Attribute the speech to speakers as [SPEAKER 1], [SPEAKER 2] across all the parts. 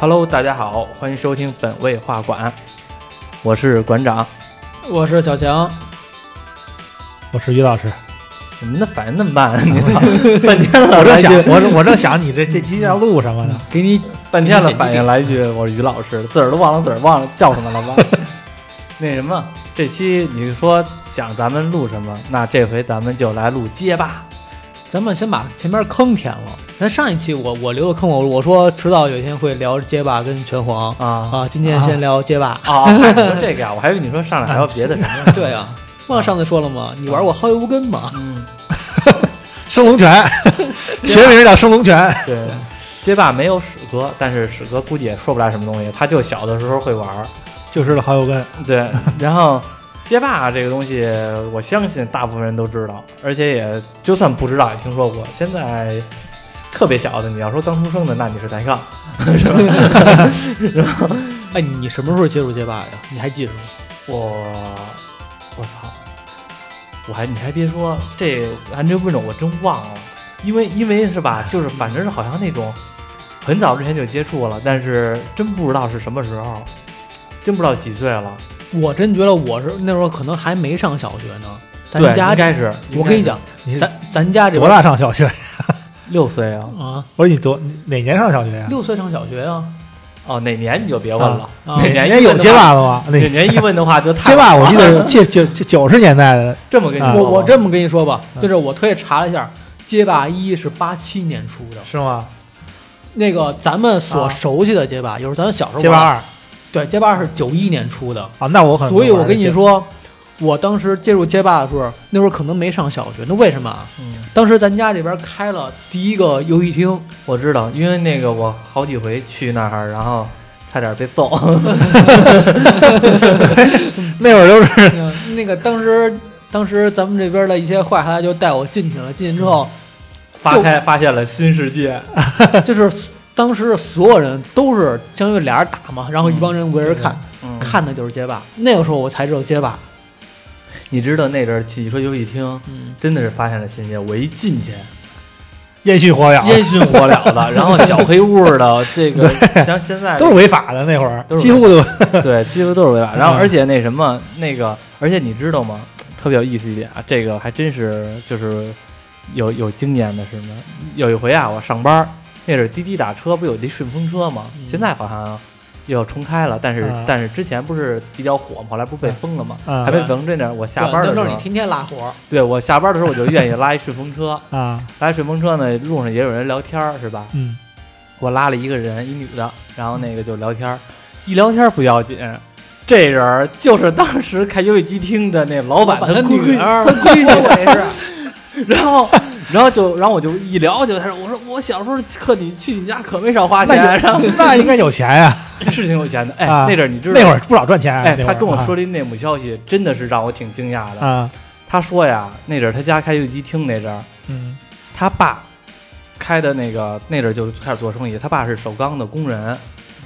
[SPEAKER 1] Hello，大家好，欢迎收听本位画馆，我是馆长。
[SPEAKER 2] 我是小强，
[SPEAKER 3] 我是于老师，
[SPEAKER 1] 怎么那反应那么 慢？你操，半天了，
[SPEAKER 3] 我正
[SPEAKER 1] 来一
[SPEAKER 3] 想
[SPEAKER 1] 句，
[SPEAKER 3] 我嗯正我正想你这这今天要录什么呢？
[SPEAKER 1] 给你半天了，反应来一句，我是于老师，自个儿都忘了自个儿忘了叫什么了吧？ 那什么，这期你说想咱们录什么？那这回咱们就来录街霸。
[SPEAKER 2] 咱们先把前面坑填了。咱上一期我我留的坑我我说迟早有一天会聊街霸跟拳皇
[SPEAKER 1] 啊
[SPEAKER 2] 啊，今天先聊街霸。
[SPEAKER 1] 啊！ 还说这个呀，我还以为你说上来还有别的什 么。
[SPEAKER 2] 对啊，忘了上次说了吗？你玩过《薅油根》吗？
[SPEAKER 1] 嗯，
[SPEAKER 3] 升龙 拳，学名叫升龙拳，
[SPEAKER 1] 对。街霸没有史哥，但是史哥估计也说不来什么东西，他就小的时候会玩儿。
[SPEAKER 3] 就知道好友根。
[SPEAKER 1] 对，然后街霸这个东西，我相信大部分人都知道，而且也就算不知道也听说过。现在特别小的，你要说刚出生的，那你是抬杠，是吧？
[SPEAKER 2] 哎，你什么时候接触街霸呀？你还记着吗？
[SPEAKER 1] 我我操！我还你还别说，这还真问着我真忘了，因为因为是吧，就是反正是好像那种很早之前就接触了，但是真不知道是什么时候，真不知道几岁了。
[SPEAKER 2] 我真觉得我是那时候可能还没上小学呢。咱
[SPEAKER 1] 对，
[SPEAKER 2] 家
[SPEAKER 1] 应该是
[SPEAKER 2] 我跟你，讲，
[SPEAKER 3] 你
[SPEAKER 2] 咱咱家这
[SPEAKER 3] 多大上小学？
[SPEAKER 1] 六岁啊。
[SPEAKER 2] 啊？
[SPEAKER 3] 我说你多你哪年上小学呀？
[SPEAKER 2] 六岁上小学啊？
[SPEAKER 1] 哦，哪年你就别问了，哪
[SPEAKER 2] 啊
[SPEAKER 3] 哪
[SPEAKER 1] 年
[SPEAKER 3] 年
[SPEAKER 1] 一问
[SPEAKER 3] 有
[SPEAKER 1] 的
[SPEAKER 3] 街
[SPEAKER 1] 话？
[SPEAKER 3] 霸了吗？那
[SPEAKER 1] 哪年一问的话就太
[SPEAKER 3] 街霸我记得 九九九九十年代的，
[SPEAKER 1] 这么跟你
[SPEAKER 3] 啊
[SPEAKER 1] 说吧，
[SPEAKER 2] 我我这么跟你说吧，
[SPEAKER 3] 嗯
[SPEAKER 2] 就是我特意查了一下，街霸一是八七年出的。
[SPEAKER 3] 是吗？
[SPEAKER 2] 那个咱们所
[SPEAKER 3] 啊
[SPEAKER 2] 熟悉的街霸，有时候咱们小时候
[SPEAKER 3] 街霸
[SPEAKER 2] 玩
[SPEAKER 3] 二
[SPEAKER 2] 对街霸二是九一年出的，
[SPEAKER 3] 啊，那我很
[SPEAKER 2] 所以我跟你，说，我当时接触街霸的时候，那时候可能没上小学，那为什么啊？
[SPEAKER 1] 嗯，
[SPEAKER 2] 当时咱家这边开了第一个游戏厅，
[SPEAKER 1] 我知道，因为那个我好几回去那儿，然后差点被揍。
[SPEAKER 3] 那会儿都是
[SPEAKER 2] 那个当时当时咱们这边的一些坏孩子就带我进去了，进去之后，
[SPEAKER 1] 发开发现了新世界，
[SPEAKER 2] 就是当时所有人都是相当于俩人打嘛，然后一帮人围着看，
[SPEAKER 1] 嗯，
[SPEAKER 2] 看的就是街霸。那个时候我才知道街霸，
[SPEAKER 1] 你知道那阵儿去一说游戏厅，
[SPEAKER 2] 嗯，
[SPEAKER 1] 真的是发现了新世界。我一进去，
[SPEAKER 3] 烟熏火燎，
[SPEAKER 1] 烟熏火燎的，然后小黑屋的这个，像现在
[SPEAKER 3] 都是违法的。那会儿
[SPEAKER 1] 都是
[SPEAKER 3] 几乎都
[SPEAKER 1] 对，几乎都是违法。然后
[SPEAKER 3] 嗯
[SPEAKER 1] 而且那什么那个，而且你知道吗？特别有意思一点啊，这个还真是就是有有经验的是吗？有一回啊，我上班儿那是滴滴打车，不有那顺风车吗？
[SPEAKER 2] 嗯
[SPEAKER 1] 现在好像又重开了，但是、
[SPEAKER 3] 啊
[SPEAKER 1] 但是之前不是比较火吗？后来不是被封了吗？
[SPEAKER 3] 啊
[SPEAKER 1] 还被封这呢。我下班的
[SPEAKER 2] 对
[SPEAKER 1] 时
[SPEAKER 2] 那
[SPEAKER 1] 候，
[SPEAKER 2] 时候你天天拉活，
[SPEAKER 1] 对我下班的时候我就愿意拉一顺风车，
[SPEAKER 3] 啊，
[SPEAKER 1] 拉一顺风车呢，路上也有人聊天儿是吧？
[SPEAKER 3] 嗯，
[SPEAKER 1] 我拉了一个人，一女的，然后那个就聊天儿，一聊天儿不要紧，这人儿就是当时开游戏机厅的那老板
[SPEAKER 2] 把他
[SPEAKER 1] 的闺
[SPEAKER 2] 女
[SPEAKER 1] 女，
[SPEAKER 2] 儿，他闺女 我也是。
[SPEAKER 1] 然后。然后就，然后我就一聊就，他说，我说我小时候可你去你家可没少花钱，
[SPEAKER 3] 那
[SPEAKER 1] 然后
[SPEAKER 3] 那应该有钱 呀。
[SPEAKER 1] 是挺有钱的，哎，
[SPEAKER 3] 啊
[SPEAKER 1] 那阵儿你知道，
[SPEAKER 3] 那会儿不少赚钱啊。
[SPEAKER 1] 哎，
[SPEAKER 3] 那
[SPEAKER 1] 他
[SPEAKER 3] 会儿
[SPEAKER 1] 跟我
[SPEAKER 3] 啊
[SPEAKER 1] 说的内幕消息，真的是让我挺惊讶的。
[SPEAKER 3] 啊，
[SPEAKER 1] 他说呀，那阵儿他家开游戏机厅那阵儿，
[SPEAKER 3] 嗯
[SPEAKER 1] 他爸开的那个那阵儿就开始做生意，他爸是首钢的工人，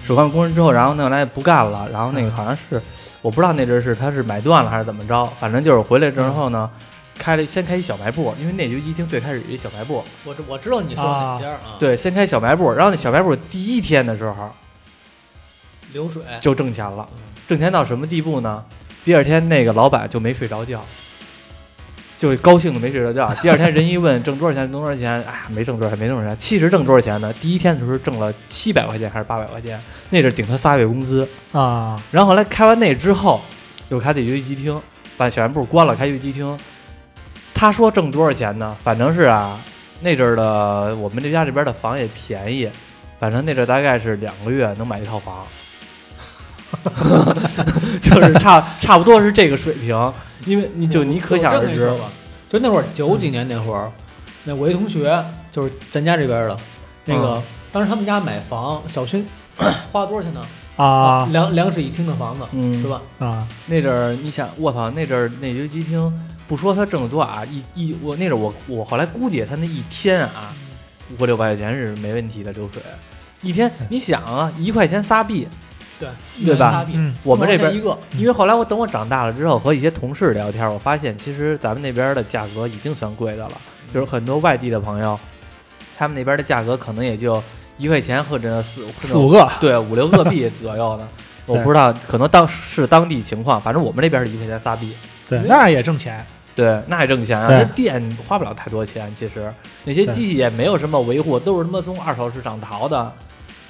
[SPEAKER 1] 首钢工人之后，然后呢后来不干了，然后那个好像是我不知道那阵儿是他是买断了还是怎么着，反正就是回来之后呢，开了先开一小卖部，因为那游戏厅最开始有一小卖部，
[SPEAKER 2] 我知我知道你说的哪家啊？，
[SPEAKER 1] 对，先开小卖部，然后那小卖部第一天的时候
[SPEAKER 2] 流水
[SPEAKER 1] 就挣钱了，挣钱到什么地步呢？第二天那个老板就没睡着觉。就高兴的没睡着觉。第二天人一问挣多少钱，挣多少钱，哎呀，没挣多少钱，没挣多少钱。其实挣多少钱呢？第一天的时候挣了七百块钱还是八百块钱，那是顶他仨月工资。
[SPEAKER 3] 啊，
[SPEAKER 1] 然后后来开完那之后，又开的游戏机厅，把小卖部关了，开游戏机厅。他说挣多少钱呢？反正是啊，那阵儿的我们这家这边的房也便宜，反正那阵儿大概是两个月能买一套房，就是差差不多是这个水平。因为你就你可想而知，
[SPEAKER 2] 就那会儿九几年那会儿，那我一同学就是咱家这边的，那个、当时他们家买房，小区花了多少钱呢？
[SPEAKER 3] 啊
[SPEAKER 2] 两两室一厅的房子、
[SPEAKER 1] 嗯，
[SPEAKER 2] 是？吧？
[SPEAKER 3] 啊，
[SPEAKER 1] 那阵儿你想，我操，那阵儿那游戏机厅，不说他挣得多啊，一一我那阵儿我我后来估计他那一天啊，五六百块钱是没问题的流水，一天你想啊，一块钱仨币，
[SPEAKER 2] 对
[SPEAKER 1] 对吧
[SPEAKER 2] 仨币
[SPEAKER 3] 嗯
[SPEAKER 1] 我们这边
[SPEAKER 2] 四毛钱一个
[SPEAKER 1] 因为后来我等我长大了之后，和一些同事聊天，我发现其实咱们那边的价格已经算贵的了，就是很多外地的朋友，他们那边的价格可能也就。一块钱或者四
[SPEAKER 3] 四五个，
[SPEAKER 1] 对五六个币左右的，我
[SPEAKER 3] 对
[SPEAKER 1] 不知道，可能当是当地情况，反正我们这边是一块钱仨币，
[SPEAKER 3] 对，那也挣钱，
[SPEAKER 1] 对，那也挣钱啊，
[SPEAKER 3] 对
[SPEAKER 1] 那店花不了太多钱，其实那些
[SPEAKER 3] 对
[SPEAKER 1] 机器也没有什么维护，都是他妈从二手市场淘的，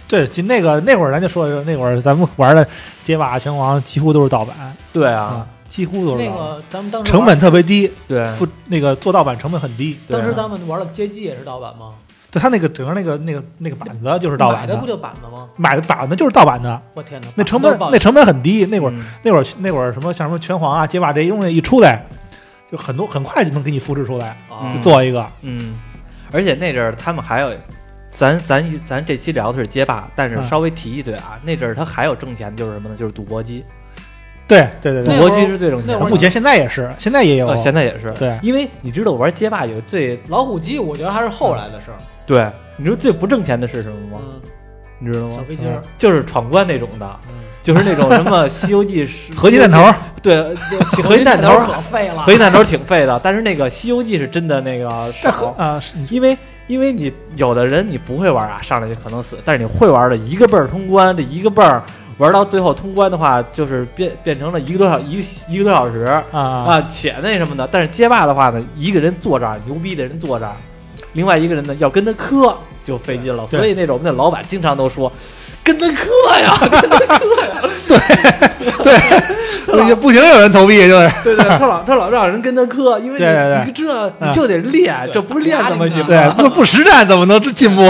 [SPEAKER 3] 对，就那个那会儿咱就说的是，那会儿咱们玩的街霸、拳皇几乎都是盗版
[SPEAKER 1] 对啊
[SPEAKER 3] 啊，，几乎都是
[SPEAKER 2] 那
[SPEAKER 3] 盗版，
[SPEAKER 2] 个咱们当时
[SPEAKER 3] 成
[SPEAKER 2] 玩
[SPEAKER 3] 本特别低，
[SPEAKER 1] 对，
[SPEAKER 3] 付那个做盗版成本很低，
[SPEAKER 1] 对
[SPEAKER 2] 当时
[SPEAKER 1] 啊
[SPEAKER 2] 咱们玩的街机也是盗版吗？
[SPEAKER 3] 对他那个整个那个那个那个板子就是盗
[SPEAKER 2] 买
[SPEAKER 3] 版
[SPEAKER 2] 的不
[SPEAKER 3] 的，
[SPEAKER 2] 就板子吗？
[SPEAKER 3] 买的板子就是盗版的，
[SPEAKER 2] 我天哪，
[SPEAKER 3] 那成本
[SPEAKER 2] 板子都是
[SPEAKER 3] 那
[SPEAKER 2] 盗
[SPEAKER 3] 成本很低，那会儿
[SPEAKER 1] 嗯
[SPEAKER 3] 那会儿那会儿什么像什么拳皇啊、街霸这些东西一出来，就很多很快就能给你复制出来，
[SPEAKER 2] 啊
[SPEAKER 1] 嗯
[SPEAKER 3] 就做一个，
[SPEAKER 1] 嗯，而且那阵儿他们还有，咱咱咱这期聊的是街霸，但是
[SPEAKER 3] 嗯
[SPEAKER 1] 稍微提一嘴啊，那阵儿他还有挣钱的就是什么呢？就是赌博机，
[SPEAKER 3] 对对对
[SPEAKER 1] 赌
[SPEAKER 3] 对，
[SPEAKER 1] 博机是最挣钱
[SPEAKER 2] 那会
[SPEAKER 1] 的
[SPEAKER 2] 儿
[SPEAKER 3] 目。前现在也是，现在也有
[SPEAKER 1] 呃，，现在也是，
[SPEAKER 3] 对
[SPEAKER 1] 因为你知道我玩街霸有最
[SPEAKER 2] 老虎机，我觉得还是后来的事儿。
[SPEAKER 1] 对，你知道最不挣钱的是什么吗？
[SPEAKER 2] 嗯，
[SPEAKER 1] 你知道
[SPEAKER 2] 小
[SPEAKER 1] 吗？
[SPEAKER 2] 飞机儿，
[SPEAKER 1] 就是闯关那种的，
[SPEAKER 2] 嗯，
[SPEAKER 1] 就是那种什么《西游记》是
[SPEAKER 3] 合金弹头，
[SPEAKER 1] 对，合金弹头，
[SPEAKER 2] 可废了
[SPEAKER 1] 合。金弹头挺废的，但是那个《西游记》是真的那个
[SPEAKER 3] 但很
[SPEAKER 1] 少，
[SPEAKER 3] 啊，是你
[SPEAKER 1] 因为因为你有的人你不会玩啊，上来就可能死，但是你会玩的一个辈儿通关，这一个辈儿玩到最后通关的话，就是变变成了一个多小一个一个多小时
[SPEAKER 3] 啊
[SPEAKER 1] 啊，且那什么的。但是街霸的话呢，一个人坐这儿，牛逼的人坐这儿，另外一个人呢要跟他磕就费劲了，
[SPEAKER 3] 对
[SPEAKER 1] 所以那种我们那老板经常都说。跟他磕呀，
[SPEAKER 3] 对，不停有人投币，就是
[SPEAKER 1] 对对，他 老他老让人跟他磕，因为你
[SPEAKER 3] 对对对
[SPEAKER 1] 你这你就得练，这不练怎么 行？
[SPEAKER 3] 对，不不实战怎么能进步？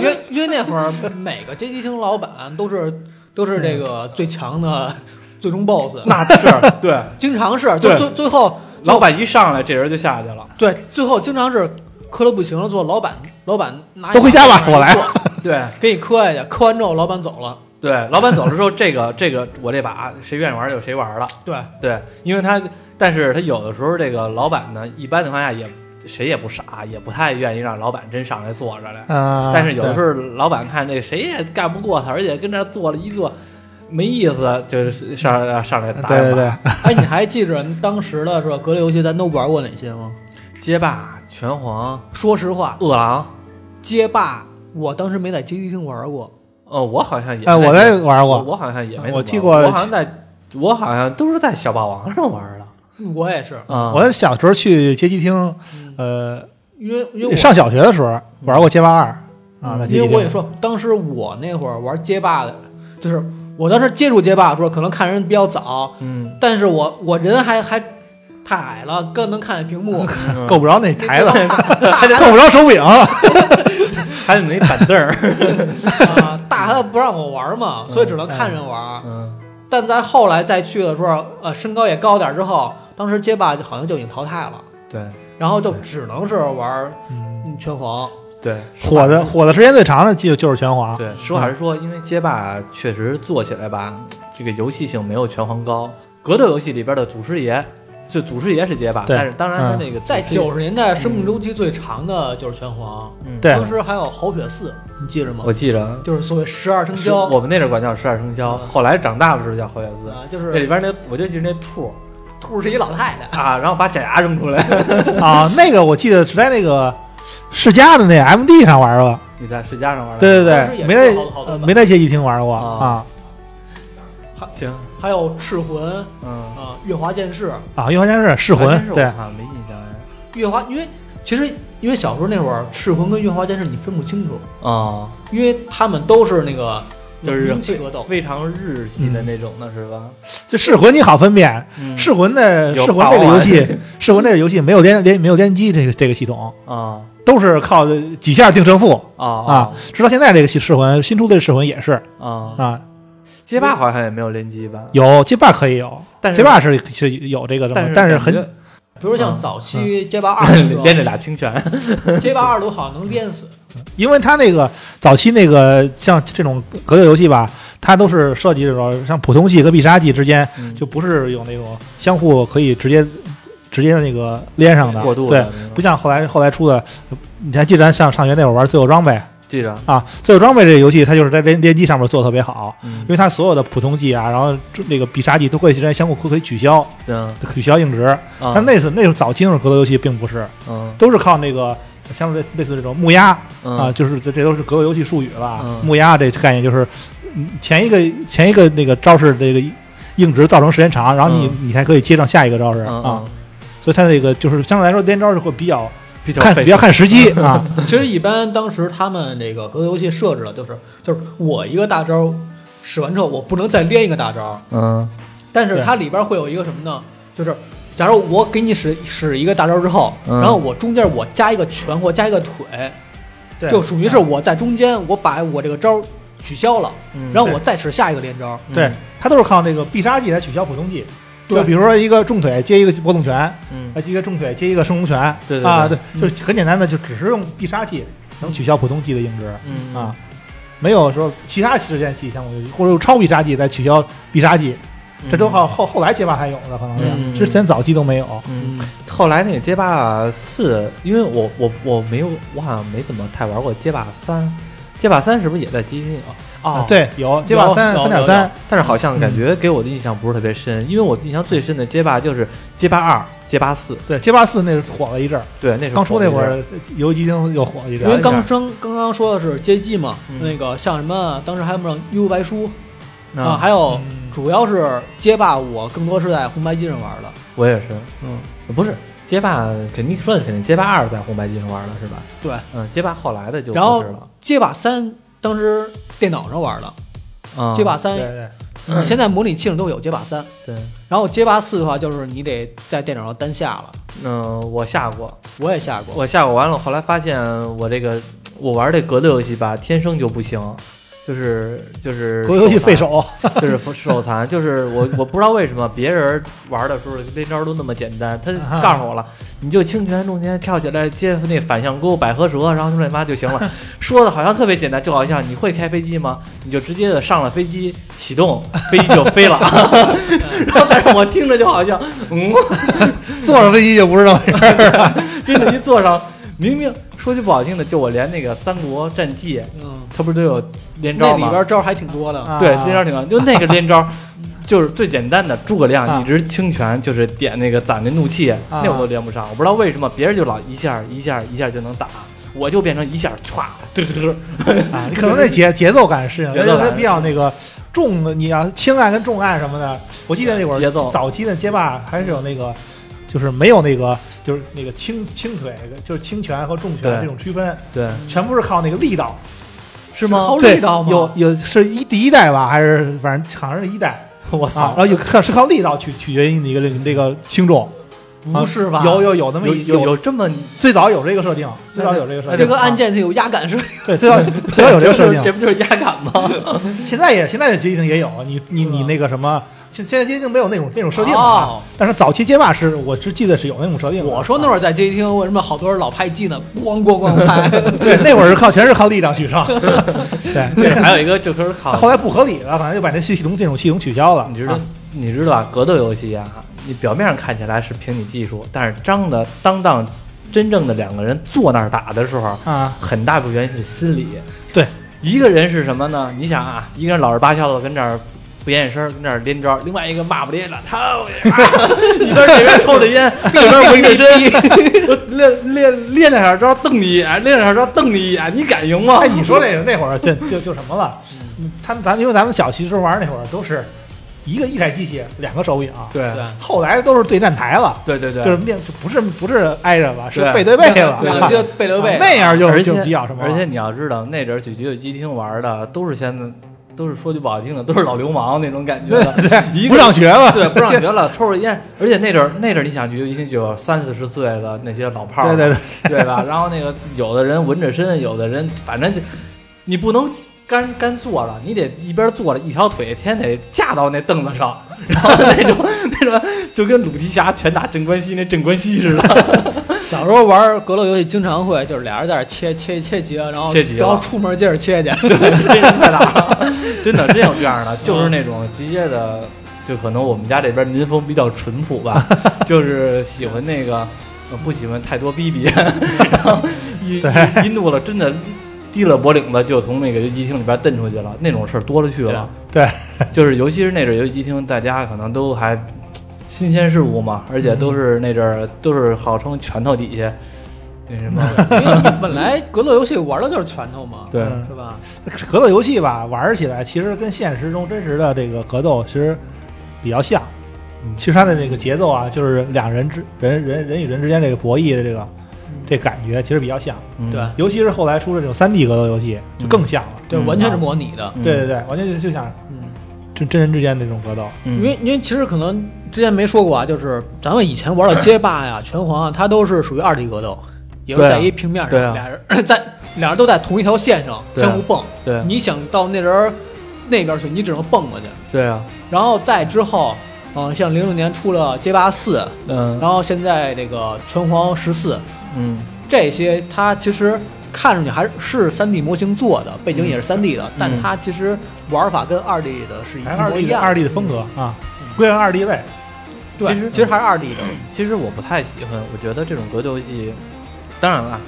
[SPEAKER 2] 因为因为那会儿每个街机厅老板都是都是这个最强的最终 BOSS，
[SPEAKER 1] 那是对，
[SPEAKER 2] 经常是就
[SPEAKER 1] 对
[SPEAKER 2] 最最后
[SPEAKER 1] 老板一上来这人就下去了。
[SPEAKER 2] 对最后经常是磕的不行了，做老板老板拿
[SPEAKER 3] 都回家吧
[SPEAKER 2] 一把
[SPEAKER 3] 我来
[SPEAKER 2] 坐
[SPEAKER 1] 对
[SPEAKER 2] 给你磕下去，磕完之后老板走了。
[SPEAKER 1] 对，老板走了之后，这个这个我这把谁愿意玩就谁玩了。
[SPEAKER 2] 对，
[SPEAKER 1] 对，因为他，但是他有的时候这个老板呢，一般情况下也谁也不傻，也不太愿意让老板真上来坐着来。
[SPEAKER 3] 啊，
[SPEAKER 1] 但是有的
[SPEAKER 3] 对
[SPEAKER 1] 时候老板看这谁也干不过他，而且跟这坐了一坐没意思，就是上上来打
[SPEAKER 3] 对对
[SPEAKER 1] 一把
[SPEAKER 3] 对，
[SPEAKER 2] 哎，你还记着当时的是吧？格斗游戏咱都玩过哪些吗？
[SPEAKER 1] 街霸、拳皇、
[SPEAKER 2] 说实话，
[SPEAKER 1] 饿狼，
[SPEAKER 2] 街霸我当时没在街机厅玩过，
[SPEAKER 1] 呃，我好像也
[SPEAKER 3] 哎，我
[SPEAKER 1] 在
[SPEAKER 3] 在玩
[SPEAKER 1] 我
[SPEAKER 3] 过，
[SPEAKER 1] 我好像也没怎么
[SPEAKER 3] 我记
[SPEAKER 1] 玩
[SPEAKER 3] 过
[SPEAKER 1] 我好像在我好像都是在小霸王上玩的
[SPEAKER 2] 我也是，
[SPEAKER 1] 啊。
[SPEAKER 3] 我小时候去街机厅，
[SPEAKER 2] 嗯
[SPEAKER 3] 呃，
[SPEAKER 2] 因为因为我
[SPEAKER 3] 上小学的时候玩过街霸二啊，在
[SPEAKER 2] 因
[SPEAKER 3] 街机
[SPEAKER 2] 为我也
[SPEAKER 3] 厅。
[SPEAKER 2] 说，当时我那会儿玩街霸的，就是我当时接触街霸的时候，可能看人比较早，
[SPEAKER 1] 嗯，
[SPEAKER 2] 但是我我人还还太矮了，更能看见屏幕，
[SPEAKER 1] 嗯
[SPEAKER 3] 够不着那台 子，
[SPEAKER 1] 还得
[SPEAKER 3] 够不着手柄，
[SPEAKER 1] 还得那板凳儿。
[SPEAKER 2] 啊，大孩子不让我玩嘛，所以只能看人玩。
[SPEAKER 1] 嗯，
[SPEAKER 2] 但在后来再去的时候，呃，身高也高点儿之后，当时街霸就好像就已经淘汰了，
[SPEAKER 1] 对
[SPEAKER 2] 然后
[SPEAKER 1] 嗯
[SPEAKER 2] 就只能是玩
[SPEAKER 3] 嗯
[SPEAKER 2] 嗯拳皇。
[SPEAKER 1] 对，
[SPEAKER 3] 火的火的时间最长的就就是拳皇，
[SPEAKER 1] 对，实话实说，因为街霸确实做起来吧，这个游戏性没有拳皇高。格斗游戏里边的祖师爷，就祖师爷是街霸，
[SPEAKER 3] 对
[SPEAKER 1] 但是当嗯然
[SPEAKER 3] 嗯
[SPEAKER 1] 他那个祖师
[SPEAKER 2] 在
[SPEAKER 1] 爷，
[SPEAKER 2] 九十年代，生命周期最长的就是拳皇，
[SPEAKER 1] 嗯
[SPEAKER 3] 对
[SPEAKER 2] 当时还有好雪寺，你记着吗
[SPEAKER 1] 我？记着
[SPEAKER 2] 就是所谓十二生
[SPEAKER 1] 是
[SPEAKER 2] 肖。
[SPEAKER 1] 我们那阵儿管叫十二生肖，
[SPEAKER 2] 嗯
[SPEAKER 1] 后来长大的时候叫侯月兹。
[SPEAKER 2] 啊，就
[SPEAKER 1] 那里
[SPEAKER 2] 是
[SPEAKER 1] 边那我就记着那兔
[SPEAKER 2] 兔是一老太太，
[SPEAKER 1] 啊，然后把假牙扔出 来。
[SPEAKER 3] 啊，那个我记得是在那个世嘉的那 MD 上玩过，
[SPEAKER 1] 你在世家上玩的？
[SPEAKER 3] 对对
[SPEAKER 2] 当时
[SPEAKER 3] 对，
[SPEAKER 2] 也
[SPEAKER 3] 没
[SPEAKER 2] 是好多好多
[SPEAKER 3] 在
[SPEAKER 2] 版
[SPEAKER 3] 没在街机厅玩过
[SPEAKER 1] 啊
[SPEAKER 3] 啊
[SPEAKER 1] 行，
[SPEAKER 2] 还有赤魂
[SPEAKER 1] 嗯，
[SPEAKER 2] 啊，月华剑士，
[SPEAKER 3] 啊，用好像是噬
[SPEAKER 1] 还真
[SPEAKER 3] 魂
[SPEAKER 1] 是，我
[SPEAKER 3] 对
[SPEAKER 1] 好像没印象哎。
[SPEAKER 2] 月华，因为其实因为小时候那会儿，赤魂跟月华剑士你分不清楚，
[SPEAKER 1] 哦，
[SPEAKER 2] 因为他们都是那个
[SPEAKER 1] 就是嗯
[SPEAKER 2] 名气格斗，
[SPEAKER 1] 非常日系的那
[SPEAKER 3] 嗯
[SPEAKER 1] 种的是吧？
[SPEAKER 3] 这噬魂你好分辨，
[SPEAKER 1] 嗯
[SPEAKER 3] 噬魂的
[SPEAKER 1] 有啊
[SPEAKER 3] 噬
[SPEAKER 1] 把
[SPEAKER 3] 魂这个
[SPEAKER 1] 握
[SPEAKER 3] 游戏，噬魂这个游戏没有联联没有联机这个这个系统，
[SPEAKER 1] 啊
[SPEAKER 3] 都是靠几下定胜负，
[SPEAKER 1] 啊
[SPEAKER 3] 啊直到现在这个系噬魂新出的噬魂也是
[SPEAKER 1] 啊！
[SPEAKER 3] 啊，
[SPEAKER 1] 街霸好像也没有联机吧？
[SPEAKER 3] 有街霸可以有，
[SPEAKER 1] 但是
[SPEAKER 3] 街霸是是有这个
[SPEAKER 1] 嗯
[SPEAKER 3] 的
[SPEAKER 1] 但
[SPEAKER 3] 嘛
[SPEAKER 1] 是，
[SPEAKER 3] 但是
[SPEAKER 1] 感觉
[SPEAKER 3] 很
[SPEAKER 2] 比如
[SPEAKER 1] 嗯
[SPEAKER 2] 像早期街霸 二的时
[SPEAKER 1] 连
[SPEAKER 2] 候，
[SPEAKER 1] 着俩清泉，
[SPEAKER 2] 街霸二的时候好像能连死，
[SPEAKER 3] 因为它那个早期那个像这种格斗游戏吧，它都是设计这种像普通技和必杀技之间
[SPEAKER 1] 嗯
[SPEAKER 3] 就不是有那种相互可以直接直接那个连上的
[SPEAKER 1] 过渡
[SPEAKER 3] 对
[SPEAKER 1] 的，那种
[SPEAKER 3] 不像后来后来出的，你还记得咱上上学那会儿玩《最后装备》
[SPEAKER 1] 记着，
[SPEAKER 3] 啊，《最后装备》这个游戏它就是在联联机上面做的特别好，
[SPEAKER 1] 嗯
[SPEAKER 3] 因为它所有的普通技啊，然后那个必杀技都会之间相互可以取消，
[SPEAKER 1] 嗯，
[SPEAKER 3] 取消硬值。
[SPEAKER 1] 啊
[SPEAKER 3] 但那是那是早期那种格斗游戏并不是，
[SPEAKER 1] 嗯
[SPEAKER 3] 都是靠那个像类类似这种木鸭
[SPEAKER 1] 嗯
[SPEAKER 3] 啊，就是这这都是格斗游戏术语了。
[SPEAKER 1] 嗯
[SPEAKER 3] 木鸭这概念就是嗯前一个前一个那个招式这个硬直造成时间长，然后你、你才可以接上下一个招式、
[SPEAKER 1] 嗯
[SPEAKER 3] 啊
[SPEAKER 1] 嗯，，
[SPEAKER 3] 所以它这个就是相对来说连招是会比较
[SPEAKER 1] 比较
[SPEAKER 3] 看
[SPEAKER 1] 费嗯
[SPEAKER 3] 比较看时机 啊，
[SPEAKER 2] 其实一般当时他们这个格斗游戏设置了，就是就是我一个大招使完之后，我不能再连一个大招，
[SPEAKER 1] 嗯
[SPEAKER 2] 但是
[SPEAKER 3] 对
[SPEAKER 2] 它里边会有一个什么呢？就是假如我给你使使一个大招之后，
[SPEAKER 1] 嗯
[SPEAKER 2] 然后我中间我加一个拳或加一个腿，
[SPEAKER 3] 对
[SPEAKER 2] 就属于是我在中间我把我这个招取消了，
[SPEAKER 1] 嗯
[SPEAKER 2] 然后我再使下一个连招。
[SPEAKER 3] 对，它都是靠那个必杀技来取消普通技。
[SPEAKER 2] 对
[SPEAKER 3] 就比如说一个重腿接一个波动拳，
[SPEAKER 1] 嗯
[SPEAKER 3] 啊，一个重腿接一个升龙拳，
[SPEAKER 1] 对对嗯
[SPEAKER 3] 啊，
[SPEAKER 1] 对
[SPEAKER 3] 对，就是很简单的，就只是用必杀技能取消普通技的硬直
[SPEAKER 1] 嗯
[SPEAKER 3] 啊，没有说其他实现技项目或者用超必杀技来取消必杀技，这都
[SPEAKER 1] 好。
[SPEAKER 3] 好后后来街霸才有的，可能
[SPEAKER 1] 嗯
[SPEAKER 3] 是之前早期都没有。
[SPEAKER 1] 嗯，后来那个街霸四，因为我我我没有，我好像没怎么太玩过街霸三。街霸三是不是也在基金啊？
[SPEAKER 2] 啊，
[SPEAKER 3] 对，有街霸
[SPEAKER 2] 有
[SPEAKER 3] 三
[SPEAKER 2] 有
[SPEAKER 3] 三点
[SPEAKER 2] 有
[SPEAKER 3] 三，
[SPEAKER 1] 但是好像感
[SPEAKER 3] 嗯
[SPEAKER 1] 觉给我的印象不是特别深，因为我印象最深的街霸就是街霸二、街霸四，
[SPEAKER 3] 对街霸四那是火了一阵儿，
[SPEAKER 1] 对，那时候
[SPEAKER 3] 刚出那会
[SPEAKER 1] 火了一阵，
[SPEAKER 3] 儿游戏机厅又火了一阵
[SPEAKER 2] 因
[SPEAKER 3] 儿。
[SPEAKER 2] 为刚生刚刚说的是街机嘛，
[SPEAKER 1] 嗯
[SPEAKER 2] 那个像什么，当时还有什么 U 白书啊，
[SPEAKER 1] 啊，
[SPEAKER 2] 还有
[SPEAKER 3] 嗯
[SPEAKER 2] 主要是街霸，我更多是在红白机上玩的。
[SPEAKER 1] 我也是，
[SPEAKER 2] 嗯，
[SPEAKER 1] 不是街霸肯定说的肯定街霸二在红白机上玩的是吧？
[SPEAKER 2] 对。
[SPEAKER 1] 嗯，街霸后来的就
[SPEAKER 2] 然
[SPEAKER 1] 不
[SPEAKER 2] 后
[SPEAKER 1] 是了。
[SPEAKER 2] 街霸三当时电脑上玩的，
[SPEAKER 1] 嗯
[SPEAKER 2] 街霸
[SPEAKER 3] 对
[SPEAKER 2] 三
[SPEAKER 3] 啊对
[SPEAKER 2] 现在模拟器上都有街霸三。
[SPEAKER 1] 对，
[SPEAKER 2] 然后街霸四的话，就是你得在电脑上单下了，
[SPEAKER 1] 嗯，我下过，
[SPEAKER 2] 我也下过。
[SPEAKER 1] 我下过完了，后来发现我这个我玩这格斗游戏吧，天生就不行，就是就是
[SPEAKER 3] 格斗游戏
[SPEAKER 1] 残
[SPEAKER 3] 费，手，
[SPEAKER 1] 就是手残，就是我我不知道为什么别人玩的时候连招都那么简单，他
[SPEAKER 3] 啊
[SPEAKER 1] 告诉我了，你就轻拳重拳跳起来接那反向勾百合蛇，然后就那妈就行 了，说的好像特别简单，就好像你会开飞机吗？你就直接的上了飞机启动，飞机就飞了， 然后但是我听着就好像嗯。
[SPEAKER 3] 坐上飞机就不是那么
[SPEAKER 1] 真的，一坐上，明明说句不好听的，就我连那个三国战记，
[SPEAKER 2] 嗯，
[SPEAKER 1] 它不是都有连
[SPEAKER 2] 那
[SPEAKER 1] 招
[SPEAKER 2] 里
[SPEAKER 1] 吗？
[SPEAKER 2] 边招还挺多的。
[SPEAKER 3] 啊
[SPEAKER 1] 对，连招挺好，就那个连招，就是最简单的诸葛
[SPEAKER 3] 啊
[SPEAKER 1] 亮一直轻拳，就是点那个攒那怒气，那我都连不上。我不知道为什么别人就老一下一下一下就能打，我就变成一下歘，嘚 嘚
[SPEAKER 3] 啊，你可能那节节奏感是，
[SPEAKER 1] 节奏感
[SPEAKER 3] 它比较那个重的，你要轻按跟重按什么的。我记得那会儿
[SPEAKER 1] 节奏
[SPEAKER 3] 早期的街霸还是有那个，就是没有那个就是那个轻轻腿，就是轻拳和重
[SPEAKER 1] 对
[SPEAKER 3] 拳这种区分，
[SPEAKER 1] 对，
[SPEAKER 3] 全部是靠那个力道，
[SPEAKER 1] 是吗
[SPEAKER 2] 好？
[SPEAKER 3] 对
[SPEAKER 2] 力
[SPEAKER 1] 哦
[SPEAKER 2] 道吗
[SPEAKER 3] 有有是一第一代吧，还是反正好像是一代
[SPEAKER 1] 我
[SPEAKER 3] 啊，然
[SPEAKER 1] 操！
[SPEAKER 3] 后有靠是靠力道取取决于你这个你这个轻重，啊
[SPEAKER 2] 不是吧？
[SPEAKER 3] 有有有那么
[SPEAKER 1] 有
[SPEAKER 3] 一
[SPEAKER 1] 有有这么
[SPEAKER 3] 最早有这个设定，最早有这个设
[SPEAKER 1] 那
[SPEAKER 2] 这
[SPEAKER 3] 定，
[SPEAKER 2] 个
[SPEAKER 3] 啊
[SPEAKER 2] 按键它有压感是吧？
[SPEAKER 3] 对最早最早有这个设定，
[SPEAKER 1] 这不就是压感吗？
[SPEAKER 3] 现在也现在的街机厅也有，你你你那个什么，现现在街机厅没有那种那种设定了啊、
[SPEAKER 2] 哦
[SPEAKER 3] 但是早期街霸是我只记得是有那种设定的。
[SPEAKER 2] 我说那会儿在街机厅，为什么好多人老拍机呢？咣咣咣 拍。
[SPEAKER 3] 对那会儿是靠全是靠力量取胜，对
[SPEAKER 1] 对，还有一个就是靠
[SPEAKER 3] 后来不合理了，反正就把这系系统这种系统取消了。
[SPEAKER 1] 你知道、
[SPEAKER 3] 啊
[SPEAKER 1] 你知道啊，格斗游戏啊，你表面上看起来是凭你技术，但是张的当当真正的两个人坐那儿打的时候，
[SPEAKER 3] 啊？
[SPEAKER 1] 很大部分原因是心理。
[SPEAKER 3] 对，
[SPEAKER 1] 一个人是什么呢？你想啊，一个人老实巴交的跟这儿。不掩声，跟这儿连招，另外一个骂不咧咧，操 你妈！啊一边这边抽着烟，一边纹着身，我 练练练两下招，瞪你一眼，练两下招，瞪你一眼，你敢赢吗？
[SPEAKER 3] 哎，你说这个那会儿就就就什么了？他们咱因为咱们小时候玩那会儿都是一个一台机器，两个手柄，
[SPEAKER 1] 对
[SPEAKER 2] 对
[SPEAKER 3] 后来都是对战台了，
[SPEAKER 1] 对对对，
[SPEAKER 3] 就是面就不是不是挨着了，是
[SPEAKER 1] 对
[SPEAKER 3] 背对背了，
[SPEAKER 1] 对
[SPEAKER 2] 我记得背对背
[SPEAKER 3] 啊那样就
[SPEAKER 1] 而
[SPEAKER 3] 就
[SPEAKER 1] 且
[SPEAKER 3] 比较什么了？
[SPEAKER 1] 而且你要知道，那阵儿去局酒机厅玩的都是现在，都是说句不好听的，都是老流氓那种感觉的，一
[SPEAKER 3] 不
[SPEAKER 1] 个
[SPEAKER 3] 上学了，
[SPEAKER 1] 对，不上学了，抽着烟。而且那阵儿那阵儿，你想去一听就有三四十岁的那些老炮儿，
[SPEAKER 3] 对对对，
[SPEAKER 1] 对吧？然后那个有的人纹着身，有的人反正就你不能干干坐着，你得一边坐着，一条腿先得架到那凳子上，然后那种 那种就跟鲁提辖拳打镇关西那镇关西似的，
[SPEAKER 2] 小时候玩格斗游戏，经常会就是俩人在那儿切切切急了，然后
[SPEAKER 1] 切急了
[SPEAKER 2] 然后出门接着切去。
[SPEAKER 1] 真是太大了， 真的真有这样的，就是那
[SPEAKER 3] 嗯
[SPEAKER 1] 种直接的，就可能我们家这边民风比较淳朴 吧，就是喜欢那个，呃不喜欢太多逼 逼，然后一一一怒了，真的提了脖领子就从那个游戏厅里边蹬出去了，那种事儿多了去了。
[SPEAKER 3] 对，
[SPEAKER 1] 就是尤其是那阵儿游戏机厅，大家可能都还
[SPEAKER 3] 嗯
[SPEAKER 1] 新鲜事物嘛，而且都是那阵儿都是号称拳头底下那什么，
[SPEAKER 2] 因为本来格斗游戏玩的就是拳头嘛，
[SPEAKER 1] 对
[SPEAKER 3] 嗯
[SPEAKER 2] 是吧？
[SPEAKER 3] 格斗游戏吧，玩儿起来其实跟现实中真实的这个格斗其实比较像
[SPEAKER 1] 嗯。
[SPEAKER 3] 其实它的这个节奏啊，就是两人之人人人与人之间这个博弈的这个
[SPEAKER 2] 嗯
[SPEAKER 3] 这感觉，其实比较像。
[SPEAKER 1] 嗯
[SPEAKER 2] 对
[SPEAKER 3] 尤其是后来出的这种三 D 格斗游戏，就更像了。
[SPEAKER 2] 对，
[SPEAKER 1] 嗯
[SPEAKER 2] 完全是模拟的。
[SPEAKER 1] 嗯
[SPEAKER 3] 对对对，完全就就像
[SPEAKER 2] 嗯，
[SPEAKER 3] 真真人之间的这种格斗。
[SPEAKER 1] 嗯
[SPEAKER 2] 因为因为其实可能之前没说过啊，就是咱们以前玩的街霸呀、 拳皇啊，它都是属于二 D 格斗，也是
[SPEAKER 1] 对啊
[SPEAKER 2] 在一平面
[SPEAKER 1] 对
[SPEAKER 2] 上，
[SPEAKER 1] 啊
[SPEAKER 2] 俩人 在俩人都在同一条线上
[SPEAKER 1] 对啊
[SPEAKER 2] 相互蹦。
[SPEAKER 1] 对
[SPEAKER 2] 你想到那人那边去，你只能蹦过去。
[SPEAKER 1] 对啊，
[SPEAKER 2] 然后再之后，嗯、像零六年出了街霸四，
[SPEAKER 1] 嗯
[SPEAKER 2] 然后现在这个拳皇十四，
[SPEAKER 1] 嗯
[SPEAKER 2] 这些它其实看上去还是三 D 模型做的，
[SPEAKER 1] 嗯
[SPEAKER 2] 背景也是三 D 的，但它其实玩法跟二 D 的是一
[SPEAKER 3] 还是二
[SPEAKER 2] 模
[SPEAKER 3] D
[SPEAKER 2] 一
[SPEAKER 3] 的
[SPEAKER 2] 样。嗯
[SPEAKER 3] 二
[SPEAKER 2] D，
[SPEAKER 3] D 的风格啊，归为二 D 类。
[SPEAKER 2] 对，
[SPEAKER 1] 其实
[SPEAKER 2] 其实还是二 D 的。
[SPEAKER 1] 其实我不太喜欢，我觉得这种格斗游戏，当然了，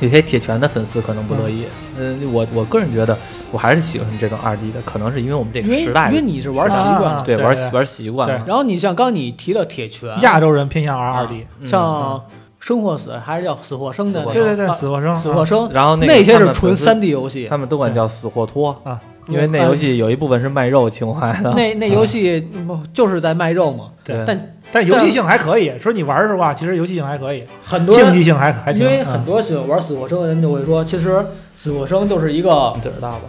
[SPEAKER 1] 有些铁拳的粉丝可能不乐意。嗯，我我个人觉得，我还是喜欢这种二 D 的，可能是因为我们这
[SPEAKER 2] 因
[SPEAKER 1] 个
[SPEAKER 2] 为
[SPEAKER 1] 时代
[SPEAKER 2] 因为你是玩习惯了。
[SPEAKER 3] 啊
[SPEAKER 1] 对
[SPEAKER 3] 对
[SPEAKER 1] 玩
[SPEAKER 3] 对
[SPEAKER 1] 习玩习惯了。
[SPEAKER 2] 然后你像刚你提的铁拳，
[SPEAKER 3] 亚洲啊人偏向玩二 D。
[SPEAKER 1] 嗯
[SPEAKER 2] 像生或死还是叫啊死或生的那个，
[SPEAKER 3] 对对对，
[SPEAKER 2] 啊
[SPEAKER 3] 死或生，
[SPEAKER 2] 死或生，
[SPEAKER 1] 然后那个
[SPEAKER 2] 那些
[SPEAKER 1] 他
[SPEAKER 2] 是
[SPEAKER 1] 们
[SPEAKER 2] 纯
[SPEAKER 1] 粉丝
[SPEAKER 2] 三 D 游戏
[SPEAKER 1] 他。们都管叫死或拖，
[SPEAKER 3] 啊，
[SPEAKER 1] 因为那游戏有一部分是卖肉情怀的。
[SPEAKER 2] 那那游戏不就是在卖肉嘛？
[SPEAKER 1] 嗯对
[SPEAKER 2] 但
[SPEAKER 3] 但游戏性还可以。说你玩儿的话，其实游戏性还可以，
[SPEAKER 2] 很多
[SPEAKER 3] 竞
[SPEAKER 2] 人
[SPEAKER 3] 技性还还挺。嗯
[SPEAKER 2] 因为很多喜欢玩死或生的人就会说，其实死或生就是一个
[SPEAKER 1] 你嘴儿大吧？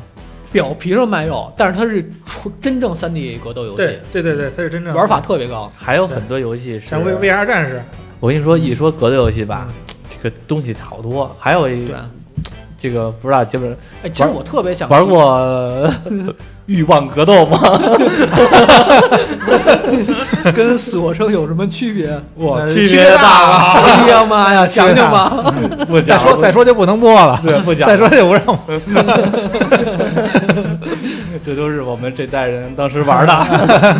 [SPEAKER 2] 表皮上卖肉，但是它是纯真正三 D 格斗游戏，
[SPEAKER 3] 对对对，它是真
[SPEAKER 2] 玩法特别高。
[SPEAKER 1] 还有很多游戏是
[SPEAKER 3] 像 V V R 战士，
[SPEAKER 1] 我跟你说，一说格斗游戏吧，这个东西好多。还有一
[SPEAKER 2] 对，
[SPEAKER 1] 个，这个不知道基本
[SPEAKER 2] 哎，其实我特别想
[SPEAKER 1] 玩过 《欲望格斗》吗？
[SPEAKER 2] 跟死或生有什么区别？
[SPEAKER 1] 我
[SPEAKER 3] 呃
[SPEAKER 1] 区
[SPEAKER 3] 区
[SPEAKER 1] 别
[SPEAKER 3] 别
[SPEAKER 1] 大
[SPEAKER 3] 大了。
[SPEAKER 2] 哎呀 妈呀，讲讲吧。
[SPEAKER 1] 不
[SPEAKER 3] 再
[SPEAKER 1] 讲
[SPEAKER 3] 说再说 就不能播了，
[SPEAKER 1] 对不讲
[SPEAKER 3] 再说就不让播。
[SPEAKER 1] 这都是我们这代人当时玩的。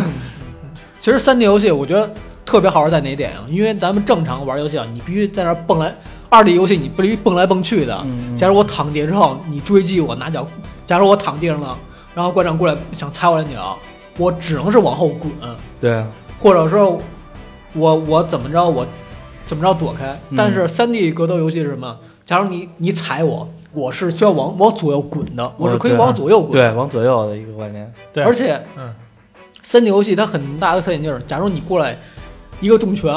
[SPEAKER 2] 其实三 D 游戏我觉得特别好玩在哪点啊？因为咱们正常玩游戏啊，你必须在那儿蹦来；二 D 游戏你不必须蹦来蹦去的。
[SPEAKER 1] 嗯
[SPEAKER 2] 假如我躺地之后，你追击我，拿脚；假如我躺地上了，然后馆长过来想踩我两脚，我只能是往后滚。
[SPEAKER 1] 对啊，
[SPEAKER 2] 或者说我我怎么着我怎么着躲开。
[SPEAKER 1] 嗯
[SPEAKER 2] 但是三 D 格斗游戏是什么？假如你你踩我，我是需要往往左右滚的，我是可以
[SPEAKER 1] 哦对啊
[SPEAKER 2] 往左右滚。
[SPEAKER 1] 对，往左右的一个观念。
[SPEAKER 3] 对，
[SPEAKER 2] 而且
[SPEAKER 3] 嗯，
[SPEAKER 2] 三 D 游戏它很大的特点就是，假如你过来一个重拳，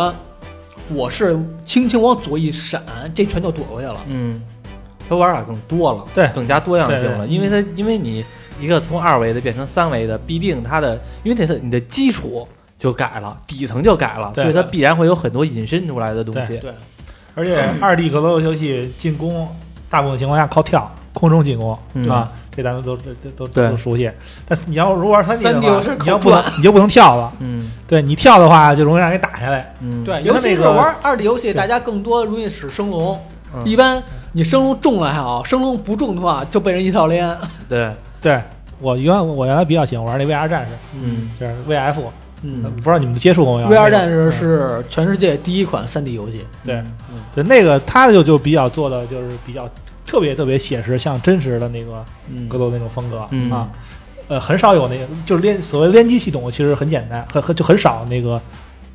[SPEAKER 2] 我是轻轻往左一闪，这拳就躲过去了。
[SPEAKER 1] 嗯，它玩法更多了，
[SPEAKER 3] 对
[SPEAKER 1] 更加多样性了，
[SPEAKER 3] 对对嗯
[SPEAKER 1] 因为它因为你一个从二维的变成三维的，必定它的因为它的你的基础就改了，底层就改了，
[SPEAKER 3] 对
[SPEAKER 1] 所以它必然会有很多引申出来的东西。
[SPEAKER 2] 对，
[SPEAKER 3] 而且二 D 格斗游戏进攻大部分情况下靠跳，空中进攻
[SPEAKER 1] 嗯
[SPEAKER 3] 啊，这咱们都都都
[SPEAKER 1] 对
[SPEAKER 3] 都熟悉。但是你要如果玩三 D 的
[SPEAKER 2] 3D 游戏是，
[SPEAKER 3] 话你要
[SPEAKER 2] 靠
[SPEAKER 3] 不能你就不能跳了，
[SPEAKER 1] 嗯
[SPEAKER 3] 对你跳的话就容易让人给打下来。
[SPEAKER 1] 嗯，
[SPEAKER 2] 对，
[SPEAKER 3] 因为
[SPEAKER 2] 尤
[SPEAKER 3] 它
[SPEAKER 2] 其
[SPEAKER 3] 那
[SPEAKER 2] 是
[SPEAKER 3] 个
[SPEAKER 2] 玩二 D 游戏，大家更多容易使升龙。
[SPEAKER 1] 嗯
[SPEAKER 2] 一般你升龙中了还好，升龙不中的话就被人一套连。
[SPEAKER 1] 对，
[SPEAKER 3] 对我原我原来比较喜欢玩那 VR 战士，
[SPEAKER 1] 嗯
[SPEAKER 3] 就是 VF，
[SPEAKER 2] 嗯
[SPEAKER 1] 嗯
[SPEAKER 3] 不知道你们接触过没有
[SPEAKER 2] VR
[SPEAKER 3] 那个
[SPEAKER 2] 战士
[SPEAKER 3] 嗯
[SPEAKER 2] 是全世界第一款 3D 游戏，
[SPEAKER 3] 对
[SPEAKER 1] 嗯
[SPEAKER 3] 对那个他就就比较做的就是比较特别特别写实，像真实的那个
[SPEAKER 1] 嗯
[SPEAKER 3] 格斗那种风格、
[SPEAKER 1] 嗯
[SPEAKER 3] 啊。呃，很少有那个，就是联所谓联机系统，其实很简单，很很就很少那个，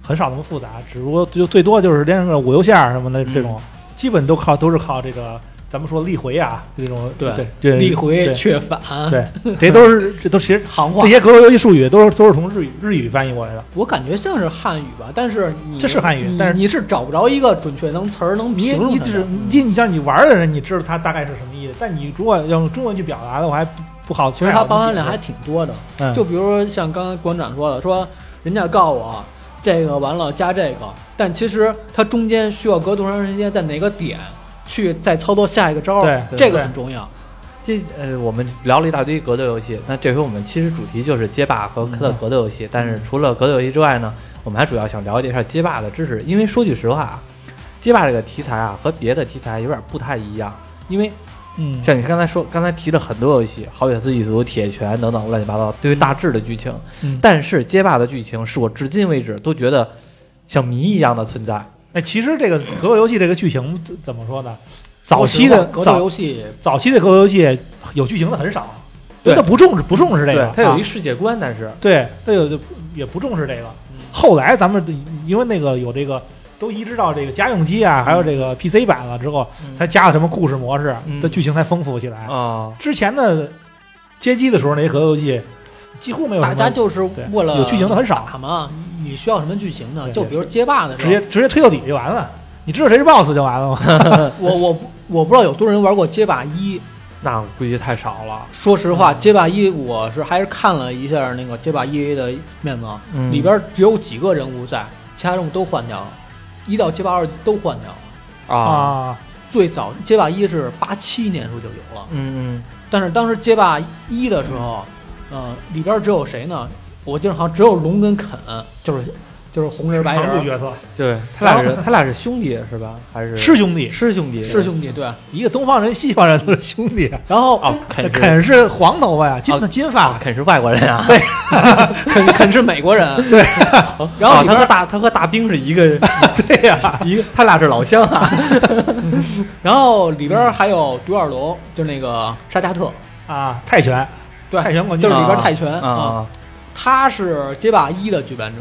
[SPEAKER 3] 很少那么复杂，只不过就最多就是连个五六下儿什么的
[SPEAKER 1] 嗯
[SPEAKER 3] 这种，基本都靠都是靠这个咱们说力回啊这种
[SPEAKER 2] 对
[SPEAKER 3] 对这
[SPEAKER 2] 力回
[SPEAKER 3] 对
[SPEAKER 2] 却反，
[SPEAKER 3] 对，这都是这都其实
[SPEAKER 2] 行话
[SPEAKER 3] 这，些格斗游戏术语都是都是从日语日语翻译过来的，
[SPEAKER 2] 我感觉像是汉语吧，但是你
[SPEAKER 3] 这是汉语
[SPEAKER 2] 你
[SPEAKER 3] 但是
[SPEAKER 2] 你是找不着一个准确能词儿能
[SPEAKER 3] 你
[SPEAKER 2] 评
[SPEAKER 3] 你
[SPEAKER 2] 论
[SPEAKER 3] 只你你像你玩儿的人，你知道他大概是什么意思，但你如果用中文去表达的，我还不不好。
[SPEAKER 2] 其实它包含量还挺多的，
[SPEAKER 3] 嗯
[SPEAKER 2] 就比如说像刚刚馆长说的，说人家告我这个完了加这个，但其实它中间需要隔多长时间，在哪个点去再操作下一个招
[SPEAKER 3] 对
[SPEAKER 2] 儿，
[SPEAKER 3] 对
[SPEAKER 2] 这个
[SPEAKER 3] 对
[SPEAKER 2] 很重要。
[SPEAKER 1] 这呃，我们聊了一大堆格斗游戏，那这回我们其实主题就是街霸和它的格斗游戏。但是除了格斗游戏之外呢，我们还主要想了解一下街霸的知识，因为说句实话啊，街霸这个题材啊和别的题材有点不太一样，因为
[SPEAKER 3] 嗯
[SPEAKER 1] 像你刚才说，刚才提了很多游戏，《好血丝一族》《铁拳》等等乱七八糟，对于大致的剧情，
[SPEAKER 3] 嗯
[SPEAKER 1] 但是街霸的剧情是我至今为止都觉得像谜一样的存在。
[SPEAKER 3] 哎，其实这个格斗游戏这个剧情怎怎么说呢？早
[SPEAKER 2] 说实
[SPEAKER 3] 期的
[SPEAKER 2] 话格斗
[SPEAKER 3] 早
[SPEAKER 2] 游戏
[SPEAKER 3] 早期的格斗游戏有剧情的很少，
[SPEAKER 1] 对
[SPEAKER 3] 他不重视不重视这个
[SPEAKER 1] 对，，它有一
[SPEAKER 3] 啊
[SPEAKER 1] 世界观，但是
[SPEAKER 3] 对他有也不重视这个。后来咱们因为那个有这个都移植到这个家用机啊，还有这个 PC 版了之后，
[SPEAKER 1] 嗯
[SPEAKER 3] 才加了什么故事模式，
[SPEAKER 1] 嗯
[SPEAKER 3] 这剧情才丰富起来。
[SPEAKER 1] 啊，
[SPEAKER 3] 之前的街机的时候，那些格斗游戏几乎没有什
[SPEAKER 2] 大
[SPEAKER 3] 么
[SPEAKER 2] 家就是
[SPEAKER 3] 对
[SPEAKER 2] 为了
[SPEAKER 3] 有剧情的很少，
[SPEAKER 2] 打嘛，你需要什么剧情呢？
[SPEAKER 3] 对
[SPEAKER 2] 就比如街霸的时
[SPEAKER 3] 直
[SPEAKER 2] 候，
[SPEAKER 3] 接直接推到底就完了。你知道谁是 BOSS 就完了吗？
[SPEAKER 2] 我我不我不知道有多少人玩过街霸一。
[SPEAKER 1] 那我估计太少了。
[SPEAKER 2] 说实话，街霸一我是还是看了一下那个街霸一的面貌，
[SPEAKER 1] 嗯
[SPEAKER 2] 里边只有几个人物在，其他人物都换掉了，一到街霸二都换掉了。
[SPEAKER 1] 啊，
[SPEAKER 3] 啊，
[SPEAKER 2] 最早街霸一是八七年时候就有了，
[SPEAKER 1] 嗯
[SPEAKER 2] 但是当时街霸一的时候，呃，里边只有谁呢？我记得好像只有龙跟肯，就是就是红人白
[SPEAKER 3] 常驻
[SPEAKER 2] 人
[SPEAKER 3] 角色
[SPEAKER 1] 嗯，对他俩是他俩是兄弟是吧？还是
[SPEAKER 3] 是兄弟，
[SPEAKER 1] 是兄弟
[SPEAKER 2] 是兄弟，对。
[SPEAKER 3] 一个东方人，西方人的兄弟。
[SPEAKER 2] 然后
[SPEAKER 1] 哦，肯
[SPEAKER 3] 那
[SPEAKER 1] 是
[SPEAKER 3] 肯是黄头发呀，金
[SPEAKER 1] 哦
[SPEAKER 3] 的金发，
[SPEAKER 1] 肯是外国人啊。
[SPEAKER 2] 肯肯是美国人，
[SPEAKER 1] 然后哦他
[SPEAKER 2] 里边
[SPEAKER 1] 和大他和大兵是一个
[SPEAKER 3] 对呀，
[SPEAKER 1] 一个，他俩是老乡 啊。
[SPEAKER 2] 然后里边还有独眼龙，就是那个沙加特，
[SPEAKER 1] 哦
[SPEAKER 3] 啊，泰拳，
[SPEAKER 2] 对
[SPEAKER 3] 泰拳冠
[SPEAKER 2] 就
[SPEAKER 3] 军
[SPEAKER 2] 是里边
[SPEAKER 1] 啊
[SPEAKER 2] 泰拳啊，
[SPEAKER 1] 啊，
[SPEAKER 2] 他是街霸一的举办者，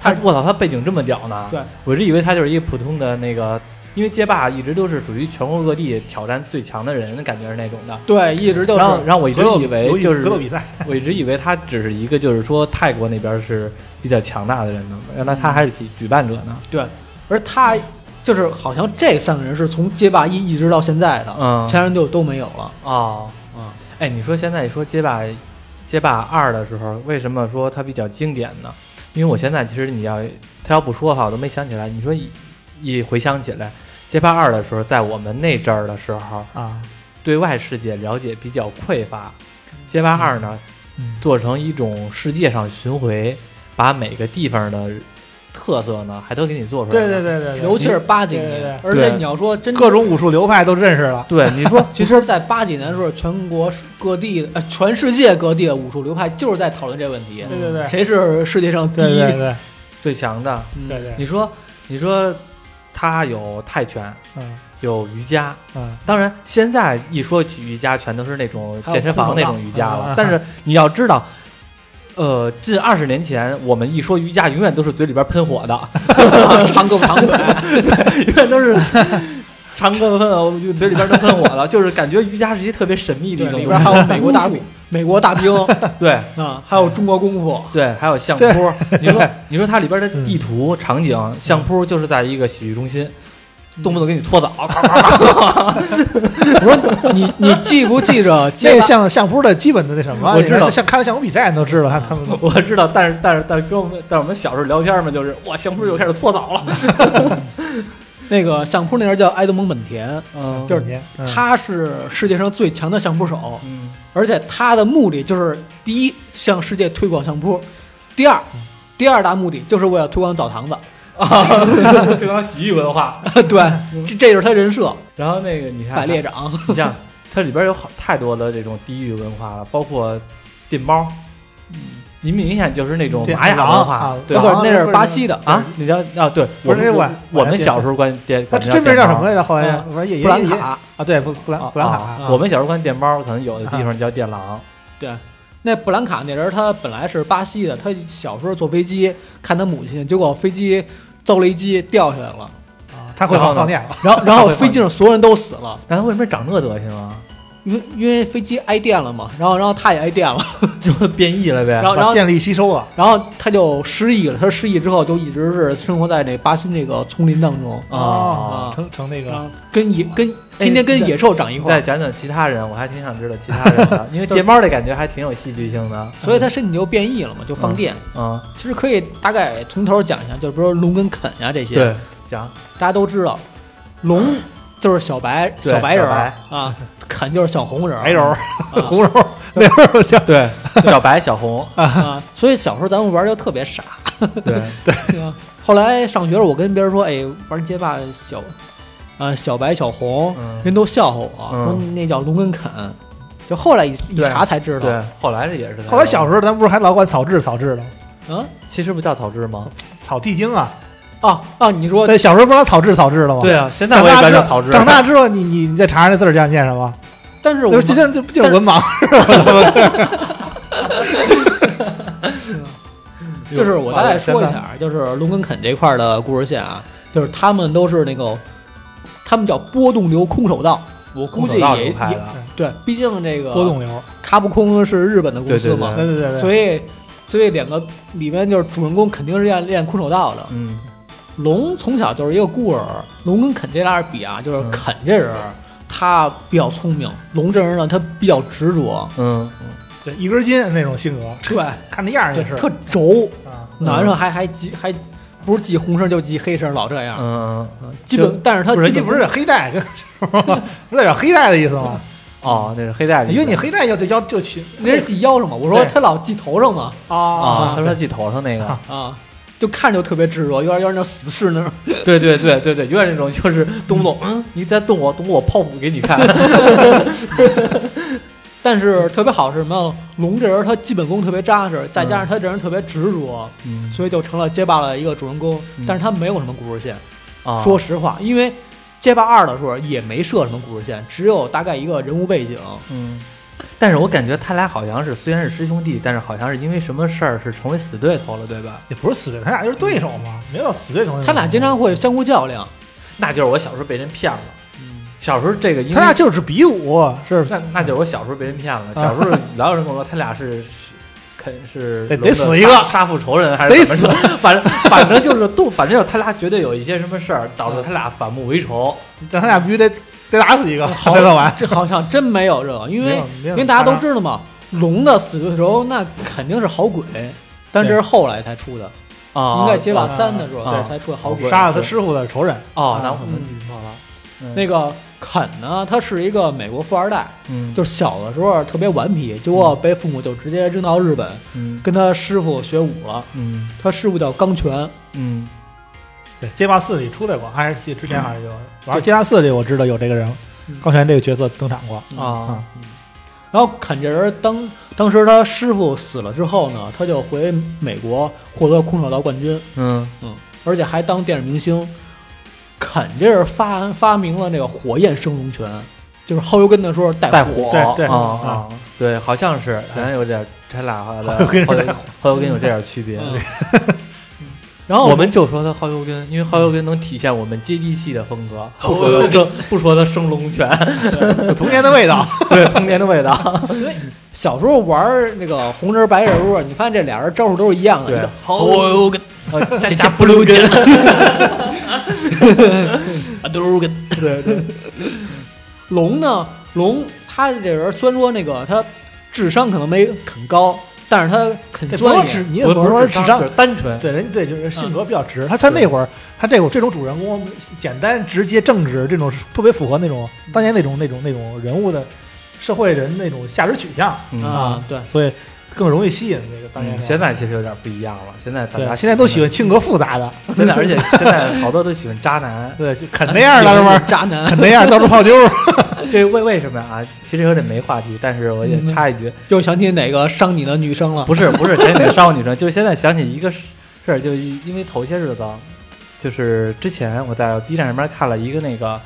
[SPEAKER 1] 他我操，他背景这么屌呢？
[SPEAKER 2] 对，
[SPEAKER 1] 我是以为他就是一个普通的那个，因为街霸一直都是属于全国各地挑战最强的人，感觉是那种的。
[SPEAKER 2] 对，一直就
[SPEAKER 1] 然后，
[SPEAKER 2] 是
[SPEAKER 1] 然后我一直
[SPEAKER 3] 格斗
[SPEAKER 1] 以为
[SPEAKER 3] 游戏
[SPEAKER 1] 就是
[SPEAKER 3] 格斗比赛，
[SPEAKER 1] 我一直以为他只是一个，就是说泰国那边是比较强大的人呢，原来他还是举举办者呢。
[SPEAKER 2] 对，而他就是好像这三个人是从街霸一一直到现在的，
[SPEAKER 1] 嗯
[SPEAKER 2] 其他人就都没有了。
[SPEAKER 1] 哦，
[SPEAKER 2] 嗯，
[SPEAKER 1] 哎，你说现在说街霸街霸二的时候，为什么说它比较经典呢？因为我现在其实你要他要不说哈，我都没想起来。你说一一回想起来，街霸二的时候，在我们那阵儿的时候，
[SPEAKER 3] 啊，
[SPEAKER 1] 对外世界了解比较匮乏。街霸二呢，
[SPEAKER 3] 嗯
[SPEAKER 1] 做成一种世界上巡回，把每个地方的特色呢，还都给你做出来
[SPEAKER 3] 对
[SPEAKER 1] 了。
[SPEAKER 3] 对对对对，
[SPEAKER 2] 尤其是八几
[SPEAKER 3] 对对
[SPEAKER 2] 年
[SPEAKER 3] 对，
[SPEAKER 2] 而且
[SPEAKER 1] 对
[SPEAKER 2] 你要说真
[SPEAKER 3] 各种武术流派都认识了。
[SPEAKER 1] 对，你 说
[SPEAKER 2] 其实，在八几年的时候，全国各地、呃，全世界各地的武术流派就是在讨论这个问题，
[SPEAKER 3] 对对对，
[SPEAKER 2] 谁是世界上嗯第
[SPEAKER 3] 嗯对
[SPEAKER 2] 一？
[SPEAKER 3] 对对
[SPEAKER 1] 最强的，
[SPEAKER 2] 嗯
[SPEAKER 3] 对对，
[SPEAKER 1] 你说你说他有泰拳，
[SPEAKER 3] 嗯
[SPEAKER 1] 有瑜伽，
[SPEAKER 3] 嗯，
[SPEAKER 1] 当然，现在一说起瑜伽，全都是那种健身房那种瑜伽
[SPEAKER 3] 还
[SPEAKER 1] 了
[SPEAKER 3] 有。空手道
[SPEAKER 1] 但是你要知道，呃，近二十年前，我们一说瑜伽，永远都是嘴里边喷火的，
[SPEAKER 2] 长胳膊长腿，
[SPEAKER 1] 永远都是长哥喷哦，就嘴里边都喷火了，就是感觉瑜伽是一特别神秘的一
[SPEAKER 2] 对，
[SPEAKER 1] 种
[SPEAKER 2] 里
[SPEAKER 1] 东
[SPEAKER 2] 边
[SPEAKER 1] 西。
[SPEAKER 2] 还有美国大兵， 美国大兵
[SPEAKER 1] 对
[SPEAKER 2] 啊，还有中国功夫，
[SPEAKER 1] 对，还有相扑。你说，你说它里边的地图场景，相扑就是在一个洗浴中心，动不动给你搓澡，咔咔咔
[SPEAKER 2] 我说你你记不记着
[SPEAKER 3] 这
[SPEAKER 2] 街
[SPEAKER 3] 个
[SPEAKER 2] 霸？
[SPEAKER 3] 相相扑的基本的那什么，
[SPEAKER 1] 我知道
[SPEAKER 3] 像看完相扑比赛你都知道他他们
[SPEAKER 1] 我知道，但是但是但是跟我们但是我们小时候聊天嘛，就是哇，相扑又开始搓澡了。
[SPEAKER 2] 那个相扑那人叫埃德蒙本田，
[SPEAKER 1] 嗯
[SPEAKER 3] 就是您，嗯
[SPEAKER 2] 他是世界上最强的相扑手，
[SPEAKER 1] 嗯
[SPEAKER 2] 而且他的目的就是第一，向世界推广相扑；第二，第二大目的就是为了推广澡堂子。
[SPEAKER 1] 啊， 这帮洗浴文化。
[SPEAKER 2] 对，这这就是他人设，
[SPEAKER 1] 然后那个你看，
[SPEAKER 2] 百猎长。
[SPEAKER 1] 你像它里边有好太多的这种地域文化了，包括电猫，你明显就是那种
[SPEAKER 3] 对
[SPEAKER 1] 玛雅
[SPEAKER 3] 狼
[SPEAKER 1] 文化
[SPEAKER 3] 啊，
[SPEAKER 1] 对
[SPEAKER 2] 不
[SPEAKER 3] 狼
[SPEAKER 1] 吧？
[SPEAKER 2] 是，那是巴西的
[SPEAKER 1] 啊，你叫啊，对，
[SPEAKER 3] 不
[SPEAKER 1] 我
[SPEAKER 3] 是
[SPEAKER 1] 们
[SPEAKER 3] 这管
[SPEAKER 1] 我们小时候管电，
[SPEAKER 3] 他
[SPEAKER 1] 管
[SPEAKER 3] 真名叫什么
[SPEAKER 1] 来？
[SPEAKER 3] 来着？后来
[SPEAKER 2] 啊
[SPEAKER 3] 我说也
[SPEAKER 2] 布兰
[SPEAKER 3] 也也
[SPEAKER 2] 卡。哦
[SPEAKER 3] 啊，对，布布兰布兰卡，
[SPEAKER 1] 啊我们小时候管电猫，可能有的地方叫电狼。
[SPEAKER 2] 对，那布兰卡那人他本来是巴西的，他小时候坐飞机看他母亲，结果飞机遭雷击掉下来了，
[SPEAKER 3] 啊他会
[SPEAKER 1] 然后
[SPEAKER 3] 放
[SPEAKER 1] 呢
[SPEAKER 3] 放电了，
[SPEAKER 2] 哦然后 然后飞机上所有人都死了，
[SPEAKER 1] 但他为什么长那德行啊？
[SPEAKER 2] 因为因为飞机挨电了嘛，然后然后他也挨电了，
[SPEAKER 1] 就变异了呗。
[SPEAKER 2] 然后然
[SPEAKER 3] 把
[SPEAKER 2] 后
[SPEAKER 3] 电力吸收啊了。
[SPEAKER 2] 然后他就失忆了，他失忆之后就一直是生活在那巴西那个丛林当中，
[SPEAKER 1] 啊
[SPEAKER 2] 啊
[SPEAKER 3] 成成那
[SPEAKER 2] 然
[SPEAKER 3] 个
[SPEAKER 2] 后跟野跟
[SPEAKER 1] 哎
[SPEAKER 2] 天天跟野兽长一
[SPEAKER 1] 你
[SPEAKER 2] 块
[SPEAKER 1] 再
[SPEAKER 2] 儿，
[SPEAKER 1] 讲讲其他人，我还挺想知道其他人 的，因为电猫的感觉还挺有戏剧性的。
[SPEAKER 2] 所以他身体就变异了嘛，就放电。
[SPEAKER 1] 嗯，
[SPEAKER 2] 其实可以大概从头讲一下，就比如说龙跟肯呀、这些，
[SPEAKER 1] 对，讲
[SPEAKER 2] 大家都知道，龙就是小白
[SPEAKER 1] 对
[SPEAKER 2] 小白人儿
[SPEAKER 1] 小白
[SPEAKER 2] 啊，肯就是小红人儿
[SPEAKER 3] 白柔儿、
[SPEAKER 2] 啊
[SPEAKER 3] 红柔儿，那时候
[SPEAKER 2] 嗯
[SPEAKER 3] 叫
[SPEAKER 1] 对小白小红，
[SPEAKER 2] 啊，所以小时候咱们玩儿就特别傻。
[SPEAKER 1] 对，
[SPEAKER 2] 对吧后来上学时候，我跟别人说，哎，玩街霸小，啊小白小红，
[SPEAKER 1] 嗯
[SPEAKER 2] 人都笑话我，
[SPEAKER 1] 嗯
[SPEAKER 2] 说那叫龙跟肯。就后来一一
[SPEAKER 1] 对
[SPEAKER 2] 查才知道，
[SPEAKER 1] 对，后来这也是。
[SPEAKER 3] 后来小时候咱们不是还老管草雉草雉的吗
[SPEAKER 2] 嗯，
[SPEAKER 1] 其实不叫草雉吗？
[SPEAKER 3] 草地精啊？
[SPEAKER 2] 哦哦，你说
[SPEAKER 3] 对，小时候不是老草雉草雉的吗？
[SPEAKER 1] 对。啊，现在
[SPEAKER 3] 长
[SPEAKER 1] 我也
[SPEAKER 3] 大
[SPEAKER 1] 管
[SPEAKER 3] 之
[SPEAKER 1] 叫
[SPEAKER 3] 后
[SPEAKER 1] 草雉。
[SPEAKER 3] 长大之后你你你再查查那字儿叫念什么？
[SPEAKER 2] 但是我
[SPEAKER 3] 就
[SPEAKER 2] 们
[SPEAKER 3] 是这这不就是
[SPEAKER 2] 但是
[SPEAKER 3] 文盲？
[SPEAKER 2] 就是我大概说一
[SPEAKER 1] 现在，
[SPEAKER 2] 下，就是龙跟肯这块儿的故事线啊。就是他们都是那个，他们叫波动流空手道。
[SPEAKER 1] 我
[SPEAKER 2] 估
[SPEAKER 1] 空
[SPEAKER 2] 计
[SPEAKER 1] 手道
[SPEAKER 2] 也
[SPEAKER 1] 流派
[SPEAKER 2] 也
[SPEAKER 1] 的，
[SPEAKER 2] 对，毕竟这个
[SPEAKER 3] 波动流，
[SPEAKER 2] 卡普空是日本的公司
[SPEAKER 1] 对对
[SPEAKER 2] 嘛，
[SPEAKER 3] 对对对
[SPEAKER 2] 嗯
[SPEAKER 3] 对，
[SPEAKER 2] 所以所以两个里面就是主人公肯定是要练空手道的。
[SPEAKER 1] 嗯，
[SPEAKER 2] 龙从小就是一个孤儿，龙跟肯这俩人比啊，就是
[SPEAKER 1] 嗯
[SPEAKER 2] 肯这人儿他比较聪明，龙这人呢他比较执着，
[SPEAKER 1] 嗯，
[SPEAKER 3] 对一根筋那种性格，
[SPEAKER 2] 对，
[SPEAKER 3] 看那样儿
[SPEAKER 2] 对
[SPEAKER 3] 就，是
[SPEAKER 2] 特轴，
[SPEAKER 3] 啊，
[SPEAKER 1] 嗯
[SPEAKER 2] 男生还还系还不是系红绳就系黑绳，老这
[SPEAKER 1] 嗯
[SPEAKER 2] 样，
[SPEAKER 1] 嗯，嗯
[SPEAKER 2] 基本但是他
[SPEAKER 3] 不是人
[SPEAKER 2] 基
[SPEAKER 3] 家
[SPEAKER 2] 本
[SPEAKER 3] 不是黑带，跟 不代表黑带的意思吗？
[SPEAKER 1] 哦，那是黑
[SPEAKER 2] 嗯
[SPEAKER 1] 带的意
[SPEAKER 3] 因
[SPEAKER 1] 思，
[SPEAKER 3] 为你黑带要就要就去
[SPEAKER 2] 人家系腰上嘛，我说
[SPEAKER 3] 对
[SPEAKER 2] 他老系头上嘛，
[SPEAKER 1] 啊，
[SPEAKER 3] 啊
[SPEAKER 1] 他说他系头上那个
[SPEAKER 3] 啊，
[SPEAKER 2] 啊，就看着就特别执着，有点有点那死士那种。
[SPEAKER 1] 对对对对对，有点那种就是动不动，嗯，你再动我，动我泡腐给你看，
[SPEAKER 2] 但是特别好是什么？龙这人他基本功特别扎实，再加上他这人特别执着，
[SPEAKER 1] 嗯
[SPEAKER 2] 所以就成了街霸的一个主人公
[SPEAKER 1] 嗯。
[SPEAKER 2] 但是他没有什么故事线，
[SPEAKER 1] 啊，
[SPEAKER 2] 说实话，因为街霸二的时候也没设什么故事线，只有大概一个人物背景。
[SPEAKER 1] 嗯，但是我感觉他俩好像是虽然是师兄弟，但是好像是因为什么事儿是成为死对头了，对吧？
[SPEAKER 3] 也不是死对头，他俩就是对手嘛，没有死对头那种。
[SPEAKER 2] 他俩经常会相互较量，
[SPEAKER 1] 那就是我小时候被人骗了，
[SPEAKER 2] 嗯
[SPEAKER 1] 小时候这个因为
[SPEAKER 3] 他俩就是比武，是
[SPEAKER 1] 那那就是我小时候被人骗了。小时候老有人跟我说，他俩是是肯是
[SPEAKER 3] 得
[SPEAKER 1] 龙的
[SPEAKER 3] 得死一个
[SPEAKER 1] 杀杀父仇人，还是
[SPEAKER 3] 得
[SPEAKER 1] 怎么着， 反正反正就是都，反正就是他俩绝对有一些什么事儿导致他俩反目为仇。
[SPEAKER 3] 但他俩必须得得打死一个才算完，
[SPEAKER 2] 这好像真没有这个， 因
[SPEAKER 3] 没
[SPEAKER 2] 为
[SPEAKER 3] 有没有
[SPEAKER 2] 因为大家都知道嘛，龙的死对头那肯定是好鬼，但这是后来才出的，
[SPEAKER 1] 啊，
[SPEAKER 2] 应该街霸三的时候
[SPEAKER 1] 啊
[SPEAKER 2] 才出的好鬼。
[SPEAKER 3] 杀了他师傅的仇人，
[SPEAKER 1] 哦，
[SPEAKER 3] 啊
[SPEAKER 1] 那我可能记错了。嗯
[SPEAKER 2] 那个肯呢，他是一个美国富二代，
[SPEAKER 1] 嗯，
[SPEAKER 2] 就是小的时候特别顽皮，结果被父母就直接扔到日本，
[SPEAKER 1] 嗯
[SPEAKER 2] 跟他师傅学武了。
[SPEAKER 1] 嗯
[SPEAKER 2] 他师傅叫钢拳，
[SPEAKER 1] 嗯
[SPEAKER 3] 对，街霸四里出来过，还是记之前好像有玩街霸四里我知道有这个人
[SPEAKER 2] 嗯，
[SPEAKER 3] 高泉这个角色登场过，
[SPEAKER 1] 啊
[SPEAKER 3] 啊
[SPEAKER 2] 然后肯这人当当时他师傅死了之后呢，他就回美国获得空手道冠军，
[SPEAKER 1] 嗯
[SPEAKER 2] 而且还当电影明星。肯这人发发明了那个火焰升龙拳，就是薅油根的时候带
[SPEAKER 1] 带
[SPEAKER 2] 火，
[SPEAKER 3] 对对
[SPEAKER 1] 啊
[SPEAKER 3] 哦
[SPEAKER 1] 啊，对，好像是，好像有点，他俩好像后油根后油根有这点区别。
[SPEAKER 2] 嗯然后
[SPEAKER 1] 我们就说他薅油根，因为薅油根能体现我们接地气的风格，不说他生不说他生龙拳，
[SPEAKER 3] 哦有童年的味道。
[SPEAKER 1] 对童年的味 道。
[SPEAKER 2] 小时候玩那个红人白人的时候，你发现这俩人招数都是一样的，
[SPEAKER 1] 对
[SPEAKER 2] 一个
[SPEAKER 1] 哦
[SPEAKER 2] 薅油 根，
[SPEAKER 1] 加加呃不溜根，
[SPEAKER 2] 啊都跟
[SPEAKER 3] 对对，
[SPEAKER 2] 龙呢，龙他这人虽然说那个他智商可能没肯高，但是他肯
[SPEAKER 3] 这不
[SPEAKER 2] 钻
[SPEAKER 3] 能指
[SPEAKER 2] 研。
[SPEAKER 3] 你也
[SPEAKER 1] 不
[SPEAKER 3] 不能
[SPEAKER 1] 不
[SPEAKER 3] 说
[SPEAKER 1] 是
[SPEAKER 3] 智
[SPEAKER 1] 商，
[SPEAKER 3] 商
[SPEAKER 1] 就，是单纯。
[SPEAKER 3] 对人对就是性格
[SPEAKER 1] 嗯
[SPEAKER 3] 比较直，他他那会儿他这种这种主人公简单直接正直，这种是特别符合那种
[SPEAKER 1] 嗯
[SPEAKER 3] 当年那种那种那种人物的社会人那种价值取向，
[SPEAKER 1] 嗯，
[SPEAKER 2] 啊对
[SPEAKER 3] 所以更容易吸引那个当年
[SPEAKER 1] 嗯
[SPEAKER 3] 的。
[SPEAKER 1] 现在其实有点不一样了，现在大家
[SPEAKER 3] 对现在都喜欢性格 复杂的，
[SPEAKER 1] 欢，现在而且现在好多都喜欢渣男。
[SPEAKER 3] 对，就
[SPEAKER 1] 嗯
[SPEAKER 3] 肯那样的是不是？
[SPEAKER 2] 渣男
[SPEAKER 3] 肯那样到处泡妞儿，
[SPEAKER 1] 这为为什么啊？其实有点没话题，但是我也
[SPEAKER 3] 嗯
[SPEAKER 1] 插一句，
[SPEAKER 2] 又想起哪个伤你的女生了？
[SPEAKER 1] 不是不是前女烧女生，就现在想起一个事儿，就因为头些日子，啊就是之前我在 B 站上面看了一个那个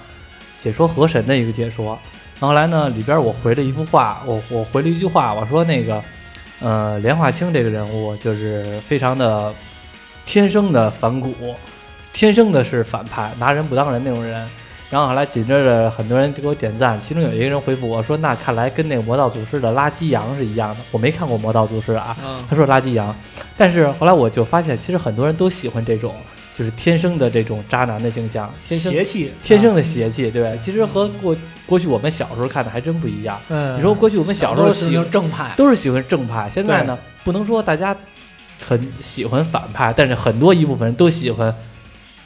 [SPEAKER 1] 解说河神的一个解说，然后后来呢里边我回了一幅画，我我回了一句话，我说那个呃莲花清这个人物就是非常的天生的反骨，天生的是反派，拿人不当人那种人。然后后来紧接着很多人给我点赞，其中有一个人回复我说：“那看来跟那个《魔道祖师》的垃圾羊是一样的。”我没看过《魔道祖师》啊，
[SPEAKER 2] 嗯，
[SPEAKER 1] 他说垃圾羊，但是后来我就发现，其实很多人都喜欢这种，就是天生的这种渣男的形象，天生
[SPEAKER 3] 邪气，
[SPEAKER 1] 天生的邪气，对吧？其实和过过去我们小时候看的还真不一样。
[SPEAKER 3] 嗯，
[SPEAKER 1] 你说过去我们小时候喜欢
[SPEAKER 2] 欢正派，
[SPEAKER 1] 都是喜欢正派，现在呢，不能说大家很喜欢反派，但是很多一部分人都喜欢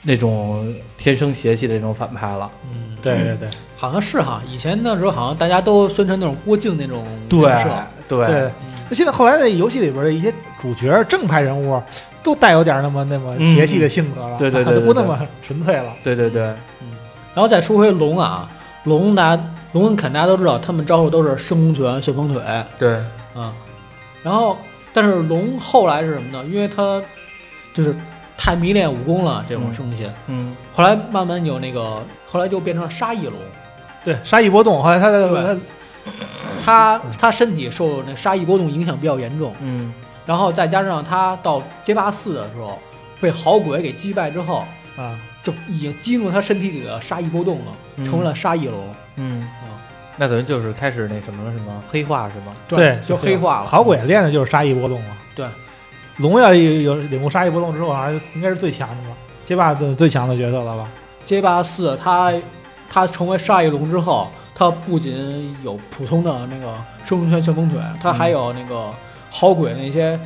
[SPEAKER 1] 那种天生邪气的那种反派了。
[SPEAKER 2] 嗯，
[SPEAKER 3] 啊对对对
[SPEAKER 2] 好像是哈。以前的时候好像大家都宣传那种郭靖那种人设，嗯
[SPEAKER 1] 对，
[SPEAKER 3] 对。那现在后来那游戏里边的一些主角正派人物，都带有点那么那么邪气的性格了，
[SPEAKER 1] 嗯对对对对
[SPEAKER 3] 都不那么纯粹了。
[SPEAKER 1] 对对对，
[SPEAKER 2] 嗯然后再说回龙啊，龙大家龙跟肯大家都知道，他们招数都是升龙拳、旋风腿，
[SPEAKER 1] 对，
[SPEAKER 2] 啊，然后但是龙后来是什么呢？因为他就是太迷恋武功了，这种东西。
[SPEAKER 1] 嗯，
[SPEAKER 2] 后来慢慢有那个，后来就变成了沙溢龙，
[SPEAKER 3] 对，杀意波动，后来他的
[SPEAKER 2] 他他身体受那沙溢波动影响比较严重，
[SPEAKER 1] 嗯，
[SPEAKER 2] 然后再加上他到街霸四的时候被好鬼给击败之后，
[SPEAKER 3] 啊，
[SPEAKER 2] 就已经激怒他身体里的杀意波动了，
[SPEAKER 1] 嗯
[SPEAKER 2] 成为了杀意龙。
[SPEAKER 1] 嗯
[SPEAKER 2] 嗯，
[SPEAKER 1] 那等于就是开始那什么了，是吗？黑化是吗？
[SPEAKER 3] 对
[SPEAKER 2] 就黑化了。
[SPEAKER 3] 好鬼练的就是杀意波动嘛。
[SPEAKER 2] 对，
[SPEAKER 3] 龙要一有领悟杀意波动之后，好像应该是最强的了，街霸的最强的角色了吧？
[SPEAKER 2] 街霸四，他他成为杀意龙之后，他不仅有普通的那个生龙拳旋风腿，他还有那个好鬼那些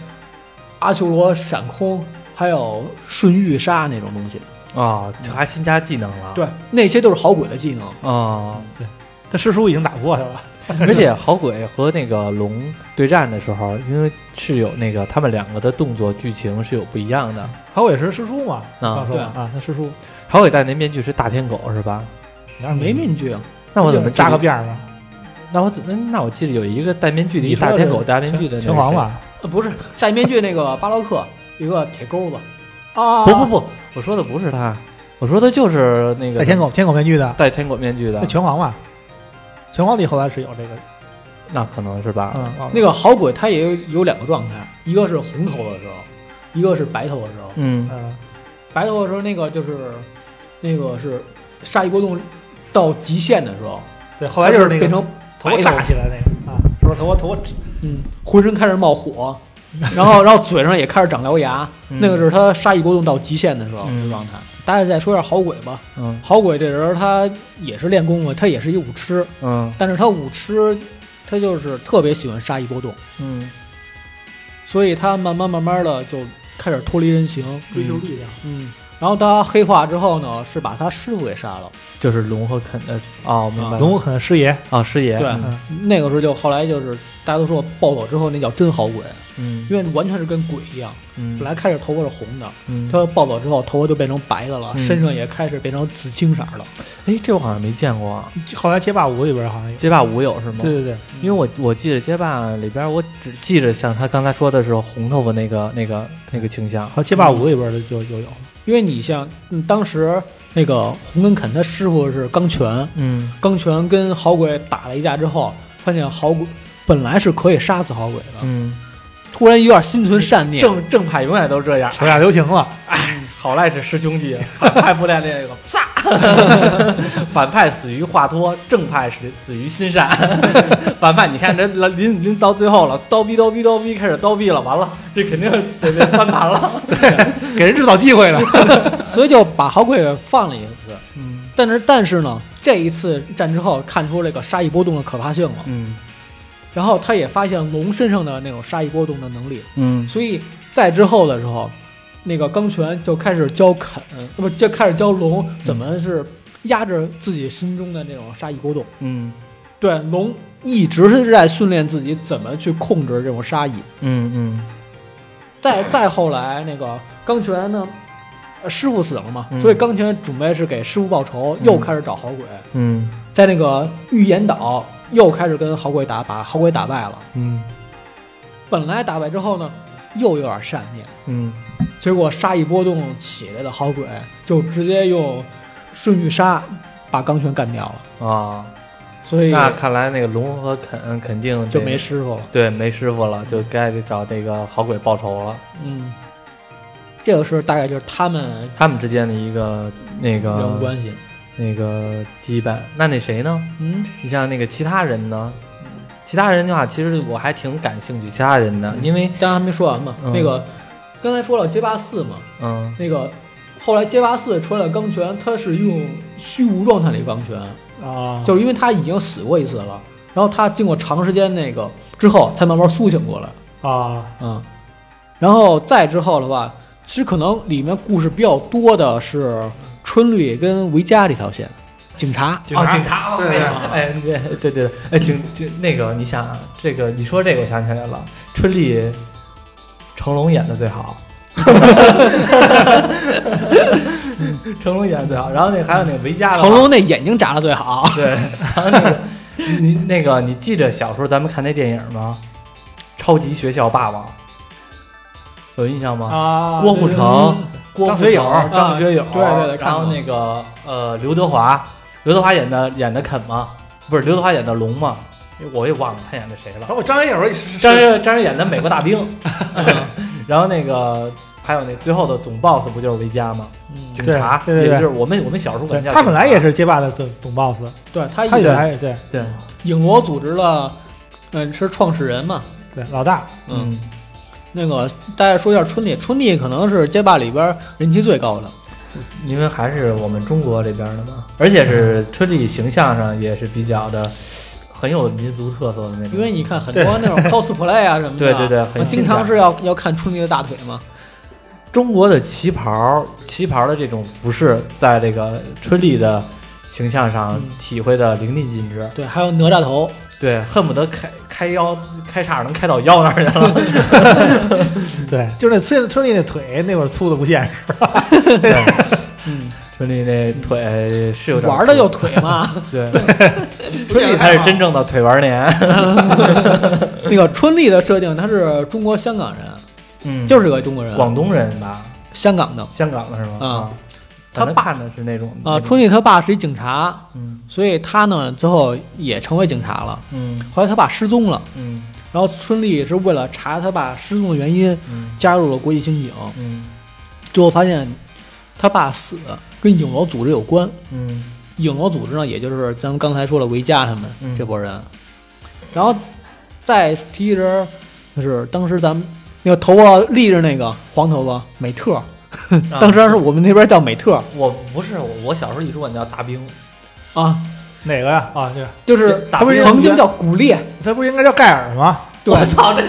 [SPEAKER 2] 阿修罗闪空，还有瞬御杀那种东西。
[SPEAKER 1] 啊，这还新加技能了。
[SPEAKER 2] 对，那些都是好鬼的技能。
[SPEAKER 1] 啊，
[SPEAKER 3] 他师叔已经打不过他了，
[SPEAKER 1] 而且好鬼和那个龙对战的时候，因为是有那个他们两个的动作剧情是有不一样的。
[SPEAKER 3] 好鬼是师叔嘛？
[SPEAKER 1] 啊
[SPEAKER 3] 刚说
[SPEAKER 2] 对
[SPEAKER 3] 啊，他师叔，
[SPEAKER 1] 好鬼戴那面具是大天狗是吧？
[SPEAKER 3] 哪有
[SPEAKER 2] 没面具啊，
[SPEAKER 1] 那我怎么记得
[SPEAKER 3] 嗯扎个？辫儿呢？
[SPEAKER 1] 那我怎那那我记得有一个戴面具的，
[SPEAKER 3] 你
[SPEAKER 1] 一
[SPEAKER 3] 说
[SPEAKER 1] 大天狗
[SPEAKER 3] 是
[SPEAKER 1] 戴面具的那
[SPEAKER 3] 拳
[SPEAKER 1] 个
[SPEAKER 3] 皇
[SPEAKER 1] 谁？
[SPEAKER 3] 吧？
[SPEAKER 2] 呃不是戴面具那个巴洛克，一个铁钩子。啊，
[SPEAKER 1] 不不不，我说的不是他，我说的就是那个
[SPEAKER 3] 戴天狗天狗面具的，
[SPEAKER 1] 戴天狗面具的
[SPEAKER 3] 那，拳皇吧？拳皇里后来是有这个，
[SPEAKER 1] 那可能是吧？
[SPEAKER 3] 嗯，忘了
[SPEAKER 2] 那个好鬼他也有有两个状态，一个是红头的时候，一个是白头的时候。
[SPEAKER 1] 嗯
[SPEAKER 3] 嗯，
[SPEAKER 2] 白头的时候那个就是，那个是杀意波动到极限的时候，
[SPEAKER 3] 对，后来就是那
[SPEAKER 2] 变
[SPEAKER 3] 个
[SPEAKER 2] 成
[SPEAKER 3] 头发
[SPEAKER 2] 白
[SPEAKER 3] 炸起来那个啊，是不是头发头发
[SPEAKER 2] 嗯，浑身开始 冒火，然后然后嘴上也开始长獠牙，
[SPEAKER 1] 嗯
[SPEAKER 2] 那个是他杀意波动到极限的时候
[SPEAKER 1] 嗯
[SPEAKER 2] 的状态。大家再说一下好鬼吧，
[SPEAKER 1] 嗯
[SPEAKER 2] 好鬼这人他也是练功夫，他也是一武痴，
[SPEAKER 1] 嗯
[SPEAKER 2] 但是他武痴，他就是特别喜欢杀意波动，
[SPEAKER 1] 嗯
[SPEAKER 2] 所以他慢慢慢慢的就开始脱离人形，
[SPEAKER 3] 追求力量？
[SPEAKER 2] 嗯，然后他黑化之后呢，是把他师傅给杀了。
[SPEAKER 1] 就是龙和肯的哦，明白
[SPEAKER 2] 嗯
[SPEAKER 1] 了
[SPEAKER 3] 龙很师爷，
[SPEAKER 1] 啊，师爷
[SPEAKER 2] 对
[SPEAKER 1] 嗯
[SPEAKER 2] 那个时候就后来就是大家都说暴走之后那叫真好鬼，
[SPEAKER 1] 嗯
[SPEAKER 2] 因为完全是跟鬼一样。
[SPEAKER 1] 嗯
[SPEAKER 2] 本来开始头发是红的，
[SPEAKER 1] 嗯，
[SPEAKER 2] 他暴走之后头发就变成白的了，
[SPEAKER 1] 嗯
[SPEAKER 2] 身上也开始变成紫青色儿了。
[SPEAKER 1] 哎，这我好像没见过，啊
[SPEAKER 3] 后来街霸五里边好像有，
[SPEAKER 1] 街霸五有是
[SPEAKER 2] 嗯
[SPEAKER 1] 吗？
[SPEAKER 3] 对，对对，
[SPEAKER 1] 因为我我记得街霸里边，我只记着像他刚才说的是红头发那个那个那个倾向
[SPEAKER 3] 好，像街霸五里边的就就有了，
[SPEAKER 2] 因为你像、嗯、当时那个红根肯他师傅是钢拳，
[SPEAKER 1] 嗯
[SPEAKER 2] 钢拳跟好鬼打了一架之后，发现好鬼本来是可以杀死好鬼的，
[SPEAKER 1] 嗯，
[SPEAKER 2] 突然有点心存善念，
[SPEAKER 1] 正正派永远都这样，
[SPEAKER 3] 手下留情了，
[SPEAKER 1] 好赖是师兄弟，反派不练那个，啪！反派死于华佗，正派死死于心善。反派，你看这临临到最后了，刀逼刀逼刀逼，开始刀逼了，完了，这肯定得得翻盘了。
[SPEAKER 3] 给人制造机会了，
[SPEAKER 2] 所以就把好鬼给放了一次。
[SPEAKER 1] 嗯
[SPEAKER 2] 但是但是呢，这一次战之后，看出这个杀意波动的可怕性了。
[SPEAKER 1] 嗯
[SPEAKER 2] 然后他也发现龙身上的那种杀意波动的能力，
[SPEAKER 1] 嗯
[SPEAKER 2] 所以在之后的时候，那个钢拳就开始教肯，呃不就开始教龙怎么是压制自己心中的那种杀意波动。
[SPEAKER 1] 嗯
[SPEAKER 2] 对，龙一直是在训练自己怎么去控制这种杀意。
[SPEAKER 1] 嗯嗯
[SPEAKER 2] 再再后来，那个钢拳呢，呃师傅死了嘛，
[SPEAKER 1] 嗯
[SPEAKER 2] 所以钢拳准备是给师傅报仇，
[SPEAKER 1] 嗯
[SPEAKER 2] 又开始找好鬼。
[SPEAKER 1] 嗯
[SPEAKER 2] 在那个预言岛又开始跟好鬼打，把好鬼打败了。
[SPEAKER 1] 嗯
[SPEAKER 2] 本来打败之后呢，又有点善念，
[SPEAKER 1] 嗯
[SPEAKER 2] 结果杀意波动起来的好鬼就直接用顺御杀把钢拳干掉了，
[SPEAKER 1] 啊，
[SPEAKER 2] 所以
[SPEAKER 1] 那看来那个龙和肯肯定这
[SPEAKER 2] 就没师傅了。
[SPEAKER 1] 对没师傅了，就该得找那个好鬼报仇了。
[SPEAKER 2] 嗯，这个是大概就是他们
[SPEAKER 1] 他们之间的一个那
[SPEAKER 2] 人物
[SPEAKER 1] 个
[SPEAKER 2] 关系。
[SPEAKER 1] 那个羁绊。那那谁呢？
[SPEAKER 2] 嗯，
[SPEAKER 1] 你像那个其他人呢？其他人的话，其实我还挺感兴趣其他人
[SPEAKER 3] 嗯
[SPEAKER 1] 的，因为
[SPEAKER 2] 刚才还没说完嘛，
[SPEAKER 1] 嗯
[SPEAKER 2] 那个刚才说了街霸四嘛，
[SPEAKER 1] 嗯
[SPEAKER 2] 那个后来街霸四出来的钢拳，它是用虚无状态里钢拳。
[SPEAKER 3] 啊，
[SPEAKER 2] 就是因为他已经死过一次了，然后他经过长时间那个之后，才慢慢苏醒过来，
[SPEAKER 3] 啊，
[SPEAKER 2] 嗯，然后再之后的话，其实可能里面故事比较多的是春绿跟维嘉这条线，警察，
[SPEAKER 3] 警察
[SPEAKER 1] 哦、警察，哦
[SPEAKER 3] 对啊对对
[SPEAKER 1] 哎对对对对，哎警警那个，你想啊这个，你说这个，我想起来了，春丽，成龙演的最 好， 成龙演的最好，然后那还有那个维嘉的话，
[SPEAKER 2] 成龙那眼睛眨的最 好，
[SPEAKER 1] 对，然后那个你那个你记着小时候咱们看那电影吗？超级学校霸王，有印象吗？
[SPEAKER 3] 啊，
[SPEAKER 1] 郭富城、郭
[SPEAKER 3] 张
[SPEAKER 1] 富
[SPEAKER 3] 学
[SPEAKER 1] 城
[SPEAKER 3] 友
[SPEAKER 1] 张学友，
[SPEAKER 3] 啊
[SPEAKER 2] 对对对
[SPEAKER 1] 然后
[SPEAKER 2] 看过
[SPEAKER 1] 那个呃刘德华，刘德华演的演的肯嘛，不是刘德华演的龙嘛，我也忘了他演的谁了
[SPEAKER 3] 然。后张学友是
[SPEAKER 1] 张学张学友演的美国大兵，然后那个还有那最后的总 boss 不就是维嘉吗？
[SPEAKER 2] 嗯，
[SPEAKER 1] 警察，
[SPEAKER 3] 对对对
[SPEAKER 1] 也就是我们我们小时候
[SPEAKER 3] 对
[SPEAKER 1] 管叫
[SPEAKER 3] 他本来也
[SPEAKER 1] 警
[SPEAKER 3] 是街霸的总总 boss，
[SPEAKER 2] 对他
[SPEAKER 3] 他
[SPEAKER 2] 以
[SPEAKER 3] 也
[SPEAKER 2] 前
[SPEAKER 3] 还对
[SPEAKER 1] 察对，
[SPEAKER 2] 影罗组织了，嗯，是创始人嘛，
[SPEAKER 3] 对老大，
[SPEAKER 2] 嗯，那个大家说一下春丽，春丽可能是街霸里边人气最高的，
[SPEAKER 1] 因为还是我们中国这边的嘛，而且是春丽形象上也是比较的很有民族特色的那种，
[SPEAKER 2] 因为你看很多那 种 cosplay 啊什么的，
[SPEAKER 1] 嗯对对对很
[SPEAKER 2] 经
[SPEAKER 1] 性
[SPEAKER 2] 常
[SPEAKER 1] 感
[SPEAKER 2] 是要要看春丽的大腿嘛，
[SPEAKER 1] 中国的旗袍，旗袍的这种服饰，在这个春丽的形象上
[SPEAKER 2] 嗯
[SPEAKER 1] 体会的淋漓尽致。
[SPEAKER 2] 对，还有哪吒头，
[SPEAKER 1] 对，恨不得开开腰开叉能开到腰那儿去 了。
[SPEAKER 3] 对，就是那崔春丽那腿那会儿粗的不现实，
[SPEAKER 2] 嗯，
[SPEAKER 1] 春丽那腿是有点
[SPEAKER 2] 玩的就腿 嘛。
[SPEAKER 1] 对，春丽才是真正的腿玩年。
[SPEAKER 2] 那个春丽的设定，他是中国香港人，
[SPEAKER 1] 嗯，
[SPEAKER 2] 就是是个中国人，
[SPEAKER 1] 广东人吧，
[SPEAKER 2] 香港的
[SPEAKER 1] 香港的是吗？
[SPEAKER 2] 啊
[SPEAKER 1] 他
[SPEAKER 2] 他
[SPEAKER 1] 爸呢是那种
[SPEAKER 2] 啊。春，丽他爸是一警察，
[SPEAKER 1] 嗯
[SPEAKER 2] 所以他呢最后也成为警察了。
[SPEAKER 1] 嗯
[SPEAKER 2] 后来他爸失踪了，
[SPEAKER 1] 嗯
[SPEAKER 2] 然后春丽是为了查他爸失踪的原因，
[SPEAKER 1] 嗯
[SPEAKER 2] 加入了国际刑警，
[SPEAKER 1] 嗯
[SPEAKER 2] 最后发现他爸死跟影楼组织有关。
[SPEAKER 1] 嗯
[SPEAKER 2] 影楼组织呢，也就是咱们刚才说了维嘉他们
[SPEAKER 1] 嗯
[SPEAKER 2] 这波人，啊然后再提一人，就是当时咱们那个头发立着那个黄头发美特，
[SPEAKER 1] 嗯，啊
[SPEAKER 2] 当时是我们那边叫美特
[SPEAKER 1] 我不是我，我小时候一直管叫大兵，
[SPEAKER 2] 啊，
[SPEAKER 3] 哪个呀？啊，就是
[SPEAKER 2] 就是
[SPEAKER 1] 大兵
[SPEAKER 3] 是
[SPEAKER 2] 曾经叫古烈，
[SPEAKER 3] 他不是应该叫盖尔吗？
[SPEAKER 2] 对，
[SPEAKER 1] 操，这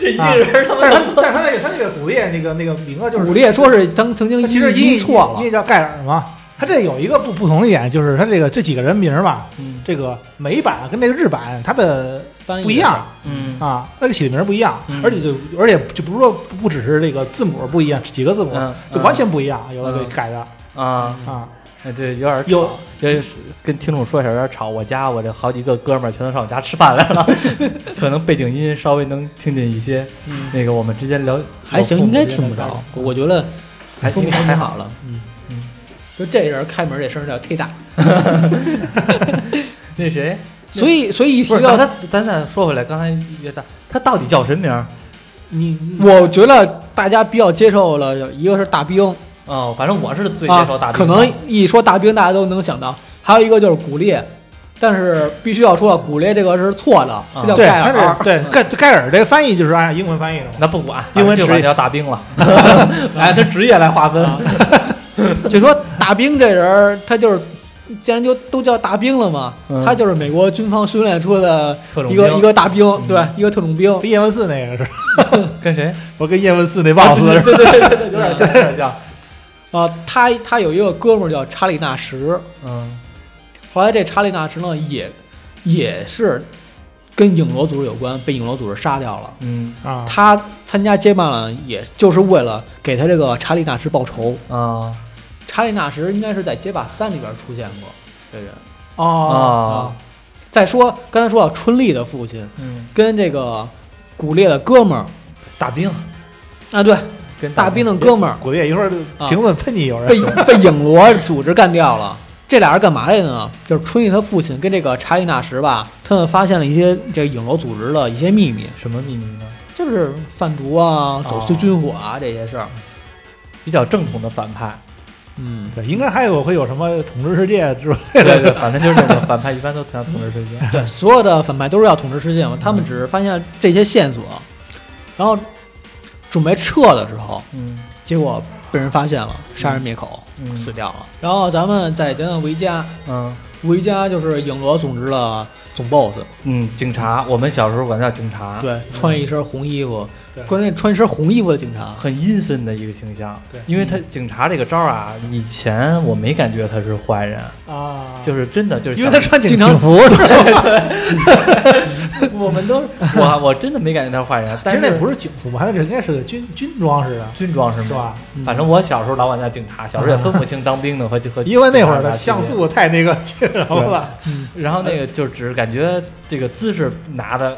[SPEAKER 1] 这一
[SPEAKER 3] 啊
[SPEAKER 1] 人他妈
[SPEAKER 3] 但是他但是他那个他那个古烈那个那个名字就是
[SPEAKER 2] 古烈说是当曾经
[SPEAKER 3] 他其实
[SPEAKER 2] 音
[SPEAKER 3] 音
[SPEAKER 2] 错
[SPEAKER 3] 音
[SPEAKER 2] 了，
[SPEAKER 3] 译叫盖尔嘛。他这有一个不不同的一点，就是他这个这几个人名儿吧，
[SPEAKER 2] 嗯，
[SPEAKER 3] 这个美版跟这个日版它的
[SPEAKER 2] 翻译
[SPEAKER 3] 不一样
[SPEAKER 1] 嗯
[SPEAKER 3] 啊，那个起的名儿不一样
[SPEAKER 1] 嗯，
[SPEAKER 3] 而且就而且就不是说不只是这个字母不一样，几个字母
[SPEAKER 1] 嗯
[SPEAKER 3] 就完全不一样，有的
[SPEAKER 1] 嗯
[SPEAKER 3] 给改的
[SPEAKER 1] 啊，
[SPEAKER 3] 啊，
[SPEAKER 1] 哎对，有点
[SPEAKER 3] 有
[SPEAKER 1] 这是跟听众说一下，有点吵。我家我这好几个哥们儿全都上我家吃饭来 了，可能背景音稍微能听见一些。
[SPEAKER 2] 嗯，
[SPEAKER 1] 那个我们之间聊
[SPEAKER 2] 还行，应该听不着，我觉得
[SPEAKER 1] 还
[SPEAKER 2] 说明
[SPEAKER 1] 还好。
[SPEAKER 2] 好了，
[SPEAKER 3] 嗯
[SPEAKER 1] 嗯
[SPEAKER 2] 就这人开门这声儿叫 T 大，
[SPEAKER 1] 那谁
[SPEAKER 2] 所以所以一
[SPEAKER 1] 不
[SPEAKER 2] 提
[SPEAKER 1] 是？
[SPEAKER 2] 到
[SPEAKER 1] 那他咱再说回来，刚才约大他到底叫什么名儿？
[SPEAKER 3] 你
[SPEAKER 1] 嗯
[SPEAKER 2] 我觉得大家比较接受了，一个是大兵
[SPEAKER 1] 哦，反正我是最接受大兵的
[SPEAKER 2] 啊，可能一说大兵大家都能想到，还有一个就是古烈，但是必须要说古烈这个是错的，
[SPEAKER 1] 啊
[SPEAKER 2] 这叫
[SPEAKER 3] 对
[SPEAKER 2] 盖
[SPEAKER 3] 他
[SPEAKER 2] 尔啊
[SPEAKER 3] 这，
[SPEAKER 1] 嗯
[SPEAKER 3] 对盖盖尔这个翻译就是按英文翻译的嘛，
[SPEAKER 1] 那不管，
[SPEAKER 3] 英
[SPEAKER 1] 反正
[SPEAKER 3] 文
[SPEAKER 1] 就管
[SPEAKER 3] 职业
[SPEAKER 1] 叫大兵 了，按他职业来划分。
[SPEAKER 2] 啊 就说大兵这人儿他就是。既然就都叫大兵了嘛，
[SPEAKER 1] 嗯
[SPEAKER 2] 他就是美国军方训练出的
[SPEAKER 1] 特种
[SPEAKER 2] 一个
[SPEAKER 1] 兵嗯
[SPEAKER 2] 一个大兵，对，一个特种兵。
[SPEAKER 3] 跟叶问四那个是，
[SPEAKER 1] 跟谁？
[SPEAKER 3] 我跟叶问四那 boss
[SPEAKER 1] 啊 对
[SPEAKER 3] 是
[SPEAKER 1] 对对对对，有点像，有点像。
[SPEAKER 2] 啊，他他有一个哥们儿叫查理纳什，
[SPEAKER 1] 嗯
[SPEAKER 2] 后来这查理纳什呢也也是跟影罗组织有关，被影罗组织杀掉了。
[SPEAKER 1] 嗯
[SPEAKER 3] 啊，
[SPEAKER 2] 他参加街霸，也就是为了给他这个查理纳什报仇。
[SPEAKER 1] 啊
[SPEAKER 2] 查理纳什应该是在街霸三里边出现过这人
[SPEAKER 1] 啊！
[SPEAKER 3] 哦，
[SPEAKER 2] 再说刚才说到春丽的父亲
[SPEAKER 1] 嗯，
[SPEAKER 2] 跟这个古烈的哥们儿
[SPEAKER 1] 大兵
[SPEAKER 2] 啊，对，
[SPEAKER 1] 跟
[SPEAKER 2] 大兵的哥们儿
[SPEAKER 3] 古烈一会儿就
[SPEAKER 1] 啊
[SPEAKER 3] 评论喷你有人
[SPEAKER 2] 被被影罗组织干掉了。这俩人干嘛来的呢？就是春丽他父亲跟这个查理纳什吧，他们发现了一些这影罗组织的一些秘密，
[SPEAKER 1] 什么秘密呢？
[SPEAKER 2] 就是贩毒啊、走私
[SPEAKER 3] 哦
[SPEAKER 2] 军火啊这些事儿。
[SPEAKER 1] 比较正统的反派，
[SPEAKER 2] 嗯，
[SPEAKER 3] 对，应该还有会有什么统治世界之类
[SPEAKER 1] 对对， 反正就是那种反派，一般都想统治世界。
[SPEAKER 2] 对，所有的反派都是要统治世
[SPEAKER 3] 嗯
[SPEAKER 2] 界嘛，他们只是发现了这些线索，然后准备撤的时候，
[SPEAKER 1] 嗯
[SPEAKER 2] 结果被人发现了，杀人灭口，
[SPEAKER 1] 嗯
[SPEAKER 2] 死掉了。然后咱们再讲讲维嘉，
[SPEAKER 1] 嗯
[SPEAKER 2] 维嘉就是影罗组织的总 boss，
[SPEAKER 1] 嗯，警察，我们小时候管他叫警察，，
[SPEAKER 2] 对，
[SPEAKER 3] 嗯
[SPEAKER 2] 穿一身红衣服
[SPEAKER 3] 对，
[SPEAKER 2] 关键穿一身红衣服的警察，
[SPEAKER 1] 很阴森的一个形象。
[SPEAKER 3] 对
[SPEAKER 1] 因为他警察这个招儿啊，以前我没感觉他是坏人，
[SPEAKER 3] 的啊，
[SPEAKER 1] 就是真的就是
[SPEAKER 3] 因为他
[SPEAKER 1] 想
[SPEAKER 3] 穿警
[SPEAKER 2] 经常
[SPEAKER 3] 警服，
[SPEAKER 1] 我们都我我真的没感觉他是坏 人，
[SPEAKER 3] 其
[SPEAKER 1] 但
[SPEAKER 3] 实
[SPEAKER 1] 是
[SPEAKER 3] 那不是警服吧？那这应该是个军军装似的，
[SPEAKER 1] 军装是
[SPEAKER 3] 是
[SPEAKER 1] 吗？
[SPEAKER 3] 吧？
[SPEAKER 2] 嗯
[SPEAKER 1] 反正我小时候老管他叫警察，小时候也分不清当兵的和和
[SPEAKER 3] 因为那会儿的
[SPEAKER 1] 警察
[SPEAKER 3] 像
[SPEAKER 1] 的区别
[SPEAKER 3] 素太 那个什么了，
[SPEAKER 1] 然后那个就只是感觉这个姿势拿的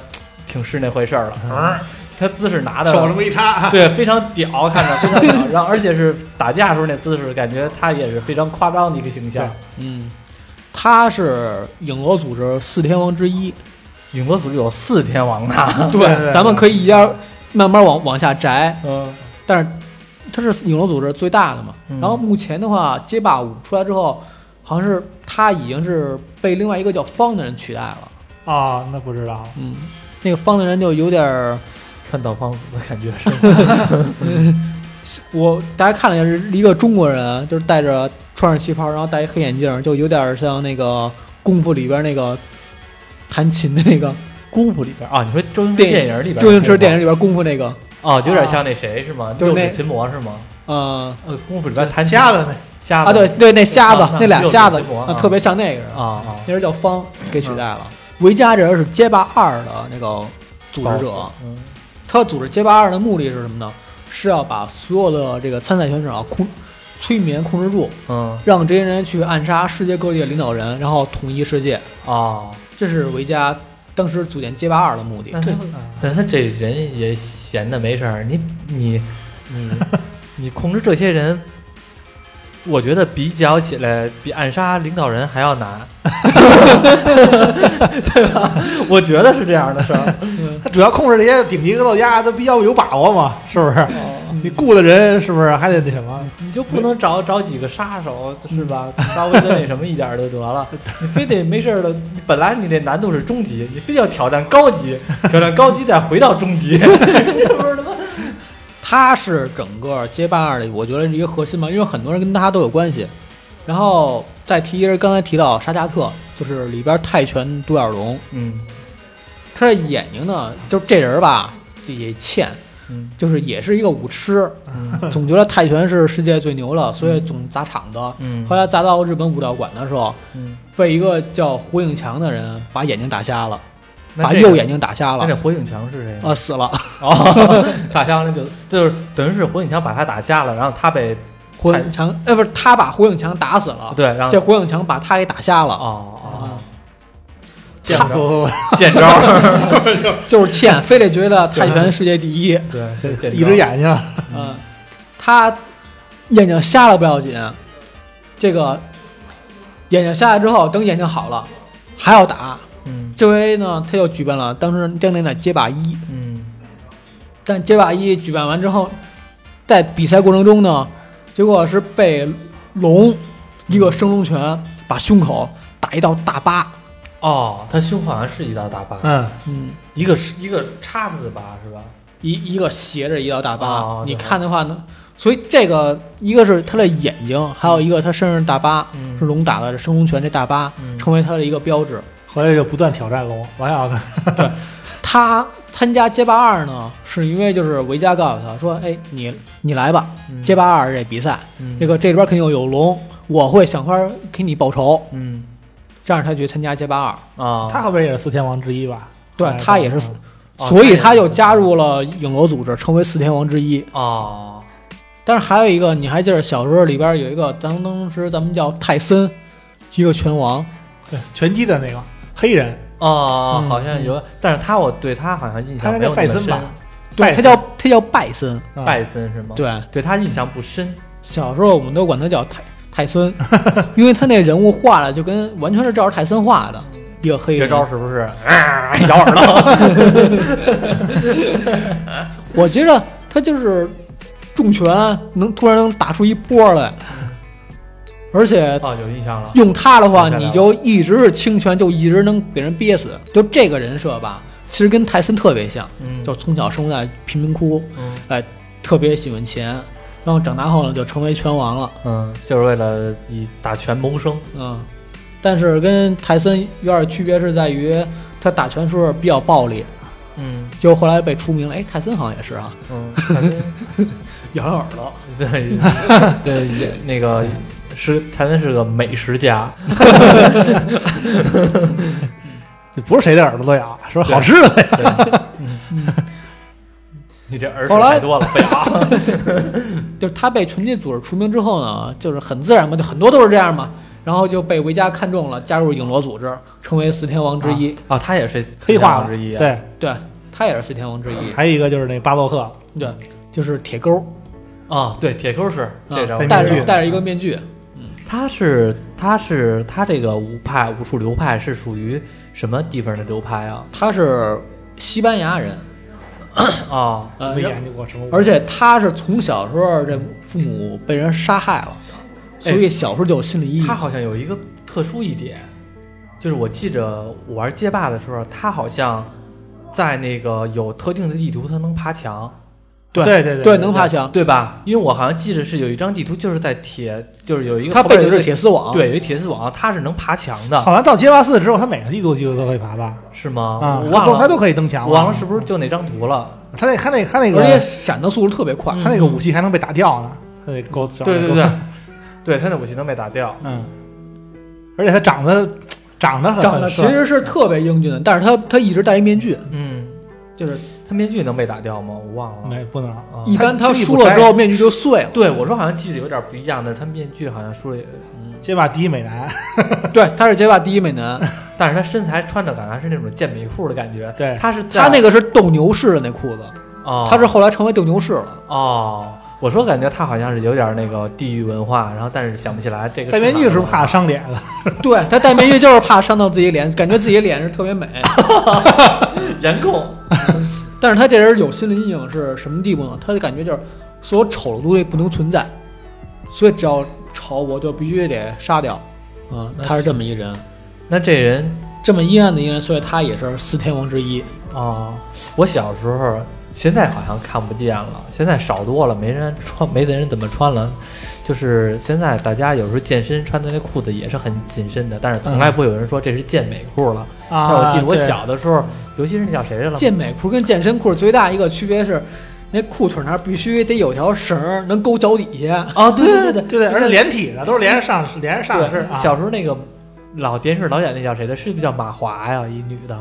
[SPEAKER 1] 挺是那回事儿了，嗯，他姿势拿的
[SPEAKER 3] 手这么一插，
[SPEAKER 1] 对非常屌，看着非常屌，然后而且是打架时候那姿势，感觉他也是非常夸张的一个形象。
[SPEAKER 2] 嗯，他是影罗组织四天王之一，
[SPEAKER 1] 影魔组织有四 天王呢，啊
[SPEAKER 3] 对对对
[SPEAKER 2] 咱们可以一家慢慢往往下摘，
[SPEAKER 1] 嗯
[SPEAKER 2] 但是它是影楼组织最大的嘛。
[SPEAKER 1] 嗯
[SPEAKER 2] 然后目前的话，街霸五出来之后，好像是它已经是被另外一个叫方的人取代了。
[SPEAKER 3] 啊，那不知道。
[SPEAKER 2] 嗯，那个方的人就有点儿，
[SPEAKER 1] 川岛芳子的感觉是，
[SPEAKER 2] 我大家看了一下，是一个中国人，就是戴着穿着旗袍，然后戴一黑眼镜，就有点儿像那个功夫里边那个弹琴的那个
[SPEAKER 1] 功夫里边啊，你说周星驰
[SPEAKER 2] 电
[SPEAKER 1] 电影里边，
[SPEAKER 2] 周星驰电影里边功夫那个，
[SPEAKER 1] 哦，有点像那谁是吗？
[SPEAKER 2] 就是
[SPEAKER 1] 六
[SPEAKER 2] 那
[SPEAKER 1] 指琴魔是吗？
[SPEAKER 2] 呃
[SPEAKER 1] 呃，功夫里边弹
[SPEAKER 3] 瞎的那
[SPEAKER 1] 瞎
[SPEAKER 2] 啊，对对，那瞎子
[SPEAKER 1] 那，
[SPEAKER 2] 那俩
[SPEAKER 1] 六指
[SPEAKER 2] 瞎子
[SPEAKER 1] 琴魔啊，
[SPEAKER 2] 啊特别像那个人
[SPEAKER 1] 啊，啊，
[SPEAKER 2] 那人叫方给取代了。维嘉这人是街霸二的那个组织者，
[SPEAKER 1] 嗯
[SPEAKER 2] 他组织街霸二的目的是什么呢？是要把所有的这个参赛选手啊控催眠控制住，
[SPEAKER 1] 嗯
[SPEAKER 2] 让这些人去暗杀世界各地的领导人，然后统一世界。
[SPEAKER 1] 哦，
[SPEAKER 2] 这是维嘉当时组建街霸二的目的。
[SPEAKER 1] 那他
[SPEAKER 3] 嗯
[SPEAKER 1] 但他这人也闲的没事儿，你你你 你控制这些人，我觉得比较起来比暗杀领导人还要 难，对吧？我觉得是这样的事 儿。
[SPEAKER 3] 他主要控制这些顶级格斗家，都比较有把握嘛，是不是？
[SPEAKER 2] 嗯
[SPEAKER 3] 你雇的人是不是还得那什 么？
[SPEAKER 1] 你就不能找找几个杀手是吧？稍微的那什么一点儿就得 了，你非得没事儿的。本来你这难度是中级，你非要挑战高级，挑战高级再回到中级，是不是他妈？
[SPEAKER 2] 他是整个街霸二的，我觉得是一个核心吧，因为很多人跟他都有关系。然后再提一人，刚才提到沙加克，就是里边泰拳独眼龙，
[SPEAKER 1] 嗯
[SPEAKER 2] 他这眼睛呢，就是这人吧，这也欠，
[SPEAKER 1] 嗯
[SPEAKER 2] 就是也是一个舞痴，
[SPEAKER 1] 嗯
[SPEAKER 2] 总觉得泰拳是世界最牛了，所以总砸场子。
[SPEAKER 1] 嗯
[SPEAKER 2] 后来砸到日本武道馆的时候，
[SPEAKER 1] 嗯，
[SPEAKER 2] 被一个叫胡应强的人把眼睛打瞎了，
[SPEAKER 1] 那
[SPEAKER 2] 把
[SPEAKER 1] 这个
[SPEAKER 2] 右眼睛打瞎
[SPEAKER 1] 那
[SPEAKER 2] 了
[SPEAKER 1] 这，火影强是谁呢？
[SPEAKER 2] 啊死了。
[SPEAKER 1] 哦，打瞎了就就是等于是火影强把他打瞎了，然后他被
[SPEAKER 2] 胡应强，呃，不是他把胡应强打死了，
[SPEAKER 1] 对，然后
[SPEAKER 2] 哦这胡应强把他给打瞎了，
[SPEAKER 1] 哦哦，见
[SPEAKER 3] 吓
[SPEAKER 1] 不
[SPEAKER 3] 死
[SPEAKER 1] 着
[SPEAKER 3] 我了！
[SPEAKER 1] 见招，
[SPEAKER 2] 就是欠，非得觉得泰拳世界第一。
[SPEAKER 1] 对，见招
[SPEAKER 3] 一只，眼睛啊
[SPEAKER 2] 嗯，他眼睛瞎了不要紧，这个眼睛瞎了之后，等眼睛好了还要打。
[SPEAKER 1] 嗯
[SPEAKER 2] 这回呢，他又举办了当时当年的街霸一，
[SPEAKER 1] 嗯
[SPEAKER 2] 但街霸一举办完之后，在比赛过程中呢，结果是被龙一个升龙拳把胸口打一道大疤。
[SPEAKER 1] 哦，他胸口好像是一道大疤，
[SPEAKER 3] 嗯，
[SPEAKER 2] 嗯，
[SPEAKER 1] 一个是一个叉字疤是吧？
[SPEAKER 2] 一一个斜着一道大疤，
[SPEAKER 1] 嗯哦
[SPEAKER 2] 你
[SPEAKER 1] 对
[SPEAKER 2] 看的话呢，所以这个一个是他的眼睛，还有一个他身上的大疤，
[SPEAKER 1] 嗯
[SPEAKER 2] 是龙打的升龙拳这大疤，
[SPEAKER 1] 嗯
[SPEAKER 2] 成为他的一个标志。
[SPEAKER 3] 回来就不断挑战龙，王耀
[SPEAKER 2] 他参加街霸二呢，是因为就是维嘉告诉他说，哎，你你来吧，街霸二这比赛，
[SPEAKER 1] 嗯
[SPEAKER 2] 这个这里边肯定有龙，我会想法给你报仇，
[SPEAKER 1] 嗯
[SPEAKER 2] 这样他去参加街霸二。
[SPEAKER 1] 啊，
[SPEAKER 3] 他好像也是四天王之一吧？
[SPEAKER 2] 对
[SPEAKER 3] 哎
[SPEAKER 2] 他也是，
[SPEAKER 1] 哦
[SPEAKER 2] 所以他就加入了影楼组织，成为四天王之一。
[SPEAKER 1] 哦
[SPEAKER 2] 但是还有一个，你还记得小时候里边有一个，当当时咱们叫泰森，一个拳王，
[SPEAKER 3] 对拳击的那个黑人，
[SPEAKER 1] 哦，
[SPEAKER 3] 嗯
[SPEAKER 1] 好像有，但是他我对他好像印
[SPEAKER 3] 他
[SPEAKER 1] 象
[SPEAKER 3] 应
[SPEAKER 1] 没
[SPEAKER 3] 该
[SPEAKER 1] 有那么
[SPEAKER 3] 叫拜森
[SPEAKER 1] 深，
[SPEAKER 3] 吧？
[SPEAKER 2] 对，他叫他叫拜森，
[SPEAKER 3] 嗯
[SPEAKER 1] 拜森是吗？，
[SPEAKER 2] 对，
[SPEAKER 1] 对他印象不深，
[SPEAKER 2] 小时候我们都管他叫泰泰森， 因为他那人物画的就跟完全是照着泰森画的，一个黑
[SPEAKER 1] 绝
[SPEAKER 2] 人。
[SPEAKER 1] 招是不是？啊咬耳朵，
[SPEAKER 2] 我觉得他就是重拳能突然能打出一波来，而且
[SPEAKER 1] 哦，有印象了，
[SPEAKER 2] 用他的话，
[SPEAKER 1] 明白了
[SPEAKER 2] 你就一直是轻拳，就一直能给人憋死。就这个人设吧，其实跟泰森特别像，
[SPEAKER 1] 嗯，
[SPEAKER 2] 就从小生活在贫民窟，
[SPEAKER 1] 嗯
[SPEAKER 2] 哎，特别喜欢钱，然后长大后呢就成为拳王了，
[SPEAKER 1] 嗯，就是为了以打拳谋生，
[SPEAKER 2] 嗯。但是跟泰森有点区别是在于，他打拳时候比较暴力，
[SPEAKER 1] 嗯
[SPEAKER 2] 结果后来被出名了。哎，泰森好像也是啊，
[SPEAKER 1] 嗯，反正
[SPEAKER 2] 咬咬耳朵。
[SPEAKER 1] 对对，也那个是谭森是个美食 家，
[SPEAKER 3] 不是谁的耳朵都咬，是吧？
[SPEAKER 1] 对
[SPEAKER 3] 好吃的
[SPEAKER 1] 对嗯你这儿
[SPEAKER 2] 后
[SPEAKER 1] 水
[SPEAKER 2] 来
[SPEAKER 1] 太多了，不 雅。
[SPEAKER 2] 就是他被拳击组织除名之后呢，就是很自然嘛，就很多都是这样嘛。然后就被维嘉看中了，加入影罗组织，成为四天王之一。
[SPEAKER 1] 啊，他也是
[SPEAKER 3] 黑化
[SPEAKER 1] 四大王
[SPEAKER 3] 了
[SPEAKER 1] 之一啊。
[SPEAKER 3] 对，
[SPEAKER 2] 对他也是四天王之一，
[SPEAKER 3] 还有一个就是那巴洛克，
[SPEAKER 2] 对，就是铁钩，
[SPEAKER 1] 啊，对，铁 Q 是
[SPEAKER 2] 啊
[SPEAKER 1] 这张
[SPEAKER 3] 戴
[SPEAKER 1] 我
[SPEAKER 2] 戴
[SPEAKER 1] 知道
[SPEAKER 3] 面
[SPEAKER 2] 着戴着一个面具，
[SPEAKER 1] 他是他是他这个武派武术流派是属于什么地方的流派啊？
[SPEAKER 2] 他是西班牙人，
[SPEAKER 1] 啊，
[SPEAKER 2] 呃
[SPEAKER 3] 没，研究过什么武功，
[SPEAKER 2] 而且他是从小时候这父母被人杀害了，所以小时候就有心理阴影。
[SPEAKER 1] 他好像有一个特殊一点，就是我记着我玩街霸的时候，他好像在那个有特定的地图，他能爬墙，
[SPEAKER 2] 对
[SPEAKER 3] 对对
[SPEAKER 2] 对，
[SPEAKER 3] 对
[SPEAKER 2] 能爬墙。
[SPEAKER 1] 对吧？因为我好像记着是有一张地图，就是在铁，就是有一个
[SPEAKER 2] 他
[SPEAKER 1] 后边
[SPEAKER 2] 背
[SPEAKER 1] 有一
[SPEAKER 2] 的是
[SPEAKER 1] 个，
[SPEAKER 2] 铁丝网，，
[SPEAKER 1] 对，有一铁丝网，他是能爬墙的，
[SPEAKER 3] 好像到街霸四之后，他每个季度几乎都可以爬吧？
[SPEAKER 1] 是吗？
[SPEAKER 3] 啊，
[SPEAKER 1] 我
[SPEAKER 3] 他都他
[SPEAKER 1] 忘了，
[SPEAKER 3] 都可以登墙。
[SPEAKER 1] 我忘了是不是就那张图了？
[SPEAKER 3] 他那他那他那
[SPEAKER 2] 而且
[SPEAKER 3] 个
[SPEAKER 2] 闪的速度特别快。
[SPEAKER 1] 嗯
[SPEAKER 3] 啊他那个武器还能被打掉呢，他那钩子。
[SPEAKER 1] 对对对，对他那武器能被打掉，
[SPEAKER 3] 嗯， 而且他长得嗯长得很
[SPEAKER 2] 长得
[SPEAKER 3] 很
[SPEAKER 2] 其
[SPEAKER 3] 帅，
[SPEAKER 2] 实是特别英俊的，但是他他一直戴一面具，
[SPEAKER 1] 嗯，
[SPEAKER 2] 就是
[SPEAKER 1] 他面具能被打掉吗？我忘了。
[SPEAKER 3] 没不能。
[SPEAKER 1] 啊
[SPEAKER 2] 一般
[SPEAKER 3] 他轻易
[SPEAKER 2] 输
[SPEAKER 3] 不
[SPEAKER 2] 了
[SPEAKER 3] 摘
[SPEAKER 2] 之后面具就碎 了。
[SPEAKER 1] 对，我说好像记得有点不一样，但是他面具好像输了也，嗯
[SPEAKER 3] 街霸第一美男，
[SPEAKER 2] 对，他是街霸第一 美男，
[SPEAKER 1] 但是他身材穿着感觉是那种健美裤的感觉。
[SPEAKER 3] 对，
[SPEAKER 1] 他是在
[SPEAKER 2] 他那个是斗牛士的那裤子，
[SPEAKER 1] 哦，
[SPEAKER 2] 他是后来成为斗牛士 了。
[SPEAKER 1] 哦，我说感觉他好像是有点那个地域文化，然后但是想不起来这个
[SPEAKER 3] 戴
[SPEAKER 1] 哪儿
[SPEAKER 3] 面具是
[SPEAKER 1] 的
[SPEAKER 3] 不是怕伤脸了？
[SPEAKER 2] 对他戴面具就是怕伤到自己脸，感觉自己脸是特别美。
[SPEAKER 1] 颜控，
[SPEAKER 2] 但是他这人有心理阴影是什么地步呢？他的感觉就是所有丑的东西不能存在，所以只要丑我就必须得杀掉。啊、
[SPEAKER 1] 那
[SPEAKER 2] 他是这么一人，
[SPEAKER 1] 那这人
[SPEAKER 2] 这么阴暗的一人，所以他也是四天王之一。
[SPEAKER 1] 哦，我小时候，现在好像看不见了，现在少多了，没人穿，没的人怎么穿了。就是现在大家有时候健身穿的那裤子也是很紧身的，但是从来不会有人说这是健美裤了。但是我记得我
[SPEAKER 3] 嗯啊对
[SPEAKER 1] 小的时候，尤其是那叫谁来了，
[SPEAKER 2] 健美裤跟健身裤最大一个区别是，那裤腿那儿必须得有条绳儿能勾脚底下。
[SPEAKER 1] 啊，对对对
[SPEAKER 3] 对对，而且连体的都是连着上连着上的
[SPEAKER 1] 对，
[SPEAKER 3] 是啊
[SPEAKER 1] 小时候那个老电视老演那叫谁的，是不是叫马华呀？一女的，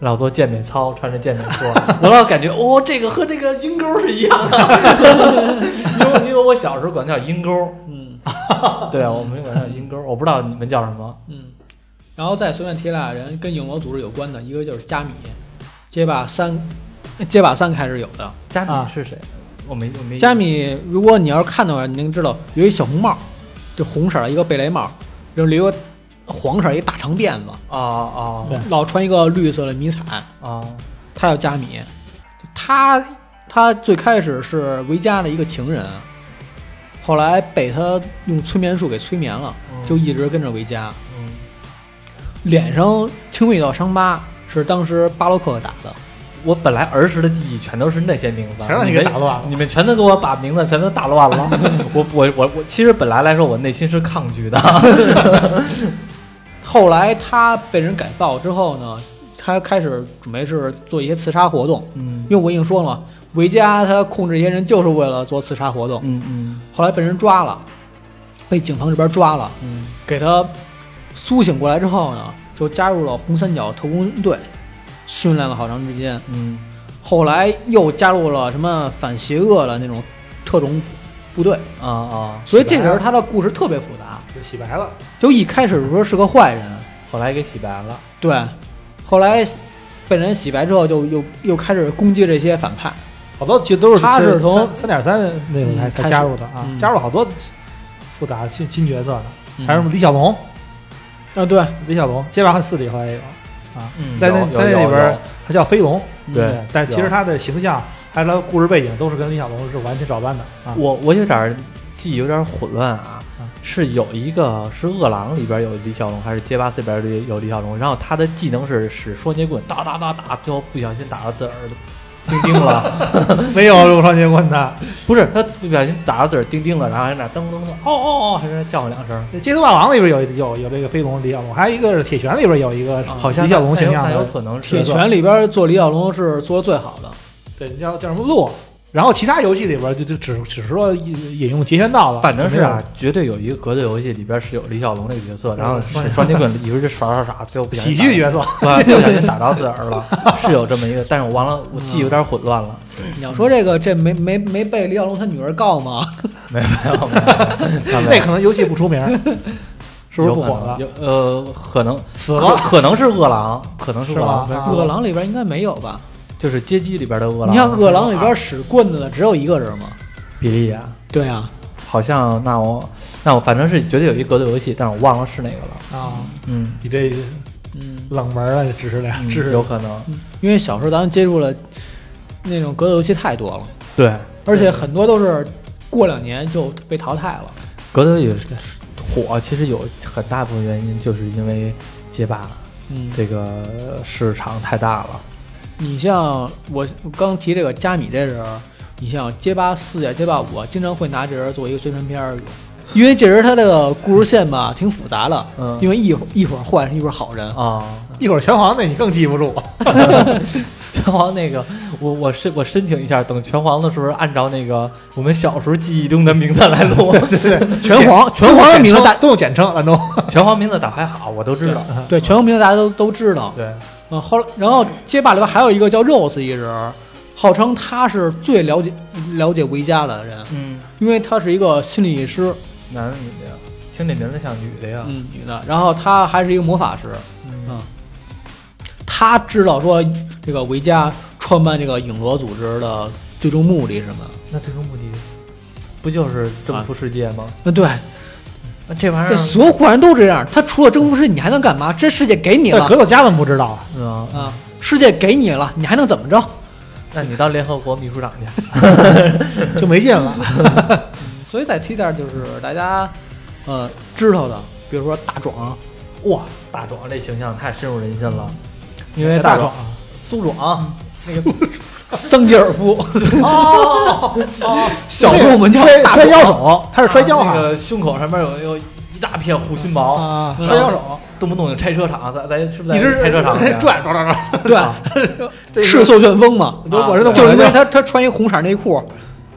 [SPEAKER 1] 老做健美操，穿着健美裤， 我老感觉 哦，这个和这个鹰钩是一样的，因为因为我小时候管它叫鹰钩，
[SPEAKER 2] 嗯
[SPEAKER 1] 对，我们管它叫鹰钩，我不知道你们叫什么。
[SPEAKER 2] 嗯，然后再随便提俩人跟影楼组织有关的，一个就是加米，街霸三，街霸三开始有的。
[SPEAKER 1] 加
[SPEAKER 3] 啊
[SPEAKER 1] 米是谁？我没我没
[SPEAKER 2] 加米，如果你要是看到了，你能知道有一小红帽，就红色儿的一个贝雷帽，然后留个黄色儿一大长辫子，
[SPEAKER 1] 啊啊
[SPEAKER 3] 对
[SPEAKER 2] 老穿一个绿色的迷彩，
[SPEAKER 1] 啊
[SPEAKER 2] 他叫加米。他他最开始是维嘉的一个情人，后来被他用催眠术给催眠了，
[SPEAKER 1] 嗯
[SPEAKER 2] 就一直跟着维嘉，
[SPEAKER 1] 嗯
[SPEAKER 2] 脸上轻微一道伤疤，是当时巴洛克给打的。
[SPEAKER 1] 我本来儿时的记忆全都是那些名字，
[SPEAKER 3] 全让你给打乱了
[SPEAKER 1] 你们你们全都给我把名字全都打乱 了。我我我我，其实本来来说，我内心是抗拒的。
[SPEAKER 2] 后来他被人改造之后呢，他开始准备是做一些刺杀活动。
[SPEAKER 1] 嗯
[SPEAKER 2] 因为我已经说了，维嘉他控制一些人就是为了做刺杀活动，
[SPEAKER 1] 嗯嗯
[SPEAKER 2] 后来被人抓了，被警方这边抓了，
[SPEAKER 1] 嗯
[SPEAKER 2] 给他苏醒过来之后呢，就加入了红三角特工队，训练了好长时间，
[SPEAKER 1] 嗯
[SPEAKER 2] 后来又加入了什么反邪恶的那种特种部队，
[SPEAKER 1] 啊啊！
[SPEAKER 2] 所以这人他的故事特别复杂，
[SPEAKER 3] 就洗白了，
[SPEAKER 2] 就一开始的时候是个坏人，
[SPEAKER 1] 后来给洗白了。
[SPEAKER 2] 对，后来被人洗白之后就又又开始攻击这些反派，
[SPEAKER 3] 好多其实都是
[SPEAKER 2] 他是从
[SPEAKER 3] 三点三那种才
[SPEAKER 2] 嗯
[SPEAKER 3] 才加入的啊
[SPEAKER 2] 嗯，
[SPEAKER 3] 加入了好多复杂的新新角色的，还有什
[SPEAKER 2] 嗯
[SPEAKER 3] 么李小龙，
[SPEAKER 2] 啊对，
[SPEAKER 3] 李小龙，街霸四里后来也有，
[SPEAKER 1] 嗯
[SPEAKER 3] 在那
[SPEAKER 1] 有有
[SPEAKER 3] 在那里
[SPEAKER 1] 有
[SPEAKER 3] 边儿啊他叫飞龙，
[SPEAKER 2] 嗯
[SPEAKER 1] 对
[SPEAKER 3] 但其
[SPEAKER 1] 有
[SPEAKER 3] 实他的形象还有他的故事背景都是跟李小龙是完全照搬的啊
[SPEAKER 1] 有。我我有点儿记忆有点儿混乱啊
[SPEAKER 3] 啊。
[SPEAKER 1] 是有一个是饿狼里边有李小龙，还是街霸四里边有有李小龙？然后他的技能是使双截棍打打打打，最后不小心打到自个儿的钉钉 了。
[SPEAKER 3] 没有陆双截棍的，
[SPEAKER 1] 不是他不小心打到自个儿钉钉了，然后还在那儿噔噔噔，哦哦哦，还在那儿叫唤两声。
[SPEAKER 3] 街头霸王里边有有有这个飞龙李小龙，还有一个是铁拳里边有一个
[SPEAKER 2] 啊
[SPEAKER 1] 好像
[SPEAKER 3] 啊李小龙形象
[SPEAKER 1] 那有
[SPEAKER 3] 的，啊
[SPEAKER 1] 可能是
[SPEAKER 2] 铁拳里边做李小龙是做的最好 的。
[SPEAKER 3] 对，叫叫什么洛。然后其他游戏里边就就只只是说引用截拳道了，
[SPEAKER 1] 反正是
[SPEAKER 3] 就没有
[SPEAKER 1] 啊，绝对有一个格斗游戏里边是有李小龙那个角色，然后使双截棍，一直就耍耍耍，最后不小
[SPEAKER 3] 喜
[SPEAKER 1] 心
[SPEAKER 3] 剧角色，
[SPEAKER 1] 打，不小心打到自个儿了，是有这么一个，但是我忘了，我记忆有点混乱了。
[SPEAKER 2] 你要说这个，这没没没被李小龙他女儿告吗？
[SPEAKER 1] 没有没有，没有没
[SPEAKER 3] 那
[SPEAKER 1] 有
[SPEAKER 3] 可能游戏不 出名，是不是不火了？
[SPEAKER 1] 有呃，可能
[SPEAKER 3] 死
[SPEAKER 1] 可
[SPEAKER 3] 了，
[SPEAKER 1] 可能是饿狼，可能是
[SPEAKER 3] 是
[SPEAKER 1] 饿
[SPEAKER 3] 吧
[SPEAKER 1] 狼，
[SPEAKER 3] 啊
[SPEAKER 2] 饿狼里边应该没有吧？
[SPEAKER 1] 就是街机里边的饿狼。
[SPEAKER 2] 你像饿
[SPEAKER 1] 啊
[SPEAKER 2] 狼里边使棍子的只有一个人吗？
[SPEAKER 1] 比利啊，
[SPEAKER 2] 对啊，
[SPEAKER 1] 好像那我那我反正是绝对有一格斗游戏，但是我忘了是哪个了。
[SPEAKER 3] 啊，
[SPEAKER 1] 嗯，
[SPEAKER 3] 你这
[SPEAKER 2] 嗯，
[SPEAKER 3] 冷门啊，这知识量，
[SPEAKER 1] 嗯
[SPEAKER 3] 知识
[SPEAKER 1] 有可能。
[SPEAKER 2] 因为小时候咱们接触了那种格斗游戏太多了，
[SPEAKER 1] 对，
[SPEAKER 2] 而且很多都是过两年就被淘汰了。
[SPEAKER 1] 格斗也是火，其实有很大部分原因就是因为街霸
[SPEAKER 2] 嗯，
[SPEAKER 1] 这个市场太大了。
[SPEAKER 2] 你像我刚提这个加米这人儿，你像街霸四呀、街霸五啊，经常会拿这人做一个宣传片儿用，因为这人他这个故事线吧挺复杂的，
[SPEAKER 1] 嗯
[SPEAKER 2] 因为一会一会儿坏人，一会儿好人。
[SPEAKER 1] 啊，
[SPEAKER 3] 一会儿拳皇那你更记不住，
[SPEAKER 1] 拳皇那个，我我申我申请一下，等拳皇的时候按照那个我们小时候记忆中的名字来录。
[SPEAKER 3] 对对 对，
[SPEAKER 2] 拳 皇，拳皇的名字大，
[SPEAKER 3] 都用简称，咱都
[SPEAKER 1] 拳皇名字打还好，我都知道。
[SPEAKER 2] 对，拳皇名字大家都都知道。
[SPEAKER 1] 对，
[SPEAKER 2] 嗯，后来然后街霸里边还有一个叫 Rose 一人儿，号称他是最了解了解维嘉的人，
[SPEAKER 1] 嗯，
[SPEAKER 2] 因为他是一个心理医师，
[SPEAKER 1] 男的女的呀？听这名字像女的呀？
[SPEAKER 2] 嗯，女的，然后他还是一个魔法师，
[SPEAKER 1] 嗯
[SPEAKER 2] 嗯，他知道说这个维嘉创办这个影罗组织的最终目的是什么？
[SPEAKER 1] 那最终目的不就是
[SPEAKER 3] 啊
[SPEAKER 1] 征服世界吗？嗯
[SPEAKER 2] 那呃对，
[SPEAKER 1] 那这玩意
[SPEAKER 2] 这
[SPEAKER 1] 儿，
[SPEAKER 2] 所有古人都这样，他除了征服世界，你还能干嘛？这世界 给你
[SPEAKER 3] 对
[SPEAKER 2] 了
[SPEAKER 3] 格斗家们不知道，
[SPEAKER 1] 嗯，
[SPEAKER 2] 啊，世界给你了，你还能怎么着？
[SPEAKER 1] 那你当联合国秘书长去。
[SPEAKER 3] 就没 劲了。
[SPEAKER 2] 所以在 T 点就是大家呃知道的，比如说大壮，
[SPEAKER 1] 哇，大壮这形象太深入人心了，
[SPEAKER 3] 嗯
[SPEAKER 1] 因
[SPEAKER 3] 因
[SPEAKER 1] 为
[SPEAKER 3] 为大
[SPEAKER 1] 壮
[SPEAKER 3] 壮，
[SPEAKER 1] 苏壮
[SPEAKER 2] 嗯
[SPEAKER 1] 那个
[SPEAKER 2] 桑吉尔夫，
[SPEAKER 3] 哦，
[SPEAKER 2] 小时候我们叫
[SPEAKER 3] 摔
[SPEAKER 2] 大
[SPEAKER 3] 摔跤
[SPEAKER 2] 壮啊
[SPEAKER 3] 手，他是摔跤
[SPEAKER 1] 那
[SPEAKER 3] 哈
[SPEAKER 1] 个胸口上面有有一大片护心毛，
[SPEAKER 3] 啊，
[SPEAKER 1] 嗯
[SPEAKER 3] 摔跤手，
[SPEAKER 1] 动不动就拆车厂，咱咱是不是
[SPEAKER 3] 一直
[SPEAKER 1] 在拆车 啊厂里
[SPEAKER 3] 转转转转，
[SPEAKER 2] 对，
[SPEAKER 1] 啊
[SPEAKER 2] 赤
[SPEAKER 3] 是
[SPEAKER 2] 袖旋风嘛，
[SPEAKER 3] 都
[SPEAKER 1] 啊
[SPEAKER 3] 我这都
[SPEAKER 1] 对
[SPEAKER 2] 就
[SPEAKER 3] 不
[SPEAKER 2] 是因为
[SPEAKER 3] 知道
[SPEAKER 2] 他他穿一红色内裤，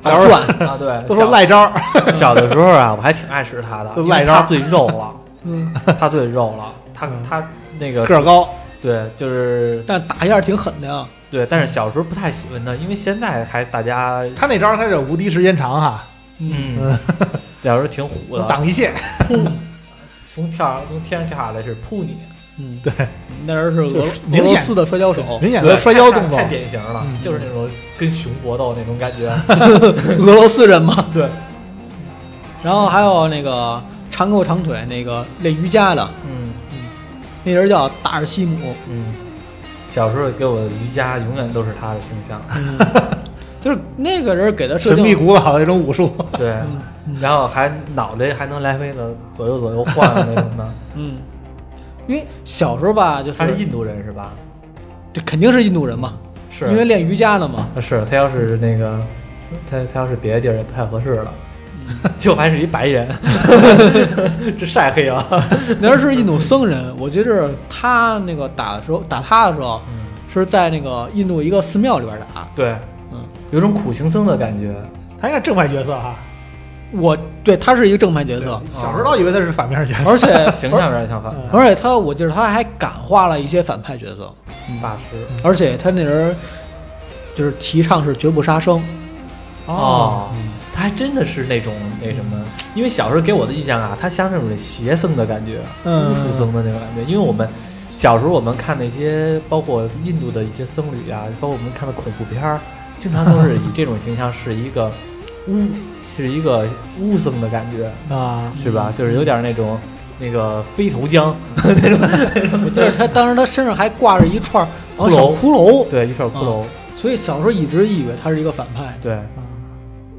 [SPEAKER 3] 小时候
[SPEAKER 2] 转，
[SPEAKER 1] 啊？对，
[SPEAKER 3] 都说赖招儿，
[SPEAKER 1] 小 小的时候啊，我还挺爱吃他的，
[SPEAKER 3] 都
[SPEAKER 1] 因为
[SPEAKER 3] 赖
[SPEAKER 1] 他
[SPEAKER 3] 着
[SPEAKER 1] 最肉 了，
[SPEAKER 2] 嗯，
[SPEAKER 1] 他最肉了，他
[SPEAKER 3] 嗯
[SPEAKER 1] 他那个
[SPEAKER 3] 个儿高，
[SPEAKER 1] 对，就是
[SPEAKER 2] 但打一下挺狠的呀，
[SPEAKER 1] 对，但是小时候不太喜欢他，因为现在还大家
[SPEAKER 3] 他那招儿开始无敌时间长哈，
[SPEAKER 1] 嗯， 小时候挺虎的，
[SPEAKER 3] 挡 一切，
[SPEAKER 1] 从跳从天上跳下来是扑你，
[SPEAKER 2] 嗯，
[SPEAKER 3] 对，
[SPEAKER 2] 那人是俄
[SPEAKER 3] 就
[SPEAKER 2] 俄
[SPEAKER 3] 是明显
[SPEAKER 2] 罗斯的摔跤手，
[SPEAKER 3] 明显
[SPEAKER 1] 对
[SPEAKER 3] 的摔跤
[SPEAKER 1] 太
[SPEAKER 3] 动作
[SPEAKER 1] 太，典型了，
[SPEAKER 3] 嗯
[SPEAKER 1] 就是那种跟熊搏斗那种感 觉。
[SPEAKER 2] 俄罗斯人嘛。
[SPEAKER 1] 对，
[SPEAKER 2] 然后还有那个长胳膊长腿那个练瑜伽的，
[SPEAKER 1] 嗯
[SPEAKER 2] 那人叫达尔西姆，
[SPEAKER 1] 嗯，小时候给我的瑜伽永远都是他的形象。
[SPEAKER 2] 就是那个人给他设
[SPEAKER 3] 神
[SPEAKER 2] 定
[SPEAKER 3] 秘古老的那种武术，
[SPEAKER 1] 对，
[SPEAKER 2] 嗯
[SPEAKER 1] 然后还脑袋还能来回的左右左右晃的那种 的。
[SPEAKER 2] 嗯，因为小时候吧，就是
[SPEAKER 1] 他是印度人是吧？
[SPEAKER 2] 这肯定是印度人嘛，
[SPEAKER 1] 是，
[SPEAKER 2] 因为练瑜伽的嘛，
[SPEAKER 1] 是他要是那个，他他要是别的地儿也不太合适 了。就还是一白 人，这晒黑啊！
[SPEAKER 2] 那人是印度僧人，我觉着他那个打的时候打他的时候
[SPEAKER 1] 嗯
[SPEAKER 2] 是在那个印度一个寺庙里边打，
[SPEAKER 1] 对，
[SPEAKER 2] 嗯，
[SPEAKER 1] 有种苦行僧的感觉。
[SPEAKER 3] 他应该是正派角色哈。
[SPEAKER 2] 我对他是一个正派角
[SPEAKER 1] 哦
[SPEAKER 2] 色，
[SPEAKER 3] 小时候老以为他是反面角色，
[SPEAKER 2] 而且
[SPEAKER 1] 形象有点像反派
[SPEAKER 2] 而且他，我记得他还感化了一些反派角色，
[SPEAKER 1] 嗯大师
[SPEAKER 2] 而且他那人就是提倡是绝不杀生，
[SPEAKER 1] 哦，他还真的是那种那什么，因为小时候给我的印象啊，他像那种邪僧的感觉，
[SPEAKER 2] 嗯
[SPEAKER 1] 巫术僧的那种感觉。因为我们小时候我们看那些包括印度的一些僧侣啊，包括我们看的恐怖片儿，经常都是以这种形象是一个巫，是一个巫僧的感觉，
[SPEAKER 3] 啊，
[SPEAKER 1] 是
[SPEAKER 2] 嗯
[SPEAKER 1] 吧？就是有点那种那个飞头姜那种，
[SPEAKER 2] 我记得他当时他身上还挂着一串儿
[SPEAKER 1] 骷髅
[SPEAKER 2] 小骷髅，
[SPEAKER 1] 对，一串骷髅，
[SPEAKER 2] 所以小时候一直以为他是一个反派。
[SPEAKER 1] 对。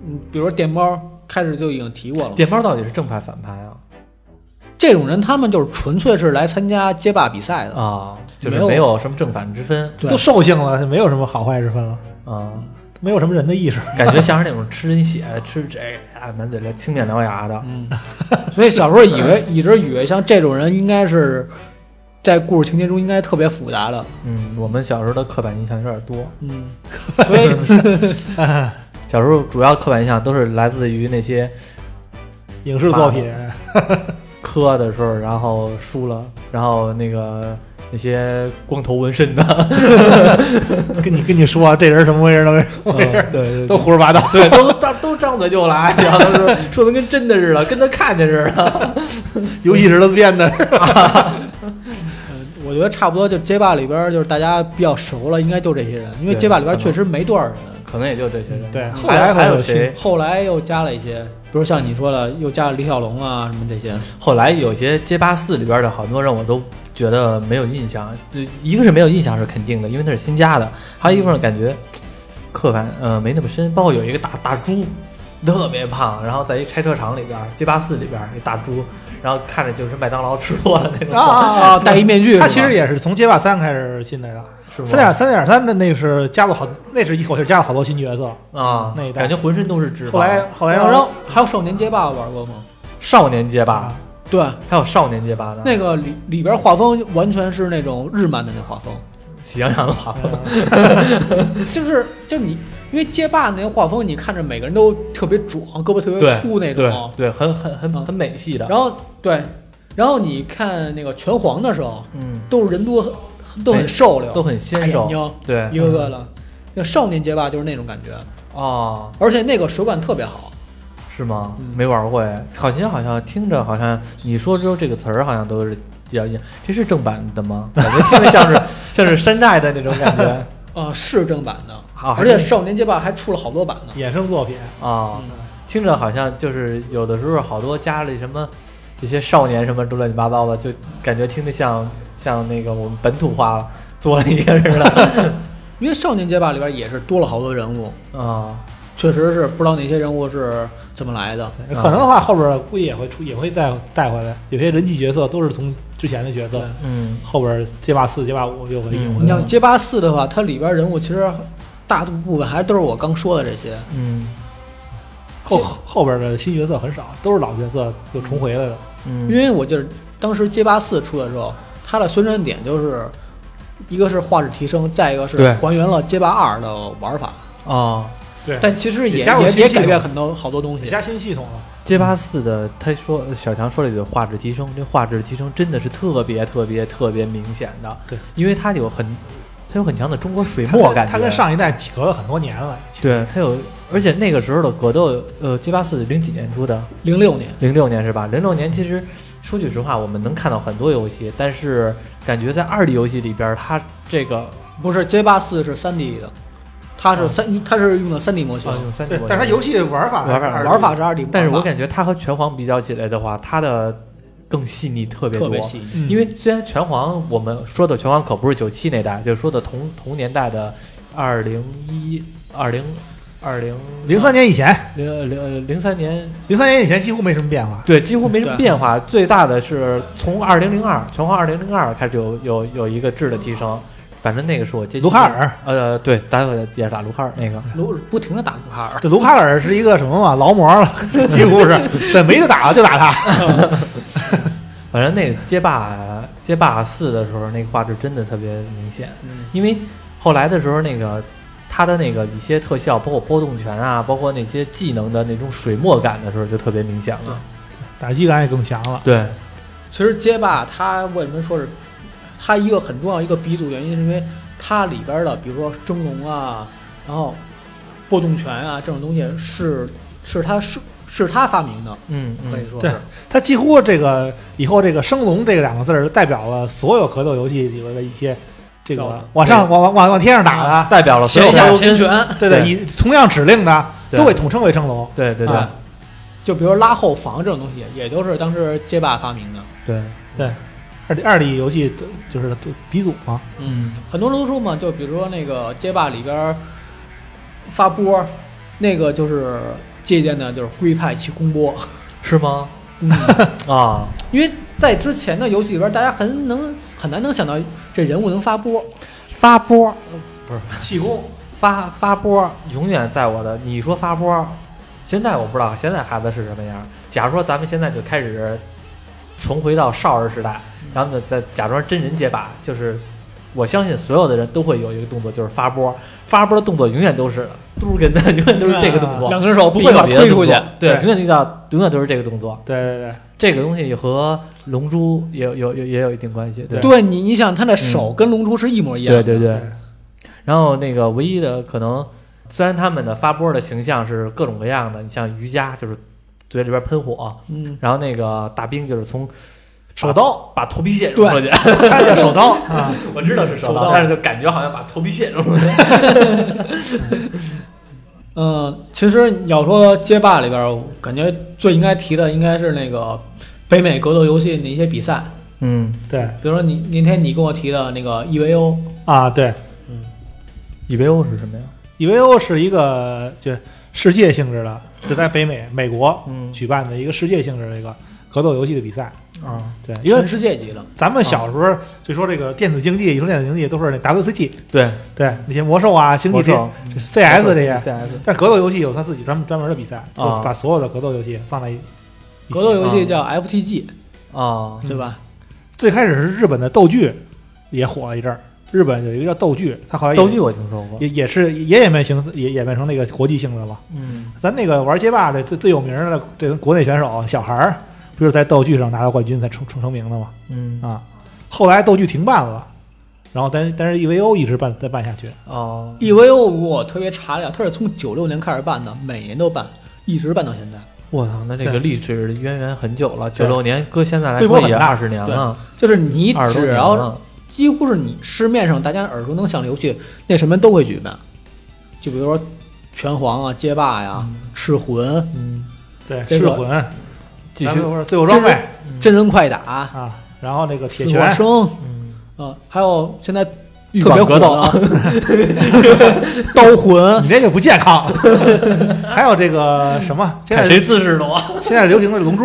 [SPEAKER 2] 嗯，比如说电猫，开始就已经提过了，
[SPEAKER 1] 电猫到底是正派反派啊？
[SPEAKER 2] 这种人他们就是纯粹是来参加街霸比赛的，
[SPEAKER 1] 啊，就是
[SPEAKER 2] 嗯没有
[SPEAKER 1] 没有什么正反之分
[SPEAKER 2] 对
[SPEAKER 3] 都兽性了，没有什么好坏之分了，
[SPEAKER 1] 啊。
[SPEAKER 3] 没有什么人的意识。
[SPEAKER 1] 感觉像是那种吃人血、 吃这啊，满嘴聊青面獠牙的。
[SPEAKER 2] 嗯， 所以小时候以为一直以为像这种人应该是在故事情节中应该特别复杂的，
[SPEAKER 1] 嗯，我们小时候的刻板印象有点多，
[SPEAKER 2] 嗯，所以
[SPEAKER 1] 小时候主要刻板印象都是来自于那些
[SPEAKER 3] 影视作品，
[SPEAKER 1] 磕的时候，然后输了，然后那个那些光头纹身的，
[SPEAKER 3] 跟你跟你说，这人什么人都没
[SPEAKER 1] 嗯 对对
[SPEAKER 3] 都
[SPEAKER 1] 对。
[SPEAKER 3] 胡说八道。
[SPEAKER 1] 对，都张都张嘴就来，然后都 说说的跟真的似的，跟他看见似的。
[SPEAKER 3] 游戏时都编的，
[SPEAKER 2] 嗯我觉得差不多就街霸里边儿就是大家比较熟了，应该就这些人，因为
[SPEAKER 1] 对
[SPEAKER 2] 街霸里边儿
[SPEAKER 1] 可能
[SPEAKER 2] 确实没多少人。
[SPEAKER 1] 可能也就这些人。
[SPEAKER 3] 对后
[SPEAKER 1] 还还
[SPEAKER 3] 来还有
[SPEAKER 1] 有谁？
[SPEAKER 2] 后来又加了一些，比如像你说的，又加了李小龙啊什么这些，
[SPEAKER 1] 后来有些街霸四里边的好多人我都觉得没有印象，就一个是没有印象是肯定的，因为那是新加的；还有一部分感觉刻板呃没那么深，包括有一个大大猪，特别胖，然后在一拆车厂里边儿，街霸四里边儿那大猪，然后看着就是麦当劳吃多了那种，
[SPEAKER 2] 啊啊啊！戴一面具是吧，
[SPEAKER 3] 他其实也是从街霸三开始进来的，
[SPEAKER 1] 是吗？
[SPEAKER 3] 三点三点三的那是加了好，那是一口气加了好多新角色。
[SPEAKER 1] 啊，
[SPEAKER 3] 那一代
[SPEAKER 1] 感觉浑身都是脂肪。
[SPEAKER 3] 后来后来
[SPEAKER 2] 然后
[SPEAKER 3] 让
[SPEAKER 2] 然后还有少年街霸玩过吗？
[SPEAKER 1] 少年街霸，
[SPEAKER 2] 对，
[SPEAKER 1] 还有少年街霸呢，
[SPEAKER 2] 那个里里边画风完全是那种日漫的那画风，
[SPEAKER 1] 喜羊羊的画风。
[SPEAKER 2] 嗯 就是就是你因为街霸那个画风，你看着每个人都特别壮，胳膊特别
[SPEAKER 1] 对
[SPEAKER 2] 粗那种
[SPEAKER 1] 对，对，很很
[SPEAKER 2] 啊
[SPEAKER 1] 很很美系的。
[SPEAKER 2] 然后对，然后你看那个拳皇的时候，
[SPEAKER 1] 嗯，
[SPEAKER 2] 都是人多都很瘦溜，
[SPEAKER 1] 哎
[SPEAKER 2] 哎
[SPEAKER 1] 都很
[SPEAKER 2] 大
[SPEAKER 1] 纤
[SPEAKER 2] 眼
[SPEAKER 1] 瘦，
[SPEAKER 2] 睛
[SPEAKER 1] 对，嗯
[SPEAKER 2] 一个个的。那少年街霸就是那种感觉，
[SPEAKER 1] 哦，
[SPEAKER 2] 而且那个手感特别好。
[SPEAKER 1] 是吗
[SPEAKER 2] 嗯？
[SPEAKER 1] 没玩过哎，好像好像听着好像你说之后这个词儿好像都是比较一样，这是正版的 吗？感觉听着像是像是山寨的那种感 觉
[SPEAKER 2] 啊，是正版的，
[SPEAKER 1] 啊
[SPEAKER 2] 而且少年街霸还出了好多版呢。
[SPEAKER 3] 衍生作品，
[SPEAKER 1] 啊，听着好像就是有的时候好多家里什么这些少年什么都乱七八糟的，就感觉听着像像那个我们本土化做了一个似的
[SPEAKER 2] 因为少年街霸里边也是多了好多人物，
[SPEAKER 1] 啊。
[SPEAKER 2] 确实是不知道那些人物是怎么来的。
[SPEAKER 3] 可能的话后边估计也会出，也会再带回来。有些人气角色都是从之前的角色
[SPEAKER 2] 对
[SPEAKER 1] 嗯，
[SPEAKER 3] 后边街霸四、街霸五又会引回
[SPEAKER 2] 你
[SPEAKER 3] 来。
[SPEAKER 2] 像街霸四的话，它里边人物其实大部分还都是我刚说的这些。
[SPEAKER 1] 嗯
[SPEAKER 3] 后后边的新角色很少，都是老角色又重回来了。
[SPEAKER 1] 嗯，
[SPEAKER 2] 因为我记得当时街霸四出的时候，它的宣传点就是一个是画质提升，再一个是
[SPEAKER 1] 对
[SPEAKER 2] 还原了街霸二的玩法，
[SPEAKER 1] 哦，
[SPEAKER 3] 对，
[SPEAKER 2] 但其实也
[SPEAKER 3] 也加入
[SPEAKER 2] 也
[SPEAKER 3] 新
[SPEAKER 2] 也
[SPEAKER 3] 系统
[SPEAKER 2] 改变很多好多东
[SPEAKER 3] 也
[SPEAKER 2] 西。
[SPEAKER 3] 加新系统啊了。
[SPEAKER 1] 街霸四的，他说呃小强说了一句画质提升，这画质提升真的是特别特别特别明显的，
[SPEAKER 3] 对，
[SPEAKER 1] 因为它有很它有很强的中国水墨感觉，
[SPEAKER 3] 他跟上一代隔了很多年了。
[SPEAKER 1] 对它有，而且那个时候的格斗，呃，街霸四零几年出的，
[SPEAKER 2] 零六年，
[SPEAKER 1] 零六年是吧？零六年其实说句实话，我们能看到很多游戏，但是感觉在二 D 游戏里边，它这个
[SPEAKER 2] 不是街霸四是三 D 的，它是
[SPEAKER 1] 啊
[SPEAKER 2] 三、它是用的三 D 模型，
[SPEAKER 1] 啊用三 D，
[SPEAKER 3] 对，但是他游戏玩法
[SPEAKER 1] 玩法
[SPEAKER 3] 还是
[SPEAKER 2] 玩法嗯是二 D 模型。
[SPEAKER 1] 但是我感觉它和拳皇比较起来的话，它的更细腻特别
[SPEAKER 2] 特
[SPEAKER 1] 多，
[SPEAKER 2] 别细腻。
[SPEAKER 3] 嗯
[SPEAKER 1] 因为虽然拳皇我们说的拳皇可不是九七那代，就是说的同同年代的二零一二零二零呃
[SPEAKER 3] 零三年以前，
[SPEAKER 1] 零零零三年，
[SPEAKER 3] 零三年以前几乎没什么变化。
[SPEAKER 1] 对，几乎没什么
[SPEAKER 2] 对
[SPEAKER 1] 变化。最大的是从二零零二拳皇二零零二开始有有有一个质的提升，反正那个是我接近
[SPEAKER 3] 卢卡尔，
[SPEAKER 1] 呃对，打也是打卢卡尔那个，
[SPEAKER 2] 卢不停的打卢卡尔，
[SPEAKER 3] 这卢卡尔是一个什么嘛劳模了， 几乎是，对，没得打了就打他。
[SPEAKER 1] 反正那个街霸街霸四的时候，那个画质真的特别明显。因为后来的时候，那个它的那个一些特效，包括波动拳啊，包括那些技能的那种水墨感的时候，就特别明显了。
[SPEAKER 3] 打击感也更强了。
[SPEAKER 1] 对，
[SPEAKER 2] 其实街霸它为什么说是它一个很重要一个鼻祖原因，是因为它里边的比如说蒸笼啊，然后波动拳啊这种东西是是它是是它发明的，
[SPEAKER 1] 嗯
[SPEAKER 2] 可以
[SPEAKER 1] 嗯，
[SPEAKER 2] 说
[SPEAKER 3] 对
[SPEAKER 2] 是。
[SPEAKER 3] 他几乎这个以后这个“升龙”这个两个字儿，代表了所有格斗游戏里边的一些这
[SPEAKER 1] 对
[SPEAKER 3] 个往上往往往往天上打的，
[SPEAKER 1] 代表了所有
[SPEAKER 2] 一下
[SPEAKER 1] 的
[SPEAKER 2] 前拳，
[SPEAKER 3] 对对，以同样指令的
[SPEAKER 1] 对
[SPEAKER 3] 都被统称为升龙。
[SPEAKER 1] 对对对
[SPEAKER 3] 啊
[SPEAKER 2] 就比如拉后防这种东西，也都是当时街霸发明的。
[SPEAKER 1] 对，
[SPEAKER 3] 二 D 二 D 游戏都就是都鼻祖嘛，
[SPEAKER 1] 嗯
[SPEAKER 2] 很多人都说嘛，就比如说那个街霸里边儿发波，那个就是借鉴的就是龟派气功波，
[SPEAKER 1] 是吗？
[SPEAKER 2] 嗯，
[SPEAKER 1] 啊，
[SPEAKER 2] 因为在之前的游戏里边儿，大家很能很难能想到这人物能发波，
[SPEAKER 1] 发波
[SPEAKER 3] 气功
[SPEAKER 1] 发发波，永远在我的。你说发波，现在我不知道现在孩子是什么样。假如说咱们现在就开始重回到少儿时代，然后呢再假装真人街霸，就是我相信所有的人都会有一个动作，就是发波。发波的动作永远都是嘟跟的，永远都是这个动作，
[SPEAKER 2] 两根手
[SPEAKER 1] 不会
[SPEAKER 2] 不会
[SPEAKER 1] 有
[SPEAKER 2] 把
[SPEAKER 1] 别的
[SPEAKER 2] 推
[SPEAKER 1] 动
[SPEAKER 2] 出去
[SPEAKER 1] 作。。对，
[SPEAKER 3] 对
[SPEAKER 1] 永远遇到永远都是这个动作。
[SPEAKER 3] 对对对，
[SPEAKER 1] 这个东西和龙珠也有有有也有一定关系。对嗯
[SPEAKER 2] 对你，你想他的手跟龙珠是一模一样
[SPEAKER 1] 对
[SPEAKER 2] 的，
[SPEAKER 1] 对对
[SPEAKER 3] 对。
[SPEAKER 1] 然后那个唯一的可能，虽然他们的发波的形象是各种各样的，你像瑜伽就是嘴里边喷火，
[SPEAKER 2] 嗯，
[SPEAKER 1] 然后那个大兵就是从
[SPEAKER 3] 手刀，
[SPEAKER 1] 把头皮屑扔出去，
[SPEAKER 3] 他叫手刀啊，
[SPEAKER 1] 我知道是手
[SPEAKER 2] 手刀
[SPEAKER 1] 但是就感觉好像把头皮屑扔出去。
[SPEAKER 2] 嗯，其实你要说街霸里边儿，我感觉最应该提的应该是那个北美格斗游戏的一些比赛，
[SPEAKER 1] 嗯
[SPEAKER 3] 对
[SPEAKER 2] 比如说你 E 那天你跟我提的那个 EVO，
[SPEAKER 3] 啊对
[SPEAKER 1] ，EVO 是什么呀？
[SPEAKER 3] EVO 是一个就是世界性质的，就在北美美国
[SPEAKER 1] 嗯
[SPEAKER 3] 举办的一个世界性质的一个格斗游戏的比赛。
[SPEAKER 1] 啊，
[SPEAKER 3] 对，因为
[SPEAKER 2] 全世界级的，
[SPEAKER 3] 咱们小时候就说这个电子竞技，一说电子竞技都是那 WCG，
[SPEAKER 1] 对，
[SPEAKER 3] 对那些魔兽啊、星际
[SPEAKER 1] 我
[SPEAKER 3] 这
[SPEAKER 1] 知
[SPEAKER 3] 些
[SPEAKER 1] 道
[SPEAKER 3] CS 这些，
[SPEAKER 1] CS
[SPEAKER 3] 但格斗游戏有它自己专门专门的比赛，就
[SPEAKER 1] 啊
[SPEAKER 3] 把所有的格斗游戏放在一。一起
[SPEAKER 2] 格斗游戏叫
[SPEAKER 1] 嗯
[SPEAKER 2] FTG
[SPEAKER 1] 啊，
[SPEAKER 2] 对吧？
[SPEAKER 3] 最开始是日本的斗剧也火了一阵儿，日本有一个叫斗剧，它后来也
[SPEAKER 1] 斗剧我听说过，
[SPEAKER 3] 也也是也演变成也演变成那个国际性的了。
[SPEAKER 1] 嗯
[SPEAKER 3] 咱那个玩街霸这最最有名儿的这个国内选手小孩儿，不就是在斗剧上拿到冠军才成成成名的吗？
[SPEAKER 1] 嗯
[SPEAKER 3] 啊，后来斗剧停办了，然后但但是 EVO 一直办再办下去。
[SPEAKER 1] 哦，
[SPEAKER 2] EVO ？E 我特别查了一下，它是从九六年开始办的，每年都办，一直办到现在。
[SPEAKER 1] 我操，那这个
[SPEAKER 3] 对
[SPEAKER 1] 历史渊源很久了，九
[SPEAKER 3] 对
[SPEAKER 1] 六年搁现在来
[SPEAKER 3] 规模
[SPEAKER 1] 说
[SPEAKER 3] 很
[SPEAKER 1] 也
[SPEAKER 3] 大
[SPEAKER 1] 二十年了，
[SPEAKER 2] 就是你
[SPEAKER 1] 二十多
[SPEAKER 2] 只
[SPEAKER 1] 年
[SPEAKER 2] 要
[SPEAKER 1] 了，
[SPEAKER 2] 几乎是你市面上大家耳熟能详的游戏，那什么都会举办，就比如说拳皇啊、街霸呀、噬魂、
[SPEAKER 1] 嗯，
[SPEAKER 3] 对，
[SPEAKER 2] 这
[SPEAKER 3] 噬
[SPEAKER 2] 个
[SPEAKER 3] 魂，
[SPEAKER 1] 继
[SPEAKER 3] 咱
[SPEAKER 1] 续
[SPEAKER 3] 们，不是最后装备
[SPEAKER 2] 真人快打、
[SPEAKER 3] 啊，然后那个铁
[SPEAKER 2] 死或
[SPEAKER 3] 拳，
[SPEAKER 2] 生
[SPEAKER 1] 嗯，
[SPEAKER 2] 啊，还有现在
[SPEAKER 1] 预
[SPEAKER 2] 特别
[SPEAKER 1] 防
[SPEAKER 2] 火
[SPEAKER 1] 格斗，
[SPEAKER 2] 的 刀魂
[SPEAKER 3] 你这就不健康。 还有这个什么，现
[SPEAKER 1] 看
[SPEAKER 3] 在
[SPEAKER 1] 谁姿势多
[SPEAKER 3] 现在流行的龙珠，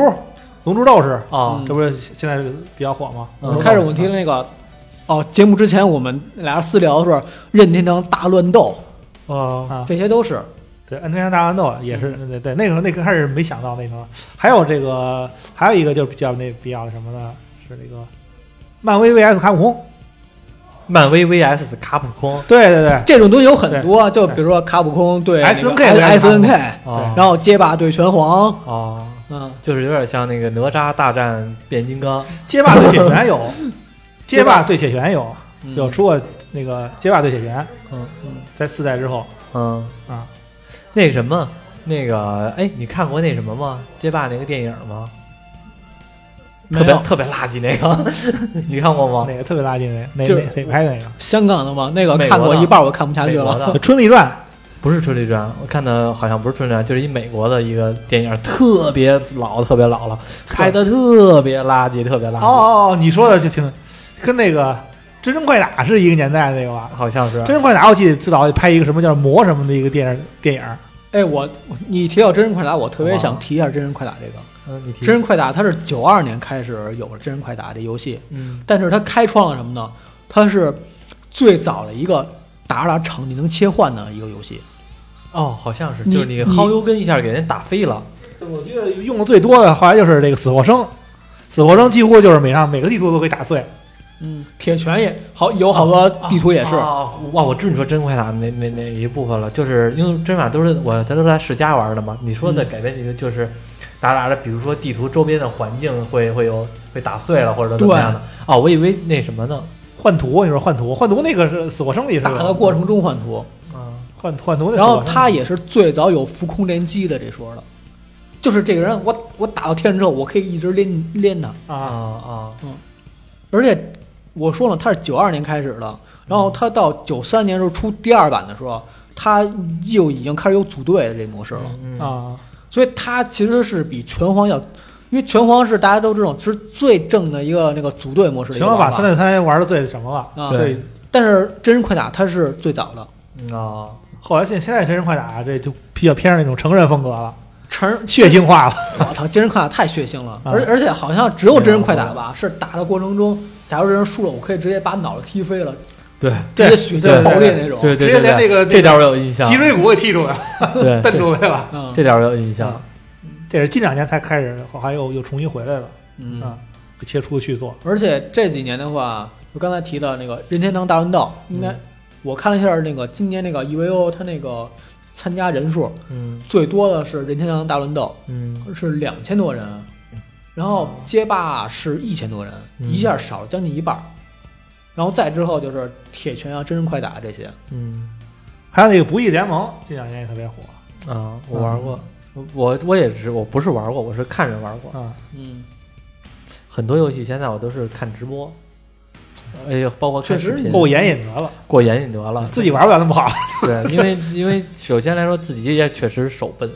[SPEAKER 3] 龙珠斗士，
[SPEAKER 1] 啊
[SPEAKER 2] 嗯
[SPEAKER 3] 这不是现在比较火吗？
[SPEAKER 1] 嗯
[SPEAKER 2] 开始我们提的那个，哦，节目之前我们俩私聊的时候，任天堂大乱斗，
[SPEAKER 1] 哦
[SPEAKER 3] 啊，
[SPEAKER 2] 这些都是
[SPEAKER 3] 对，安天堂大乱斗也是，对对，那个那个开始没想到那种，还有这个还有一个就比较那比较什么呢？是那个漫威 VS 卡普空，
[SPEAKER 1] 漫威 VS 卡普空
[SPEAKER 3] 对对对，
[SPEAKER 2] 这种东西有很多，就比如说卡普空对
[SPEAKER 3] SNK
[SPEAKER 2] 那个
[SPEAKER 3] 对
[SPEAKER 2] SNK，
[SPEAKER 1] 哦
[SPEAKER 2] 然后街霸对拳皇，
[SPEAKER 1] 哦，
[SPEAKER 2] 嗯，
[SPEAKER 1] 就是有点像那个哪吒大战变形金刚，
[SPEAKER 3] 街霸对铁拳有， 街霸对铁拳有，
[SPEAKER 2] 嗯
[SPEAKER 3] 有出过那个街霸对铁拳，
[SPEAKER 1] 嗯
[SPEAKER 3] 在四代之后
[SPEAKER 1] 嗯
[SPEAKER 3] 啊，
[SPEAKER 1] 那什么。那个，哎，你看过那什么吗？街霸那个电影吗？
[SPEAKER 2] 没
[SPEAKER 1] 特别
[SPEAKER 2] 有
[SPEAKER 1] 特别垃圾那个， 你看过吗？
[SPEAKER 3] 哪个特别垃圾那哪
[SPEAKER 2] 就
[SPEAKER 3] 哪
[SPEAKER 2] 是
[SPEAKER 3] 谁拍的那个？
[SPEAKER 2] 香港的嘛，那个
[SPEAKER 1] 美国
[SPEAKER 2] 看
[SPEAKER 1] 的
[SPEAKER 2] 过一半，我看不下去
[SPEAKER 1] 美国
[SPEAKER 2] 了。
[SPEAKER 1] 的
[SPEAKER 3] 《春丽传
[SPEAKER 1] 不是《春丽传》，我看的好像不是《春丽传》，就是一美国的一个电影，特别老，特别老了，拍的特别垃圾，特别》垃圾，
[SPEAKER 3] 哦哦哦，你说的就挺跟那个《真人快打》是一个年代的那个吧？
[SPEAKER 1] 好像是
[SPEAKER 3] 《真人快打》我记得最早拍一个什么叫魔什么的一个电影电影。
[SPEAKER 2] 哎，我你提到真人快打，我特别
[SPEAKER 1] 哇
[SPEAKER 2] 想提一下真人快打这个。
[SPEAKER 1] 嗯，你提
[SPEAKER 2] 真人快打它是九二年开始有了真人快打这游戏，
[SPEAKER 1] 嗯
[SPEAKER 2] 但是它开创了什么呢？它是最早的一个打着打着场地能切换的一个游戏。
[SPEAKER 1] 哦，好像是，
[SPEAKER 2] 你
[SPEAKER 1] 就是你
[SPEAKER 2] 你
[SPEAKER 1] 薅油根一下给人打飞了，
[SPEAKER 3] 我觉得用的最多的后来就是这个死或生，死或生几乎就是每上每个地图都可以打碎。
[SPEAKER 2] 嗯，铁拳也好，有好多地图也是。
[SPEAKER 1] 啊哇，我知道你说真快打那那那一部分了，就是因为真快打都是我咱都是在世家玩的嘛，你说的
[SPEAKER 2] 嗯
[SPEAKER 1] 改变这个就是。打着打着，比如说地图周边的环境会会有会打碎了，或者怎么样的？哦，我以为那什么呢？
[SPEAKER 3] 换图，你说换图，换图那个是死或生里是
[SPEAKER 2] 打的
[SPEAKER 3] 吧？
[SPEAKER 2] 过程中换图，
[SPEAKER 1] 啊，
[SPEAKER 3] 换换图那死
[SPEAKER 2] 然
[SPEAKER 3] 或
[SPEAKER 2] 后
[SPEAKER 3] 生
[SPEAKER 2] 他也是最早有浮空连击的这说的，就是这个人，我我打到天上之后，我可以一直连连他，
[SPEAKER 1] 啊
[SPEAKER 3] 啊，
[SPEAKER 1] 啊，
[SPEAKER 2] 而且我说了，他是九二年开始的，然后他到九三年时候出第二版的时候，他就已经开始有组队的这模式了，
[SPEAKER 1] 嗯
[SPEAKER 3] 啊，
[SPEAKER 2] 所以他其实是比拳皇要，因为拳皇是大家都知道是最正的一个那个组队模式的一
[SPEAKER 3] 行
[SPEAKER 2] 个
[SPEAKER 3] 了
[SPEAKER 2] 玩
[SPEAKER 3] 吧，
[SPEAKER 2] 法
[SPEAKER 3] 三对三玩的最什么了？
[SPEAKER 2] 啊
[SPEAKER 3] 最
[SPEAKER 2] 但是真人快打它是最早的，
[SPEAKER 1] 嗯啊，
[SPEAKER 3] 后来现现在真人快打这就比较偏上那种成人风格了，
[SPEAKER 2] 成人
[SPEAKER 3] 血腥化了。
[SPEAKER 1] 嗯
[SPEAKER 2] 我操，真人快打太血腥了，
[SPEAKER 3] 啊
[SPEAKER 2] 而而且好像只有真人快打吧，
[SPEAKER 1] 嗯
[SPEAKER 2] 是打的过程中，假如这人输了，我可以直接把脑袋踢飞了，
[SPEAKER 1] 对
[SPEAKER 2] 直接血
[SPEAKER 3] 对
[SPEAKER 2] 溅爆裂那种。
[SPEAKER 1] 对对，
[SPEAKER 3] 直接连
[SPEAKER 1] 对
[SPEAKER 3] 那个
[SPEAKER 1] 这点我有印象，
[SPEAKER 3] 脊椎骨给踢住了，
[SPEAKER 1] 对
[SPEAKER 3] 蹬出来了。
[SPEAKER 2] 嗯
[SPEAKER 1] 这点我有印象
[SPEAKER 3] 啊。这是近两年才开始，后来又又重新回来了，
[SPEAKER 2] 嗯，
[SPEAKER 3] 啊，切出续作。
[SPEAKER 2] 而且这几年的话，我刚才提到那个任天堂大乱斗，应该、
[SPEAKER 1] 嗯
[SPEAKER 2] 我看了一下那个今年那个 E EVO 它那个参加人数
[SPEAKER 1] 嗯
[SPEAKER 2] 最多的是任天堂大乱斗，
[SPEAKER 1] 嗯
[SPEAKER 2] 是两千多人，然后街霸是一千多人，
[SPEAKER 1] 嗯
[SPEAKER 2] 一下少了将近一半儿。然后再之后就是铁拳啊、真人快打这些，
[SPEAKER 1] 嗯
[SPEAKER 3] 还有那个《不义联盟》，这两年也特别火
[SPEAKER 1] 啊，我玩过，我我也是，我不是玩过，我是看人玩过。
[SPEAKER 3] 啊。
[SPEAKER 2] 嗯，
[SPEAKER 1] 很多游戏现在我都是看直播，哎呦，包括看
[SPEAKER 2] 确
[SPEAKER 1] 视
[SPEAKER 2] 实
[SPEAKER 1] 频，
[SPEAKER 3] 够眼瘾得了，
[SPEAKER 1] 过眼瘾得 了。
[SPEAKER 3] 自己玩不了那么好。
[SPEAKER 1] 对，因为因为首先来说自己也确实手笨，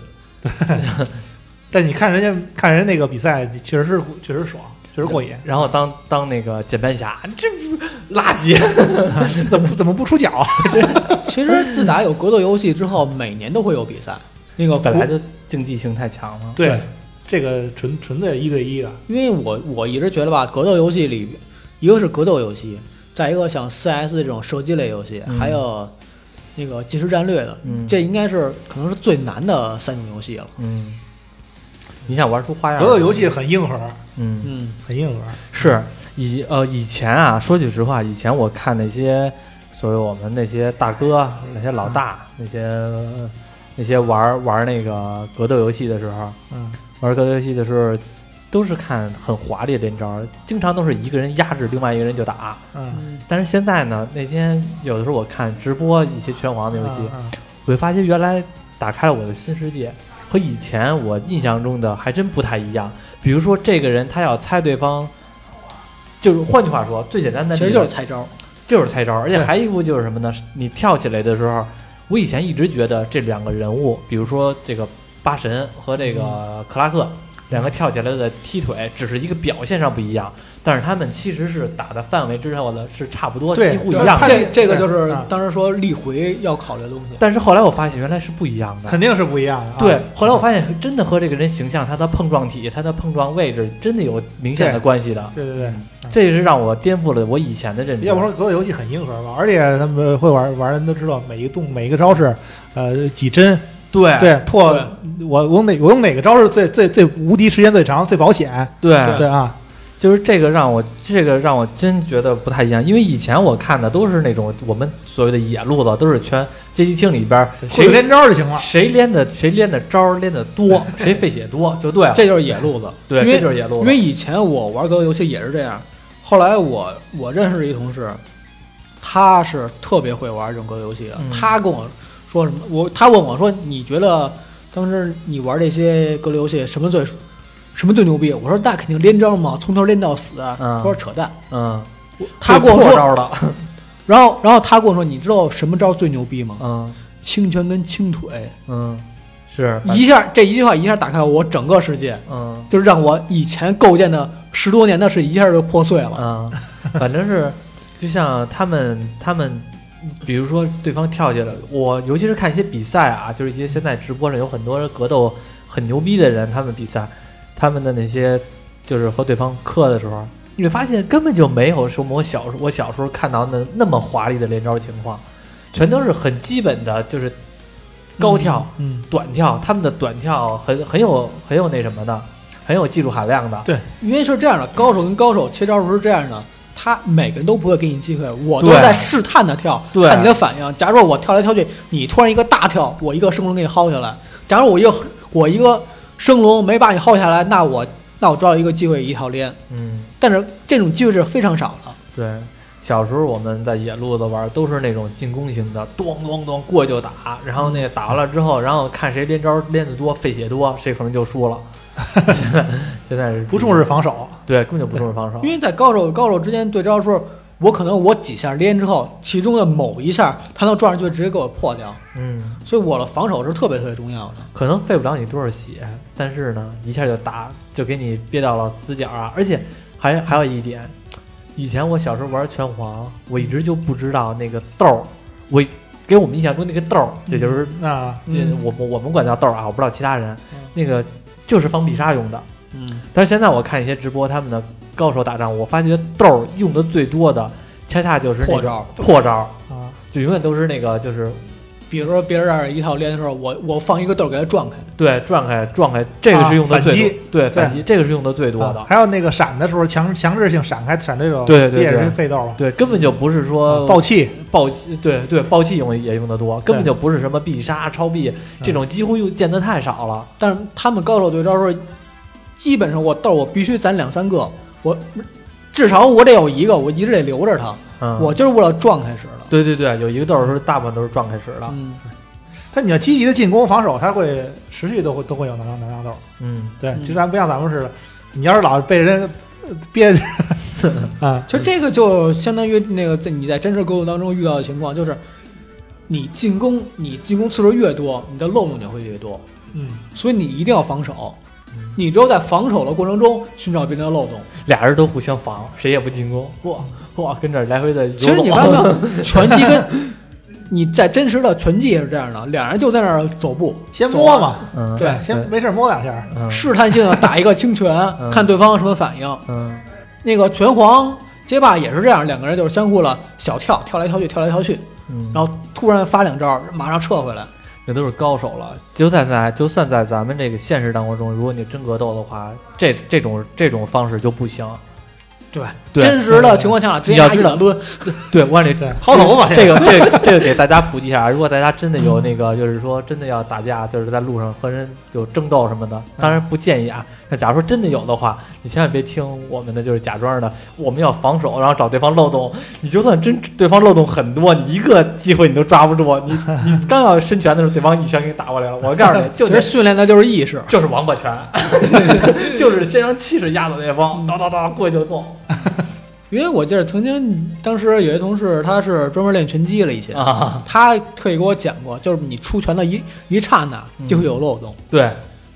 [SPEAKER 3] 但你看人家看人家那个比赛，确实是确实爽。确实过瘾。
[SPEAKER 1] 然后当当那个键盘侠，这不 垃圾，
[SPEAKER 3] 怎么怎么不出脚？
[SPEAKER 2] 其实自打有格斗游戏之后，每年都会有比赛。那个
[SPEAKER 1] 本来就竞技性太强了。
[SPEAKER 3] 对，这个纯纯的一对一的，
[SPEAKER 2] 因为我我一直觉得吧，格斗游戏里，一个是格斗游戏，再一个像 CS 这种射击类游戏，
[SPEAKER 1] 嗯
[SPEAKER 2] 还有那个即时战略的，
[SPEAKER 1] 嗯
[SPEAKER 2] 这应该是可能是最难的三种游戏了。
[SPEAKER 1] 嗯，你想玩出花样？
[SPEAKER 3] 格斗游戏，很硬核，
[SPEAKER 1] 嗯，
[SPEAKER 2] 嗯，
[SPEAKER 3] 很硬核。
[SPEAKER 1] 是以呃以前啊，说句实话，以前我看那些所谓我们那些大哥、啊那些老大、
[SPEAKER 3] 嗯
[SPEAKER 1] 那些那些玩玩那个格斗游戏的时候，
[SPEAKER 3] 嗯，
[SPEAKER 1] 玩格斗游戏的时候，都是看很华丽的连招，经常都是一个人压制另外一个人就打。
[SPEAKER 3] 嗯，
[SPEAKER 1] 但是现在呢，那天有的时候我看直播一些拳皇的游戏，
[SPEAKER 3] 嗯
[SPEAKER 1] 我会发现原来打开了我的新世界，和以前我印象中的还真不太一样。比如说，这个人他要猜对方，就是换句话说，最简单的
[SPEAKER 2] 其
[SPEAKER 1] 例子
[SPEAKER 2] 实就是猜招。
[SPEAKER 1] 就是猜招，而且
[SPEAKER 3] 对
[SPEAKER 1] 还一步就是什么呢？你跳起来的时候，我以前一直觉得这两个人物，比如说这个八神和这个克拉克，两个跳起来的踢腿只是一个表现上不一样，但是他们其实是打的范围之上的是差不多，
[SPEAKER 3] 对
[SPEAKER 1] 几乎一
[SPEAKER 3] 对
[SPEAKER 1] 样
[SPEAKER 3] 他
[SPEAKER 1] 的。
[SPEAKER 2] 这啊这个就是
[SPEAKER 3] 嗯
[SPEAKER 2] 当时说立回要考虑的东西。
[SPEAKER 1] 但是后来我发现原来是不一样的。
[SPEAKER 3] 肯定是不一样的啊。
[SPEAKER 1] 对，后来我发现真的和这个人形象、他的碰撞体、他的碰撞位置真的有明显的关系的，
[SPEAKER 3] 嗯对对对，
[SPEAKER 1] 这也是让我颠覆了我以前的认知。
[SPEAKER 3] 要不说格斗游戏很硬核吧，而且他们会玩玩人都知道每一个动每一个招式，呃，几帧，
[SPEAKER 1] 对
[SPEAKER 3] 对破我我用哪我用哪个招式最最最无敌时间最长最保险？
[SPEAKER 1] 对
[SPEAKER 3] 对啊，
[SPEAKER 1] 就是这个让我这个让我真觉得不太一样，因为以前我看的都是那种我们所谓的野路子，都是全街机厅里边儿
[SPEAKER 3] 会
[SPEAKER 1] 谁
[SPEAKER 3] 连招就行了。
[SPEAKER 1] 谁练的谁练的招儿练的多，谁费血多就对了。
[SPEAKER 2] 这就是野路子，
[SPEAKER 1] 对
[SPEAKER 2] 因为
[SPEAKER 1] 这就是野路子
[SPEAKER 2] 因为以前我玩格斗游戏也是这样，后来我我认识一同事，他是特别会玩这种格斗游戏的，
[SPEAKER 1] 嗯
[SPEAKER 2] 他跟我说什么，我他问我说你觉得当时你玩这些格斗游戏什么最什么最牛逼？我说那肯定连招嘛，从头连到死。
[SPEAKER 1] 嗯
[SPEAKER 2] 他说扯淡，
[SPEAKER 1] 嗯，
[SPEAKER 2] 他跟我
[SPEAKER 1] 会破
[SPEAKER 2] 说，
[SPEAKER 1] 招了，
[SPEAKER 2] 然后然后他跟我说，你知道什么招最牛逼吗？
[SPEAKER 1] 嗯
[SPEAKER 2] 轻拳跟轻腿，
[SPEAKER 1] 嗯，是，
[SPEAKER 2] 一下这一句话一下打开我整个世界。
[SPEAKER 1] 嗯
[SPEAKER 2] 就是让我以前构建的十多年的是一下就破碎了。
[SPEAKER 1] 嗯，反正是就像他们他们。比如说，对方跳起来，我尤其是看一些比赛啊，就是一些现在直播上有很多格斗很牛逼的人，他们比赛，他们的那些就是和对方磕的时候，你会发现根本就没有什么我小时候我小时候看到的那么华丽的连招情况，全都是很基本的，就是高跳、
[SPEAKER 3] 嗯，
[SPEAKER 1] 短跳，他们的短跳很很有很有那什么的，很有技术含量的。
[SPEAKER 2] 因为是这样的，高手跟高手切招时候是这样的，他每个人都不会给你机会，我都
[SPEAKER 1] 对
[SPEAKER 2] 在试探的跳，
[SPEAKER 1] 对
[SPEAKER 2] 看你的反应。假如我跳来跳去，你突然一个大跳，我一个升龙给你薅下来；假如我一个我一个升龙没把你薅下来，那我那我抓到一个机会一套连。
[SPEAKER 1] 嗯，
[SPEAKER 2] 但是这种机会是非常少的。
[SPEAKER 1] 对，小时候我们在野路子玩，都是那种进攻型的，咚咚咚过去就打，然后那个打完了之后，然后看谁连招连得多，费血多，谁可能就 输了。现在现在是
[SPEAKER 3] 不重视，防守，
[SPEAKER 1] 对，根本就不重视防守
[SPEAKER 2] 因。为在高手与高手之间对招的时候，我可能我几下连之后，其中的某一下他能撞上去直接给我破掉，
[SPEAKER 1] 嗯，
[SPEAKER 2] 所以我的防守是特别特别重要的。
[SPEAKER 1] 可能费不了你多少血，但是呢，一下就打就给你憋到了死角啊！而且还还有一点，以前我小时候玩拳皇，我一直就不知道那个豆儿，我给我们印象中那个豆儿，也就是
[SPEAKER 3] 那
[SPEAKER 1] 这
[SPEAKER 2] 嗯
[SPEAKER 1] 我们我们管叫豆儿啊，我不知道其他人
[SPEAKER 3] 嗯，
[SPEAKER 1] 那个就是防必杀用的。
[SPEAKER 2] 嗯，
[SPEAKER 1] 但是现在我看一些直播，他们的高手打仗，我发觉豆儿用的最多的，恰恰就是那
[SPEAKER 2] 破
[SPEAKER 1] 个
[SPEAKER 2] 招。
[SPEAKER 1] 破招儿，
[SPEAKER 3] 啊，
[SPEAKER 1] 就永远都是那个就是
[SPEAKER 2] 比如说别人让一套连的时候，我我放一个豆给他撞开，
[SPEAKER 1] 对转开转开，这个
[SPEAKER 3] 啊
[SPEAKER 1] 是用的
[SPEAKER 3] 反
[SPEAKER 1] 最多，
[SPEAKER 3] 击
[SPEAKER 1] 对反击这个是用的最多的
[SPEAKER 3] 啊，还有那个闪的时候强强制性闪开闪对手，
[SPEAKER 1] 对对对呃
[SPEAKER 3] 也是费豆了。
[SPEAKER 1] 对，根本就不是说
[SPEAKER 3] 爆气，
[SPEAKER 1] 爆气，对对爆气用也用的多，根本就不是什么必杀、超必这种，几乎又见得太少了。
[SPEAKER 2] 但是他们高手对招的时候，基本上我豆我必须攒两三个，我至少我得有一个，我一直得留着它，
[SPEAKER 1] 嗯，
[SPEAKER 2] 我就是为了撞开使的。
[SPEAKER 1] 对对对，有一个豆儿是大部分都是撞开始的，
[SPEAKER 2] 嗯，
[SPEAKER 3] 但你要积极的进攻防守，他会持续都会都会有能量能量豆。
[SPEAKER 1] 嗯，
[SPEAKER 3] 对，
[SPEAKER 2] 嗯
[SPEAKER 3] 其实咱不像咱们似的，你要是老被人呃憋 啊，
[SPEAKER 2] 其实这个就相当于那个在你在真实沟斗当中遇到的情况，就是你进攻你进攻次数越多，你的漏洞也会越多，
[SPEAKER 3] 嗯，
[SPEAKER 2] 所以你一定要防守。你只有在防守的过程中寻找别人的漏洞。
[SPEAKER 1] 俩人都互相防，谁也不进攻，
[SPEAKER 2] 哇哇，
[SPEAKER 1] 跟这儿来回的游走。
[SPEAKER 2] 其实你发现没 有，拳击跟你在真实的拳击也是这样的，俩人就在那儿走步，
[SPEAKER 3] 先摸嘛，
[SPEAKER 1] 嗯，
[SPEAKER 3] 对，先没事儿摸两下儿，
[SPEAKER 1] 嗯
[SPEAKER 2] 试探性的打一个轻拳，
[SPEAKER 1] 嗯
[SPEAKER 2] 看对方什么反应。
[SPEAKER 1] 嗯
[SPEAKER 2] 那个拳皇街霸也是这样，两个人就是相互了小跳，跳来跳去，跳来跳去，
[SPEAKER 1] 嗯，
[SPEAKER 2] 然后突然发两招，马上撤回来。
[SPEAKER 1] 这都是高手了。就算在就算在咱们这个现实当中，如果你真格斗的话，这这种这种方式就不行。
[SPEAKER 2] 对，
[SPEAKER 1] 对嗯
[SPEAKER 2] 真实的情况下直接
[SPEAKER 1] 你要
[SPEAKER 2] 拿一
[SPEAKER 1] 知道
[SPEAKER 2] 两抡，
[SPEAKER 1] 对，我这
[SPEAKER 3] 对薅头发
[SPEAKER 1] 这个这个这个给大家普及一下，如果大家真的有那个，就是说真的要打架，就是在路上和人有争斗什么
[SPEAKER 3] 嗯
[SPEAKER 1] 的，当然不建议啊。那假如说真的有的话，你千万别听我们的，就是假装的，我们要防守，然后找对方漏洞。你就算真对方漏洞很多，你一个机会你都抓不住， 你你刚要伸拳的时候，对方一拳给你打过来了。我告诉你，就
[SPEAKER 2] 其
[SPEAKER 1] 那
[SPEAKER 2] 实训练的就是意识。
[SPEAKER 1] 就是王八 拳，就是先让气势压倒对
[SPEAKER 3] 嗯
[SPEAKER 1] 方，叨叨叨过去就揍
[SPEAKER 2] 因为我记得曾经当时有些同事他是专门练拳击了，以前、
[SPEAKER 1] 啊。
[SPEAKER 2] 他特意给我讲过，就是你出拳的一一刹那
[SPEAKER 1] 嗯
[SPEAKER 2] 就会有漏洞，
[SPEAKER 1] 对，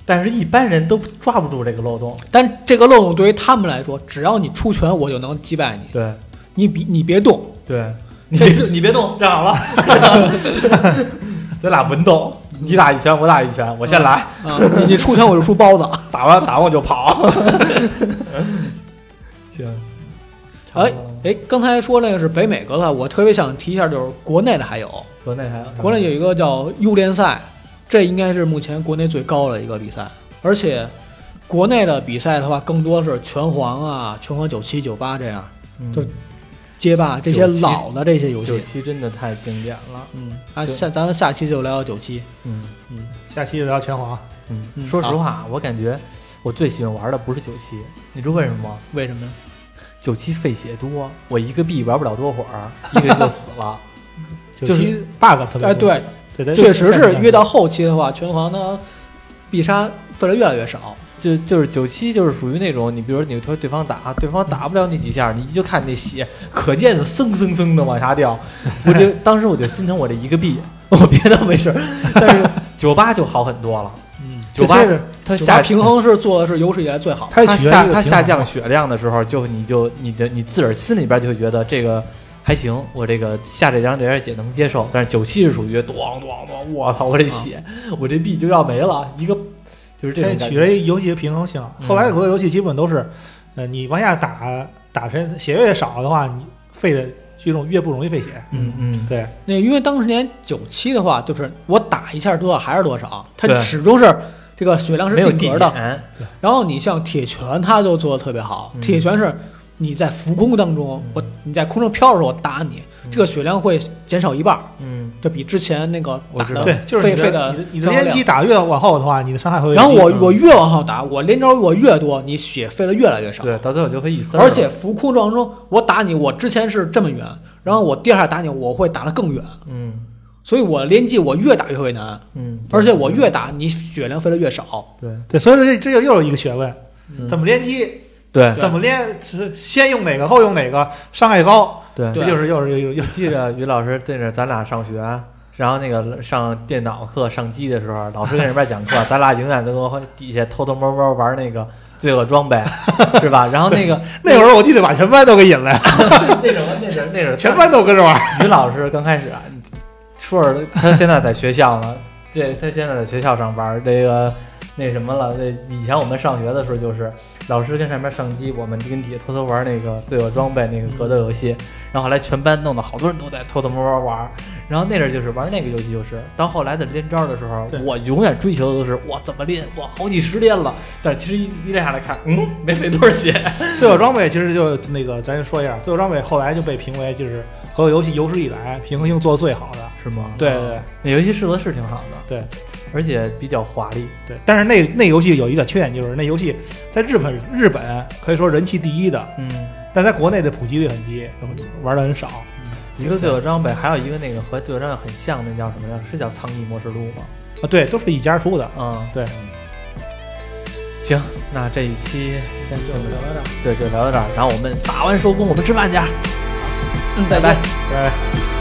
[SPEAKER 1] 但是一般人都抓不住这个漏洞。
[SPEAKER 2] 但这个漏洞对于他们来说，只要你出拳，我就能击败你。
[SPEAKER 1] 对。
[SPEAKER 2] 你比你别动，
[SPEAKER 1] 对， 你
[SPEAKER 2] 这
[SPEAKER 1] 你别动，站好了， 咱俩文斗，你打一拳，我打一拳，我先来，
[SPEAKER 2] 啊、你你出拳我就出包子。
[SPEAKER 1] 打完打完我就跑。 行，
[SPEAKER 2] 哎 哎，刚才说那个是北美格斗，我特别想提一下，就是国内的还有，
[SPEAKER 1] 国内还有
[SPEAKER 2] 国内有一个叫 U 联赛，这应该是目前国内最高的一个比赛，而且国内的比赛的话，更多是拳皇啊、拳皇九七、九八这样，就街霸这些
[SPEAKER 1] 97
[SPEAKER 2] 老的这些游
[SPEAKER 1] 嗯九
[SPEAKER 2] 戏。
[SPEAKER 1] 七真的太经典了，
[SPEAKER 2] 嗯，啊，
[SPEAKER 1] 就
[SPEAKER 2] 下咱们下期就聊聊九七。
[SPEAKER 1] 嗯
[SPEAKER 2] 嗯，
[SPEAKER 3] 下期聊拳皇，
[SPEAKER 1] 嗯
[SPEAKER 2] 嗯
[SPEAKER 1] 说实话，我感觉我最喜欢玩的不是九七，你知道为什么吗？
[SPEAKER 2] 为什么呀？
[SPEAKER 1] 九七费血多，我一个币玩不了多会儿，一个人就死了。
[SPEAKER 3] 九
[SPEAKER 1] 就是
[SPEAKER 3] 七 bug 特别多，
[SPEAKER 2] 哎，对，
[SPEAKER 3] 对对，
[SPEAKER 2] 确实是越到后期的话，拳皇它必杀分的越来越少。
[SPEAKER 1] 就就是九七，就是属于那种你，比如说你和对方打，对方打不了你几下，你就看那血，可见的蹭蹭蹭的往下 掉。我就当时我就心疼我这一个币，我别的没事儿，但是九八就好很多了。
[SPEAKER 2] 嗯，
[SPEAKER 1] 九八它
[SPEAKER 2] 九
[SPEAKER 1] 下
[SPEAKER 2] 八平，衡是做的是有史以来最好的。
[SPEAKER 3] 它
[SPEAKER 1] 它
[SPEAKER 3] 取决于
[SPEAKER 1] 下
[SPEAKER 3] 一个
[SPEAKER 1] 它
[SPEAKER 3] 平
[SPEAKER 1] 下
[SPEAKER 3] 衡
[SPEAKER 1] 降血量的时候，就你就你的你自个儿心里边就会觉得这个还行，我这个下这张这点血能接受。但是九七是属于咣咣咣，我操，
[SPEAKER 2] 嗯
[SPEAKER 1] 我这血，我这币就要没了，一个就是这
[SPEAKER 3] 这
[SPEAKER 1] 种感
[SPEAKER 3] 取
[SPEAKER 1] 觉。
[SPEAKER 3] 决于游戏的平衡性。
[SPEAKER 1] 嗯
[SPEAKER 3] 后来有个游戏基本都是，呃，你往下打打成血越少的话，你费的这种越不容易费血。
[SPEAKER 1] 嗯嗯，
[SPEAKER 3] 对，
[SPEAKER 2] 那因为当年九七的话，就是我打一下多少还是多少，它
[SPEAKER 1] 对
[SPEAKER 2] 始终是这个血量是
[SPEAKER 1] 没有
[SPEAKER 2] 定格
[SPEAKER 1] 底
[SPEAKER 2] 的。
[SPEAKER 1] 线
[SPEAKER 2] 然后你像铁拳，它就做的特别好。
[SPEAKER 1] 嗯
[SPEAKER 2] 铁拳是你在浮空当中，
[SPEAKER 1] 嗯
[SPEAKER 2] 我你在空中飘的时候我打你，
[SPEAKER 1] 嗯
[SPEAKER 2] 这个血量会减少一半儿，
[SPEAKER 1] 嗯。
[SPEAKER 2] 就比之前那个
[SPEAKER 1] 我
[SPEAKER 2] 打
[SPEAKER 1] 知道
[SPEAKER 2] 的
[SPEAKER 3] 对，就是你
[SPEAKER 2] 费费
[SPEAKER 3] 的
[SPEAKER 2] 嗯的
[SPEAKER 3] 你的你的
[SPEAKER 2] 伤害
[SPEAKER 3] 连
[SPEAKER 2] 量
[SPEAKER 3] 击打越往后的话，你的伤害会。
[SPEAKER 2] 然后我
[SPEAKER 1] 嗯
[SPEAKER 2] 我越往后打，我连招我越多，你血费的越来越少。
[SPEAKER 1] 对，到最后就会一丝儿了。
[SPEAKER 2] 而且浮空状中，我打你，我之前是这么远，然后我第二下打你，我会打得更远，
[SPEAKER 1] 嗯
[SPEAKER 2] 所以我连击我越打越为难，
[SPEAKER 1] 嗯，
[SPEAKER 2] 而且我越打你血量费的越少。
[SPEAKER 1] 对
[SPEAKER 3] 对，所以说这这又又是一个学问，
[SPEAKER 1] 嗯
[SPEAKER 3] 怎么连击，
[SPEAKER 1] 对
[SPEAKER 3] 怎么连，是先用哪个，后用哪个，伤害高，
[SPEAKER 1] 对
[SPEAKER 3] 这就是又是又是 又是
[SPEAKER 1] 记着于老师对着咱俩上学，啊然后那个上电脑课、上机的时候，老师跟人边讲课，咱俩永远都跟底下偷偷摸摸玩那个罪恶装备，是吧？然后那个
[SPEAKER 3] 那会儿我记得把全班都给引来，
[SPEAKER 1] 那种那种那种，
[SPEAKER 3] 全班都跟着玩。
[SPEAKER 1] 于老师刚开始啊，说是他现在在学校呢，这他现在在学校上班，这个那什么了，这以前我们上学的时候就是老师跟上面上机，我们跟底下偷偷玩那个罪恶装备那个格斗游戏，然后后来全班弄得好多人都在偷偷摸摸玩，然后那阵儿就是玩那个游戏，就是到后来的连招的时候
[SPEAKER 3] 对，
[SPEAKER 1] 我永远追求的都是我怎么练，我好几十练了，但是其实一一练下来看，嗯，没费多少血，
[SPEAKER 3] 最后装备其实就那个，咱说一下，最后装备后来就被评为就是所有游戏有史以来平衡性做得最好的。
[SPEAKER 1] 是吗？哦
[SPEAKER 3] 对对
[SPEAKER 1] 那游戏设计是挺好的，
[SPEAKER 3] 对，
[SPEAKER 1] 而且比较华丽，
[SPEAKER 3] 对，但是那那游戏有一个缺点，就是那游戏在日本日本可以说人气第一的，
[SPEAKER 1] 嗯。
[SPEAKER 3] 但在国内的普及率很低，玩的很少。啊
[SPEAKER 1] 一个罪恶装备，还有一个那个和罪恶装备很像，那叫什么呀？是叫《苍翼模式录》吗？
[SPEAKER 3] 啊，对，都是一家出的。
[SPEAKER 1] 嗯，
[SPEAKER 3] 对。
[SPEAKER 1] 行，那这一期先
[SPEAKER 3] 就
[SPEAKER 1] 就
[SPEAKER 3] 聊到这
[SPEAKER 1] 嗯
[SPEAKER 3] 儿，
[SPEAKER 1] 对，就聊到这儿。然后我们打完收工，我们吃饭去。
[SPEAKER 2] 嗯，
[SPEAKER 1] 拜
[SPEAKER 2] 再
[SPEAKER 1] 拜
[SPEAKER 2] 见。
[SPEAKER 3] 拜拜。